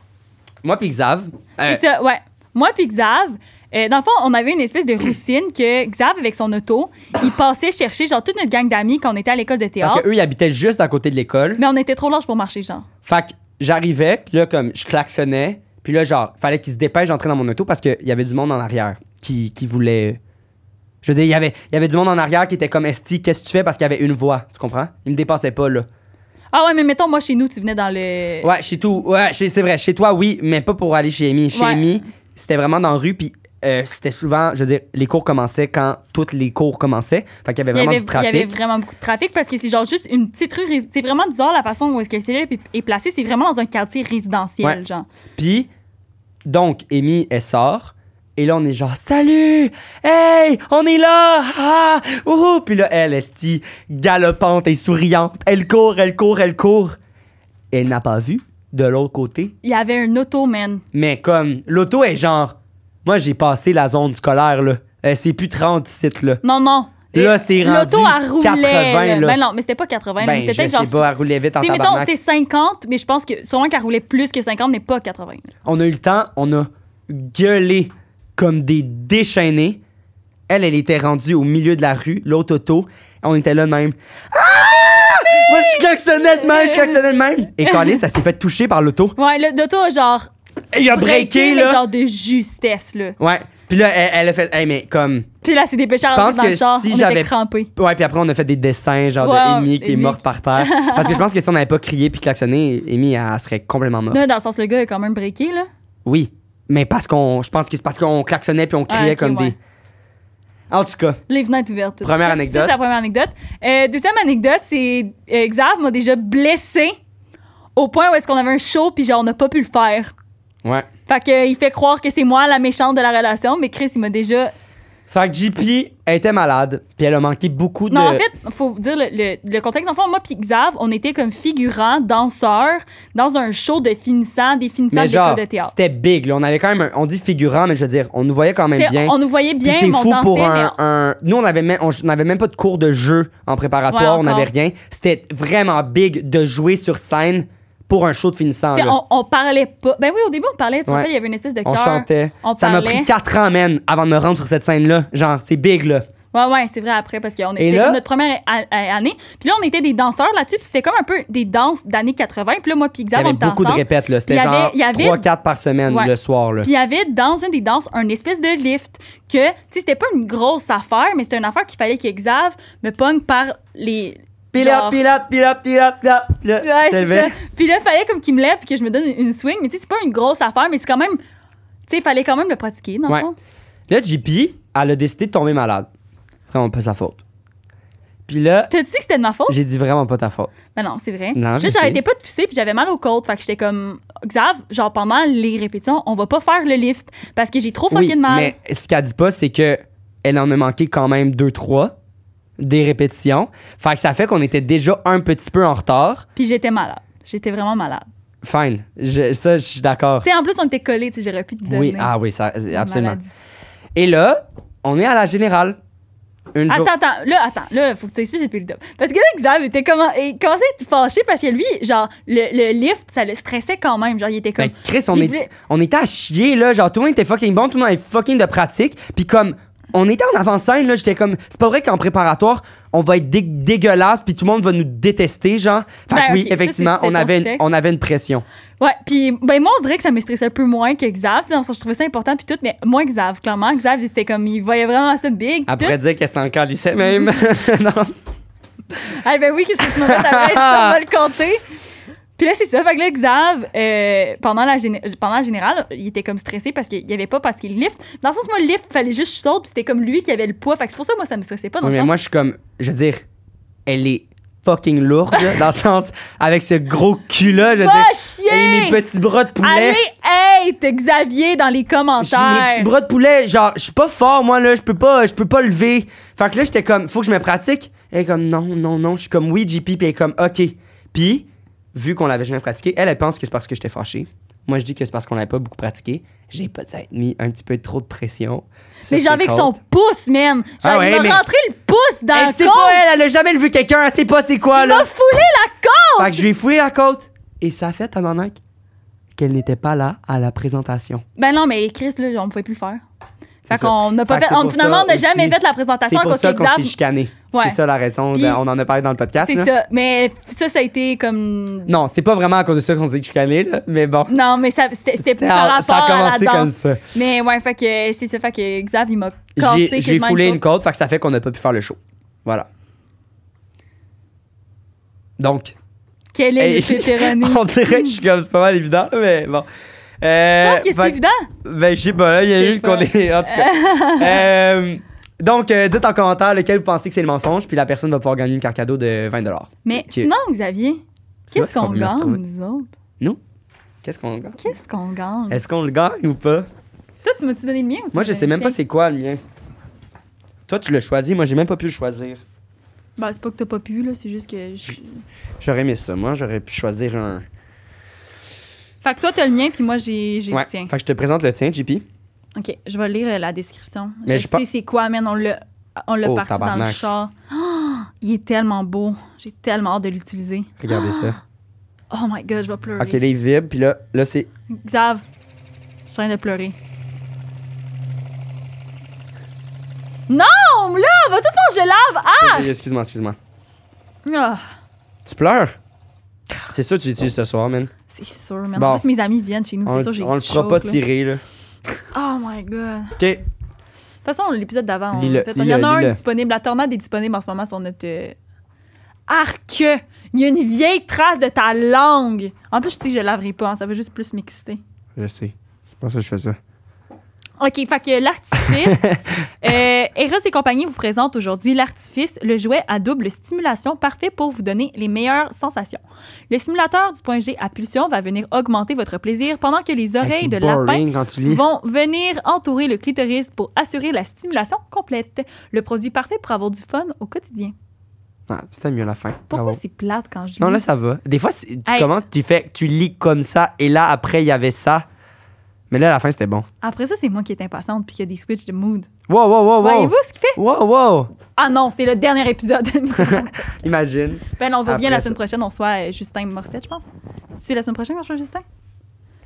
[SPEAKER 2] Moi pis Xav. euh,
[SPEAKER 1] C'est ça, ouais. Moi puis Xav, euh, dans le fond, on avait une espèce de routine que Xav, avec son auto, il passait chercher, genre, toute notre gang d'amis quand on était à l'école de
[SPEAKER 2] parce
[SPEAKER 1] théâtre.
[SPEAKER 2] qu'eux, ils habitaient juste à côté de l'école.
[SPEAKER 1] Mais on était trop large pour marcher, genre.
[SPEAKER 2] Fait que j'arrivais, puis là, comme, je klaxonnais. Puis là, genre, fallait qu'ils se dépêchent d'entrer dans mon auto parce qu'il y avait du monde en arrière qui, qui voulait... Je veux dire, il y avait- il y avait du monde en arrière qui était comme « Esti, qu'est-ce que tu fais? » parce qu'il y avait une voix, tu comprends? Ils me dépassaient pas, là.
[SPEAKER 1] Ah ouais, mais mettons, moi, chez nous, tu venais dans le...
[SPEAKER 2] Ouais, chez tout. Ouais, chez- c'est vrai. Chez toi, oui, mais pas pour aller chez Amy. Chez
[SPEAKER 1] Ouais.
[SPEAKER 2] Amy, c'était vraiment dans la rue, puis euh, c'était souvent... Je veux dire, les cours commençaient quand toutes les cours commençaient. Fait qu'il y avait
[SPEAKER 1] Il y,
[SPEAKER 2] vraiment
[SPEAKER 1] avait, il
[SPEAKER 2] du
[SPEAKER 1] y
[SPEAKER 2] trafic.
[SPEAKER 1] avait vraiment beaucoup de trafic parce que c'est genre juste une petite rue. rés- C'est vraiment bizarre la façon où est-ce que le cégep est- est placé. C'est vraiment dans un quartier résidentiel,
[SPEAKER 2] Ouais.
[SPEAKER 1] genre.
[SPEAKER 2] Puis, donc, Amy, elle sort. Et là, on est genre, salut! Hey! On est là! Ah! Ouhou! Puis là, elle, est galopante et souriante. Elle court, elle court, elle court. Elle n'a pas vu de l'autre côté.
[SPEAKER 1] Il y avait un auto, man.
[SPEAKER 2] Mais comme, l'auto est genre, moi, j'ai passé la zone scolaire, là. Euh, c'est plus 30 sites, là.
[SPEAKER 1] Non, non.
[SPEAKER 2] Là,
[SPEAKER 1] Et-
[SPEAKER 2] c'est
[SPEAKER 1] L'auto,
[SPEAKER 2] rendu
[SPEAKER 1] elle roulait.
[SPEAKER 2] 80, là.
[SPEAKER 1] Ben non, mais c'était pas 80. mais
[SPEAKER 2] Ben, je
[SPEAKER 1] c'était
[SPEAKER 2] sais
[SPEAKER 1] peut-être genre.
[SPEAKER 2] pas, elle roulait vite en
[SPEAKER 1] Tu sais, mettons,
[SPEAKER 2] tabarnak.
[SPEAKER 1] c'était 50, mais je pense que sûrement qu'elle roulait plus que 50, mais pas 80.
[SPEAKER 2] On a eu le temps, on a gueulé comme des déchaînés. Elle, elle était rendue au milieu de la rue, l'autre auto. On était là de même. Ah! Moi, je klaxonnais de même, je klaxonnais de même. Et Colin, ça s'est fait toucher par l'auto.
[SPEAKER 1] Ouais, là, l'auto a genre.
[SPEAKER 2] Et il a Ah, breaké,
[SPEAKER 1] mais
[SPEAKER 2] là.
[SPEAKER 1] genre de justesse, là.
[SPEAKER 2] Ouais. Puis là, elle, elle a fait, hey, mais comme.
[SPEAKER 1] Puis là, c'est dépêché
[SPEAKER 2] Je
[SPEAKER 1] à
[SPEAKER 2] pense
[SPEAKER 1] rentrer dans
[SPEAKER 2] que
[SPEAKER 1] le char.
[SPEAKER 2] si
[SPEAKER 1] on
[SPEAKER 2] j'avais-
[SPEAKER 1] était crampés.
[SPEAKER 2] Ouais, puis après, on a fait des dessins, genre
[SPEAKER 1] Ouais,
[SPEAKER 2] de Amy qui est
[SPEAKER 1] Amy.
[SPEAKER 2] morte par terre. Parce que je pense que si on n'avait pas crié puis klaxonné, Amy, elle, serait complètement morte.
[SPEAKER 1] Là, dans le sens, le gars a quand même breaké, là.
[SPEAKER 2] Oui. Mais parce qu'on. Je pense que c'est parce qu'on klaxonnait puis on criait
[SPEAKER 1] ok,
[SPEAKER 2] comme
[SPEAKER 1] ouais.
[SPEAKER 2] des. En tout cas.
[SPEAKER 1] Les fenêtres ouvertes.
[SPEAKER 2] Première
[SPEAKER 1] Ça,
[SPEAKER 2] anecdote.
[SPEAKER 1] C'est la première anecdote. Euh, deuxième anecdote, c'est euh, Xav m'a déjà blessé au point où est-ce qu'on avait un show puis genre on n'a pas pu le faire.
[SPEAKER 2] Ouais.
[SPEAKER 1] Fait que euh, il fait croire que c'est moi la méchante de la relation, mais Chris il m'a déjà.
[SPEAKER 2] Fait que JP elle était malade, puis elle a manqué beaucoup de.
[SPEAKER 1] Non en fait, faut vous dire le, le- le contexte. Enfin moi puis Xav, on était comme figurants, danseurs dans un show de finissant, des finissants
[SPEAKER 2] mais genre,
[SPEAKER 1] d'école de théâtre.
[SPEAKER 2] c'était big. Là. On avait quand même, un- on dit figurant, mais je veux dire, on nous voyait quand même
[SPEAKER 1] T'sais,
[SPEAKER 2] bien.
[SPEAKER 1] On nous voyait
[SPEAKER 2] Puis
[SPEAKER 1] bien,
[SPEAKER 2] c'est
[SPEAKER 1] mais on
[SPEAKER 2] fou
[SPEAKER 1] dansait.
[SPEAKER 2] pour
[SPEAKER 1] mais
[SPEAKER 2] un, un- Nous, on n'avait même, on, on avait même pas de cours de jeu en préparatoire,
[SPEAKER 1] Ouais,
[SPEAKER 2] on
[SPEAKER 1] encore.
[SPEAKER 2] n'avait rien. C'était vraiment big de jouer sur scène pour un show de finissant.
[SPEAKER 1] t'sais,
[SPEAKER 2] là.
[SPEAKER 1] on, on parlait pas. Ben oui, au début, on parlait. Tu te
[SPEAKER 2] Ouais.
[SPEAKER 1] rappelles, il y avait une espèce de
[SPEAKER 2] On
[SPEAKER 1] cœur.
[SPEAKER 2] chantait.
[SPEAKER 1] on
[SPEAKER 2] ça m'a
[SPEAKER 1] parlait.
[SPEAKER 2] pris 4 ans, man, avant de me rendre sur cette scène-là. Genre, c'est big, là.
[SPEAKER 1] Ouais, ouais, c'est vrai après parce qu'on
[SPEAKER 2] Et
[SPEAKER 1] était
[SPEAKER 2] là-
[SPEAKER 1] comme notre première a- a- année. Puis là, on était des danseurs là-dessus. Puis c'était comme un peu des danses d'années 80. Puis là, moi, puis
[SPEAKER 2] Il y
[SPEAKER 1] Xav, on
[SPEAKER 2] avait
[SPEAKER 1] était
[SPEAKER 2] beaucoup de
[SPEAKER 1] ensemble.
[SPEAKER 2] répètes, là. C'était
[SPEAKER 1] Puis il y
[SPEAKER 2] genre
[SPEAKER 1] avait- il y avait-
[SPEAKER 2] 3-4 par semaine
[SPEAKER 1] Ouais.
[SPEAKER 2] le soir, là.
[SPEAKER 1] Puis il y avait dans une des danses un espèce de lift que, tu sais, c'était pas une grosse affaire, mais c'était une affaire qu'il fallait que Xav me pogne par les.
[SPEAKER 2] Pila,
[SPEAKER 1] genre-
[SPEAKER 2] pila, pila, pila, pila, pila.
[SPEAKER 1] Ouais,
[SPEAKER 2] Tu te
[SPEAKER 1] c'est
[SPEAKER 2] levais?
[SPEAKER 1] ça. Puis là, il fallait comme qu'il me lève puis que je me donne une une swing. Mais tu sais, c'est pas une grosse affaire, mais c'est quand même. Tu sais, il fallait quand même le pratiquer, dans le
[SPEAKER 2] Ouais.
[SPEAKER 1] fond.
[SPEAKER 2] Là, JP, elle a décidé de tomber malade. Vraiment pas sa faute. Puis là,
[SPEAKER 1] T'as-tu dit que c'était de ma faute?
[SPEAKER 2] j'ai dit vraiment pas ta faute.
[SPEAKER 1] Ben non, c'est vrai.
[SPEAKER 2] Non, je
[SPEAKER 1] Juste,
[SPEAKER 2] sais.
[SPEAKER 1] j'arrêtais pas de tousser, puis j'avais mal au côte. Fait que j'étais comme, Xav, genre pendant les répétitions, on va pas faire le lift parce que j'ai trop fucking
[SPEAKER 2] Oui,
[SPEAKER 1] mal.
[SPEAKER 2] mais ce qu'elle dit pas, c'est que elle en a manqué quand même deux, trois des répétitions. Fait que ça fait qu'on était déjà un petit peu en retard.
[SPEAKER 1] Puis j'étais malade. J'étais vraiment malade.
[SPEAKER 2] Fine. Je- ça, je suis d'accord.
[SPEAKER 1] Tu sais, en plus, on était collés, tu sais, j'aurais pu te donner.
[SPEAKER 2] Oui, ah oui, ça,
[SPEAKER 1] une
[SPEAKER 2] absolument.
[SPEAKER 1] maladie.
[SPEAKER 2] Et là, on est à la générale. Une jour-
[SPEAKER 1] Attends, attends, là, attends, là, faut que tu expliques, j'ai plus le top. Parce que là, Xav était comment, il commençait à être fâché parce que lui, genre, le, le lift, ça le stressait quand même. Genre, il était comme.
[SPEAKER 2] Ben, Chris, on,
[SPEAKER 1] Il
[SPEAKER 2] est-
[SPEAKER 1] voulait-
[SPEAKER 2] on était à chier, là. Genre, tout le monde était fucking bon, tout le monde avait fucking de pratique. Puis comme, on était en avant-scène, là, j'étais comme, c'est pas vrai qu'en préparatoire, on va être dé- dégueulasse, puis tout le monde va nous détester, genre. Fait que
[SPEAKER 1] Ben,
[SPEAKER 2] oui,
[SPEAKER 1] ok, ça,
[SPEAKER 2] effectivement,
[SPEAKER 1] c'est- c'est
[SPEAKER 2] on,
[SPEAKER 1] ton
[SPEAKER 2] avait une,
[SPEAKER 1] texte.
[SPEAKER 2] on avait une pression.
[SPEAKER 1] Ouais, puis, ben, moi, on dirait que ça me stressait un peu moins que Xav. Tu sais, dans le sens, je trouvais ça important, puis tout, mais moi, Xav, clairement, Xav, c'était comme, il voyait vraiment ça big. puis tout.
[SPEAKER 2] Après dire que c'était encore lycée, même. non.
[SPEAKER 1] Ah ben oui, qu'est-ce que tu m'as fait avec? Ça va le compter. Puis là, c'est ça. Fait que là, Xav, euh, pendant, la géné- pendant la générale, il était comme stressé parce qu'il avait pas pratiqué le lift. Dans le sens, moi, le lift, fallait juste que je saute, puis c'était comme lui qui avait le poids. Fait que c'est pour ça, moi, ça me stressait pas. Dans
[SPEAKER 2] Oui,
[SPEAKER 1] le
[SPEAKER 2] mais
[SPEAKER 1] sens.
[SPEAKER 2] moi, je suis comme, je veux dire, elle est fucking lourde, dans le sens, avec ce gros cul-là, je veux
[SPEAKER 1] Pas
[SPEAKER 2] dire, et mes
[SPEAKER 1] chier!
[SPEAKER 2] petits bras de poulet.
[SPEAKER 1] Allez hate Xavier dans les
[SPEAKER 2] J'ai
[SPEAKER 1] commentaires.
[SPEAKER 2] mes petits bras de poulet, genre, je suis pas fort, moi, là, je peux pas, je peux pas lever. Fait que là, j'étais comme, faut que je me pratique. Elle est comme, non, non, non, je suis comme, oui, JP, puis elle est comme, ok. Puis, vu qu'on l'avait jamais pratiqué, elle, elle pense que c'est parce que j'étais fâché. Moi, je dis que c'est parce qu'on l'avait pas beaucoup pratiqué. J'ai peut-être mis un petit peu trop de pression. sur
[SPEAKER 1] Mais
[SPEAKER 2] ses
[SPEAKER 1] genre avec son
[SPEAKER 2] côtes.
[SPEAKER 1] pouce, man. Genre,
[SPEAKER 2] Ah ouais,
[SPEAKER 1] il m'a
[SPEAKER 2] mais-
[SPEAKER 1] rentré le pouce dans
[SPEAKER 2] Elle
[SPEAKER 1] le
[SPEAKER 2] sait
[SPEAKER 1] compte.
[SPEAKER 2] pas, elle, elle a jamais levé quelqu'un, elle sait pas c'est quoi,
[SPEAKER 1] Il m'a
[SPEAKER 2] là.
[SPEAKER 1] foulé la côte.
[SPEAKER 2] Fait que je lui ai fouillé la côte. Et ça a fait, tabarnak, qu'elle n'était pas là à la présentation.
[SPEAKER 1] Ben non, mais Chris, là, on pouvait plus le faire.
[SPEAKER 2] C'est
[SPEAKER 1] Fait
[SPEAKER 2] ça.
[SPEAKER 1] qu'on n'a pas
[SPEAKER 2] Fait que
[SPEAKER 1] fait.
[SPEAKER 2] c'est
[SPEAKER 1] on-
[SPEAKER 2] pour
[SPEAKER 1] finalement,
[SPEAKER 2] ça
[SPEAKER 1] on n'a jamais
[SPEAKER 2] aussi.
[SPEAKER 1] fait la
[SPEAKER 2] C'est
[SPEAKER 1] présentation
[SPEAKER 2] pour
[SPEAKER 1] contre
[SPEAKER 2] ça qu'on s'est
[SPEAKER 1] Xav.
[SPEAKER 2] chicané.
[SPEAKER 1] Ouais.
[SPEAKER 2] C'est ça la raison.
[SPEAKER 1] Puis-
[SPEAKER 2] Ben, on en a parlé dans le podcast.
[SPEAKER 1] C'est
[SPEAKER 2] là.
[SPEAKER 1] ça. Mais ça, ça a été comme.
[SPEAKER 2] Non, c'est pas vraiment à cause de ça qu'on s'est chicané, là, mais bon.
[SPEAKER 1] Non, mais ça, c'était, c'était
[SPEAKER 2] C'était
[SPEAKER 1] par
[SPEAKER 2] en-
[SPEAKER 1] rapport
[SPEAKER 2] ça a
[SPEAKER 1] à la
[SPEAKER 2] commencé
[SPEAKER 1] danse.
[SPEAKER 2] comme ça.
[SPEAKER 1] Mais ouais, fait que c'est ça. Fait que Xav, il m'a cassé.
[SPEAKER 2] J'ai j'ai
[SPEAKER 1] quasiment
[SPEAKER 2] foulé une
[SPEAKER 1] côte.
[SPEAKER 2] côte, fait que ça fait qu'on n'a pas pu faire le show. Voilà. Donc,
[SPEAKER 1] Quelle est
[SPEAKER 2] hey,
[SPEAKER 1] l'hétéronie?
[SPEAKER 2] on dirait que je suis comme, c'est pas mal évident, mais bon.
[SPEAKER 1] Je
[SPEAKER 2] Euh,
[SPEAKER 1] pense que c'est
[SPEAKER 2] fait-
[SPEAKER 1] évident.
[SPEAKER 2] Ben, je sais pas, là, il y
[SPEAKER 1] Je
[SPEAKER 2] a
[SPEAKER 1] sais
[SPEAKER 2] eu qu'on
[SPEAKER 1] pas.
[SPEAKER 2] est. En tout cas. Euh, donc, euh, dites en commentaire lequel vous pensez que c'est le mensonge, puis la personne va pouvoir gagner une carte cadeau de 20
[SPEAKER 1] Mais
[SPEAKER 2] Ok.
[SPEAKER 1] sinon, Xavier,
[SPEAKER 2] C'est vrai
[SPEAKER 1] qu'est-ce qu'on
[SPEAKER 2] qu'on l'a
[SPEAKER 1] gagne,
[SPEAKER 2] retrouvé.
[SPEAKER 1] nous autres?
[SPEAKER 2] Qu'est-ce qu'on gagne
[SPEAKER 1] Qu'est-ce qu'on gagne?
[SPEAKER 2] Est-ce qu'on le gagne ou pas
[SPEAKER 1] Toi, tu m'as-tu donné le mien? ou tu
[SPEAKER 2] Moi,
[SPEAKER 1] m'as
[SPEAKER 2] je sais
[SPEAKER 1] donné
[SPEAKER 2] même
[SPEAKER 1] le
[SPEAKER 2] pas
[SPEAKER 1] tien?
[SPEAKER 2] c'est quoi le mien. Toi, tu l'as choisi, moi, j'ai même pas pu le choisir.
[SPEAKER 1] Ben, c'est pas que t'as pas pu, là. C'est juste que. je-
[SPEAKER 2] J'aurais aimé ça, moi, j'aurais pu choisir un.
[SPEAKER 1] Fait que toi, t'as le mien, puis moi, j'ai, j'ai
[SPEAKER 2] Ouais.
[SPEAKER 1] le tien.
[SPEAKER 2] Fait que je te présente le tien, JP.
[SPEAKER 1] OK, je vais lire euh, la description.
[SPEAKER 2] Mais
[SPEAKER 1] je
[SPEAKER 2] je pense-
[SPEAKER 1] sais c'est quoi, man. On l'a, on l'a
[SPEAKER 2] Oh,
[SPEAKER 1] parti dans le
[SPEAKER 2] tabarnak.
[SPEAKER 1] char. Oh, il est tellement beau. J'ai tellement hâte de l'utiliser.
[SPEAKER 2] Regardez ça.
[SPEAKER 1] Oh my God, je vais pleurer.
[SPEAKER 2] Ok, là, il vibre, puis là, là c'est.
[SPEAKER 1] Xav, je suis en train de pleurer. Non, là, va tout faire que je lave.
[SPEAKER 2] Eh, Excuse-moi, excuse-moi.
[SPEAKER 1] Ah! Ah,
[SPEAKER 2] Tu pleures C'est ça que tu utilises ce soir, man.
[SPEAKER 1] c'est sûr, man.
[SPEAKER 2] Bon.
[SPEAKER 1] En plus, mes amis viennent chez nous.
[SPEAKER 2] On,
[SPEAKER 1] c'est sûr, j'ai
[SPEAKER 2] on le fera
[SPEAKER 1] choke,
[SPEAKER 2] pas
[SPEAKER 1] là.
[SPEAKER 2] tirer, là.
[SPEAKER 1] Oh my God.
[SPEAKER 2] Ok,
[SPEAKER 1] De toute façon, l'épisode d'avant, on
[SPEAKER 2] Lis-le,
[SPEAKER 1] l'a fait. Il y en
[SPEAKER 2] lis-le,
[SPEAKER 1] a un
[SPEAKER 2] lis-le.
[SPEAKER 1] disponible. La tornade est disponible en ce moment sur notre. euh, Arc! Il y a une vieille trace de ta langue! En plus, je dis que je laverai pas, hein, ça va juste plus m'exciter.
[SPEAKER 2] je sais. C'est pas ça que je fais ça.
[SPEAKER 1] OK, fait que l'artifice. euh, Eros et compagnie vous présente aujourd'hui l'artifice, le jouet à double stimulation parfait pour vous donner les meilleures sensations. Le simulateur du point G à pulsion va venir augmenter votre plaisir pendant que les
[SPEAKER 2] Hey,
[SPEAKER 1] oreilles
[SPEAKER 2] c'est
[SPEAKER 1] de lapin
[SPEAKER 2] boring quand tu lis.
[SPEAKER 1] vont venir entourer le clitoris pour assurer la stimulation complète. Le produit parfait pour avoir du fun au quotidien.
[SPEAKER 2] Ah, c'était mieux la fin.
[SPEAKER 1] Pourquoi
[SPEAKER 2] Bravo.
[SPEAKER 1] c'est plate quand je
[SPEAKER 2] Non,
[SPEAKER 1] lis?
[SPEAKER 2] là, ça va. Des fois, c'est- tu
[SPEAKER 1] Hey.
[SPEAKER 2] commences, tu fais, tu lis comme ça, et là, après, il y avait ça. Mais là, à la fin, c'était bon.
[SPEAKER 1] Après ça, c'est moi qui est impatiente puis qu'il y a des switches de mood.
[SPEAKER 2] Wow, wow, wow, wow.
[SPEAKER 1] Voyez-vous ce qu'il fait?
[SPEAKER 2] Wow, wow.
[SPEAKER 1] Ah non, c'est le dernier épisode.
[SPEAKER 2] Imagine.
[SPEAKER 1] ben, on va bien
[SPEAKER 2] Après
[SPEAKER 1] la
[SPEAKER 2] ça.
[SPEAKER 1] semaine prochaine. On reçoit euh, Justin Morissette, je pense. C'est la semaine prochaine qu'on reçoit Justin?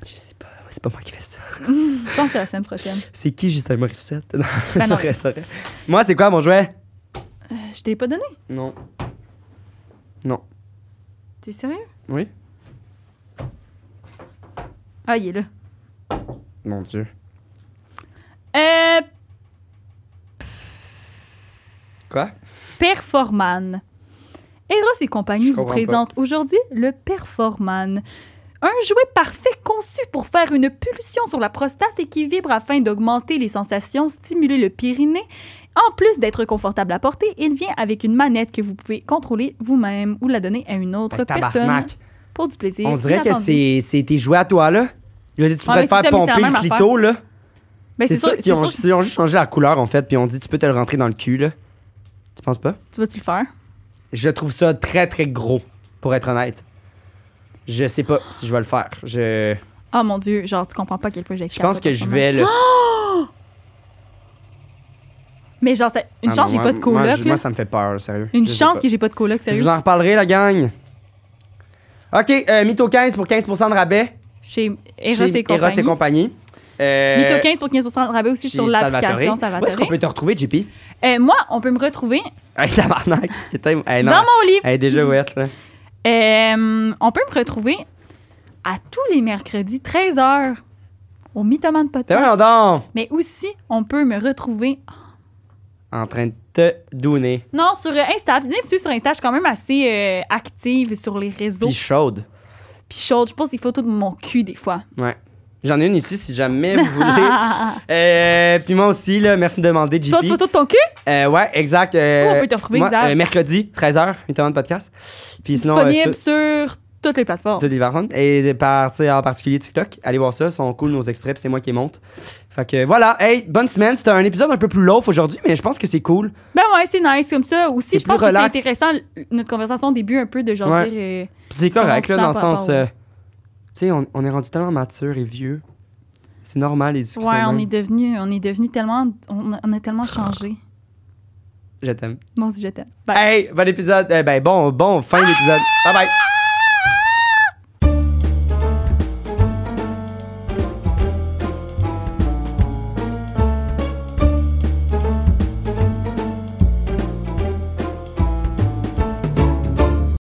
[SPEAKER 2] Je sais pas. C'est pas moi qui fais ça.
[SPEAKER 1] Je pense que c'est la semaine prochaine.
[SPEAKER 2] C'est qui, Justin Morissette? Non,
[SPEAKER 1] Ben non.
[SPEAKER 2] c'est vrai, c'est vrai. Moi, c'est quoi mon jouet?
[SPEAKER 1] Euh, je t'ai pas donné.
[SPEAKER 2] Non.
[SPEAKER 1] T'es sérieux?
[SPEAKER 2] Oui?
[SPEAKER 1] Ah, il est là.
[SPEAKER 2] Mon Dieu.
[SPEAKER 1] Euh,
[SPEAKER 2] Quoi?
[SPEAKER 1] Performan. Eros et compagnie
[SPEAKER 2] Je
[SPEAKER 1] vous
[SPEAKER 2] comprends
[SPEAKER 1] présente aujourd'hui le Performan. Un jouet parfait conçu pour faire une pulsion sur la prostate et qui vibre afin d'augmenter les sensations, stimuler le pyrénée. En plus d'être confortable à porter, il vient avec une manette que vous pouvez contrôler vous-même ou la donner à une autre
[SPEAKER 2] Hey,
[SPEAKER 1] personne
[SPEAKER 2] Ben, tabarnak.
[SPEAKER 1] pour du plaisir.
[SPEAKER 2] On dirait que
[SPEAKER 1] inattendu.
[SPEAKER 2] c'est c'est tes jouets à toi, là. Il a dit, tu
[SPEAKER 1] Ouais, mais
[SPEAKER 2] pourrais te faire
[SPEAKER 1] c'est ça, mais c'est la
[SPEAKER 2] pomper
[SPEAKER 1] même
[SPEAKER 2] le clito, là.
[SPEAKER 1] Ben,
[SPEAKER 2] C'est
[SPEAKER 1] c'est sûr,
[SPEAKER 2] sûr
[SPEAKER 1] c'est
[SPEAKER 2] qu'ils ont,
[SPEAKER 1] sûr que-
[SPEAKER 2] ils ont juste changé la couleur, en fait, puis on dit, tu peux te le rentrer dans le cul, là. Tu penses pas?
[SPEAKER 1] Tu vas-tu le faire?
[SPEAKER 2] Je trouve ça très, très gros, pour être honnête. Je sais pas si je vais le faire. Je,
[SPEAKER 1] Ah mon Dieu, genre, tu comprends pas à quel point j'ai
[SPEAKER 2] je pense que je vais le.
[SPEAKER 1] Mais genre, ça- une
[SPEAKER 2] Ah
[SPEAKER 1] chance,
[SPEAKER 2] non,
[SPEAKER 1] j'ai
[SPEAKER 2] moi-
[SPEAKER 1] pas de
[SPEAKER 2] moi,
[SPEAKER 1] coloc.
[SPEAKER 2] je-
[SPEAKER 1] là.
[SPEAKER 2] Moi, ça me fait peur, sérieux.
[SPEAKER 1] Une
[SPEAKER 2] Je sais
[SPEAKER 1] chance
[SPEAKER 2] pas.
[SPEAKER 1] que j'ai pas de coloc,
[SPEAKER 2] Je
[SPEAKER 1] sérieux.
[SPEAKER 2] vous en reparlerai, la gang. OK, euh, Mytho 15 pour 15 de rabais.
[SPEAKER 1] Chez Eros
[SPEAKER 2] chez
[SPEAKER 1] et compagnie.
[SPEAKER 2] et compagnie. Euh,
[SPEAKER 1] Mytho 15 pour 15 de rabais aussi
[SPEAKER 2] chez
[SPEAKER 1] sur l'application
[SPEAKER 2] Salvatore. Où est-ce qu'on
[SPEAKER 1] Salvatore.
[SPEAKER 2] peut te retrouver, JP?
[SPEAKER 1] Euh, moi, on peut me retrouver
[SPEAKER 2] Hey, tabarnak. Putain, hey, Eh non. Eh.
[SPEAKER 1] dans mon lit.
[SPEAKER 2] Hey, déjà ouette, là.
[SPEAKER 1] Euh, on peut me retrouver à tous les mercredis, 13h, au Mythoman
[SPEAKER 2] T'es
[SPEAKER 1] Podcast.
[SPEAKER 2] vraiment donc
[SPEAKER 1] Mais aussi, on peut me retrouver...
[SPEAKER 2] en train de te donner.
[SPEAKER 1] Non, sur euh, Insta. Venez me suivre sur Insta. Je suis quand même assez euh, active sur les réseaux.
[SPEAKER 2] Puis chaude.
[SPEAKER 1] Puis chaude, je pense des photos de mon cul des fois.
[SPEAKER 2] Ouais. J'en ai une ici si jamais vous voulez. Euh, puis moi aussi, là, merci de demander,
[SPEAKER 1] Tu
[SPEAKER 2] JP.
[SPEAKER 1] prends une photo de ton cul?
[SPEAKER 2] Euh, ouais, exact. euh,
[SPEAKER 1] Où on peut te retrouver,
[SPEAKER 2] moi,
[SPEAKER 1] Xav?
[SPEAKER 2] euh, mercredi, 13h, 8h de podcast. Puis sinon, euh,
[SPEAKER 1] Disponible
[SPEAKER 2] sur-
[SPEAKER 1] sur toutes les plateformes.
[SPEAKER 2] sur Deliveroo. Et par, tu sais, en particulier TikTok. Allez voir ça, sont cool nos extraits, puis c'est moi qui les monte. Fait que voilà, hey, bonne semaine. C'était un épisode un peu plus loaf aujourd'hui, mais je pense que c'est cool.
[SPEAKER 1] Ben ouais, c'est nice comme ça. Aussi,
[SPEAKER 2] C'est
[SPEAKER 1] je pense
[SPEAKER 2] plus
[SPEAKER 1] que c'est
[SPEAKER 2] relax.
[SPEAKER 1] intéressant, l- notre conversation au début, un peu de genre
[SPEAKER 2] Ouais.
[SPEAKER 1] dire. euh,
[SPEAKER 2] Puis c'est correct, là,
[SPEAKER 1] Comment
[SPEAKER 2] dans
[SPEAKER 1] on
[SPEAKER 2] le
[SPEAKER 1] se sent par
[SPEAKER 2] sens.
[SPEAKER 1] rapport au-
[SPEAKER 2] euh, tu sais, on, on est rendu tellement mature et vieux. C'est normal, les discussions.
[SPEAKER 1] ouais, on
[SPEAKER 2] même.
[SPEAKER 1] est devenu, on est devenu tellement. On, a- on a tellement changé.
[SPEAKER 2] Je t'aime.
[SPEAKER 1] Mon Dieu, je t'aime. Bye. Ah!
[SPEAKER 2] Hey, bon épisode. Eh ben, bon, bon, fin d'épisode. Bye bye.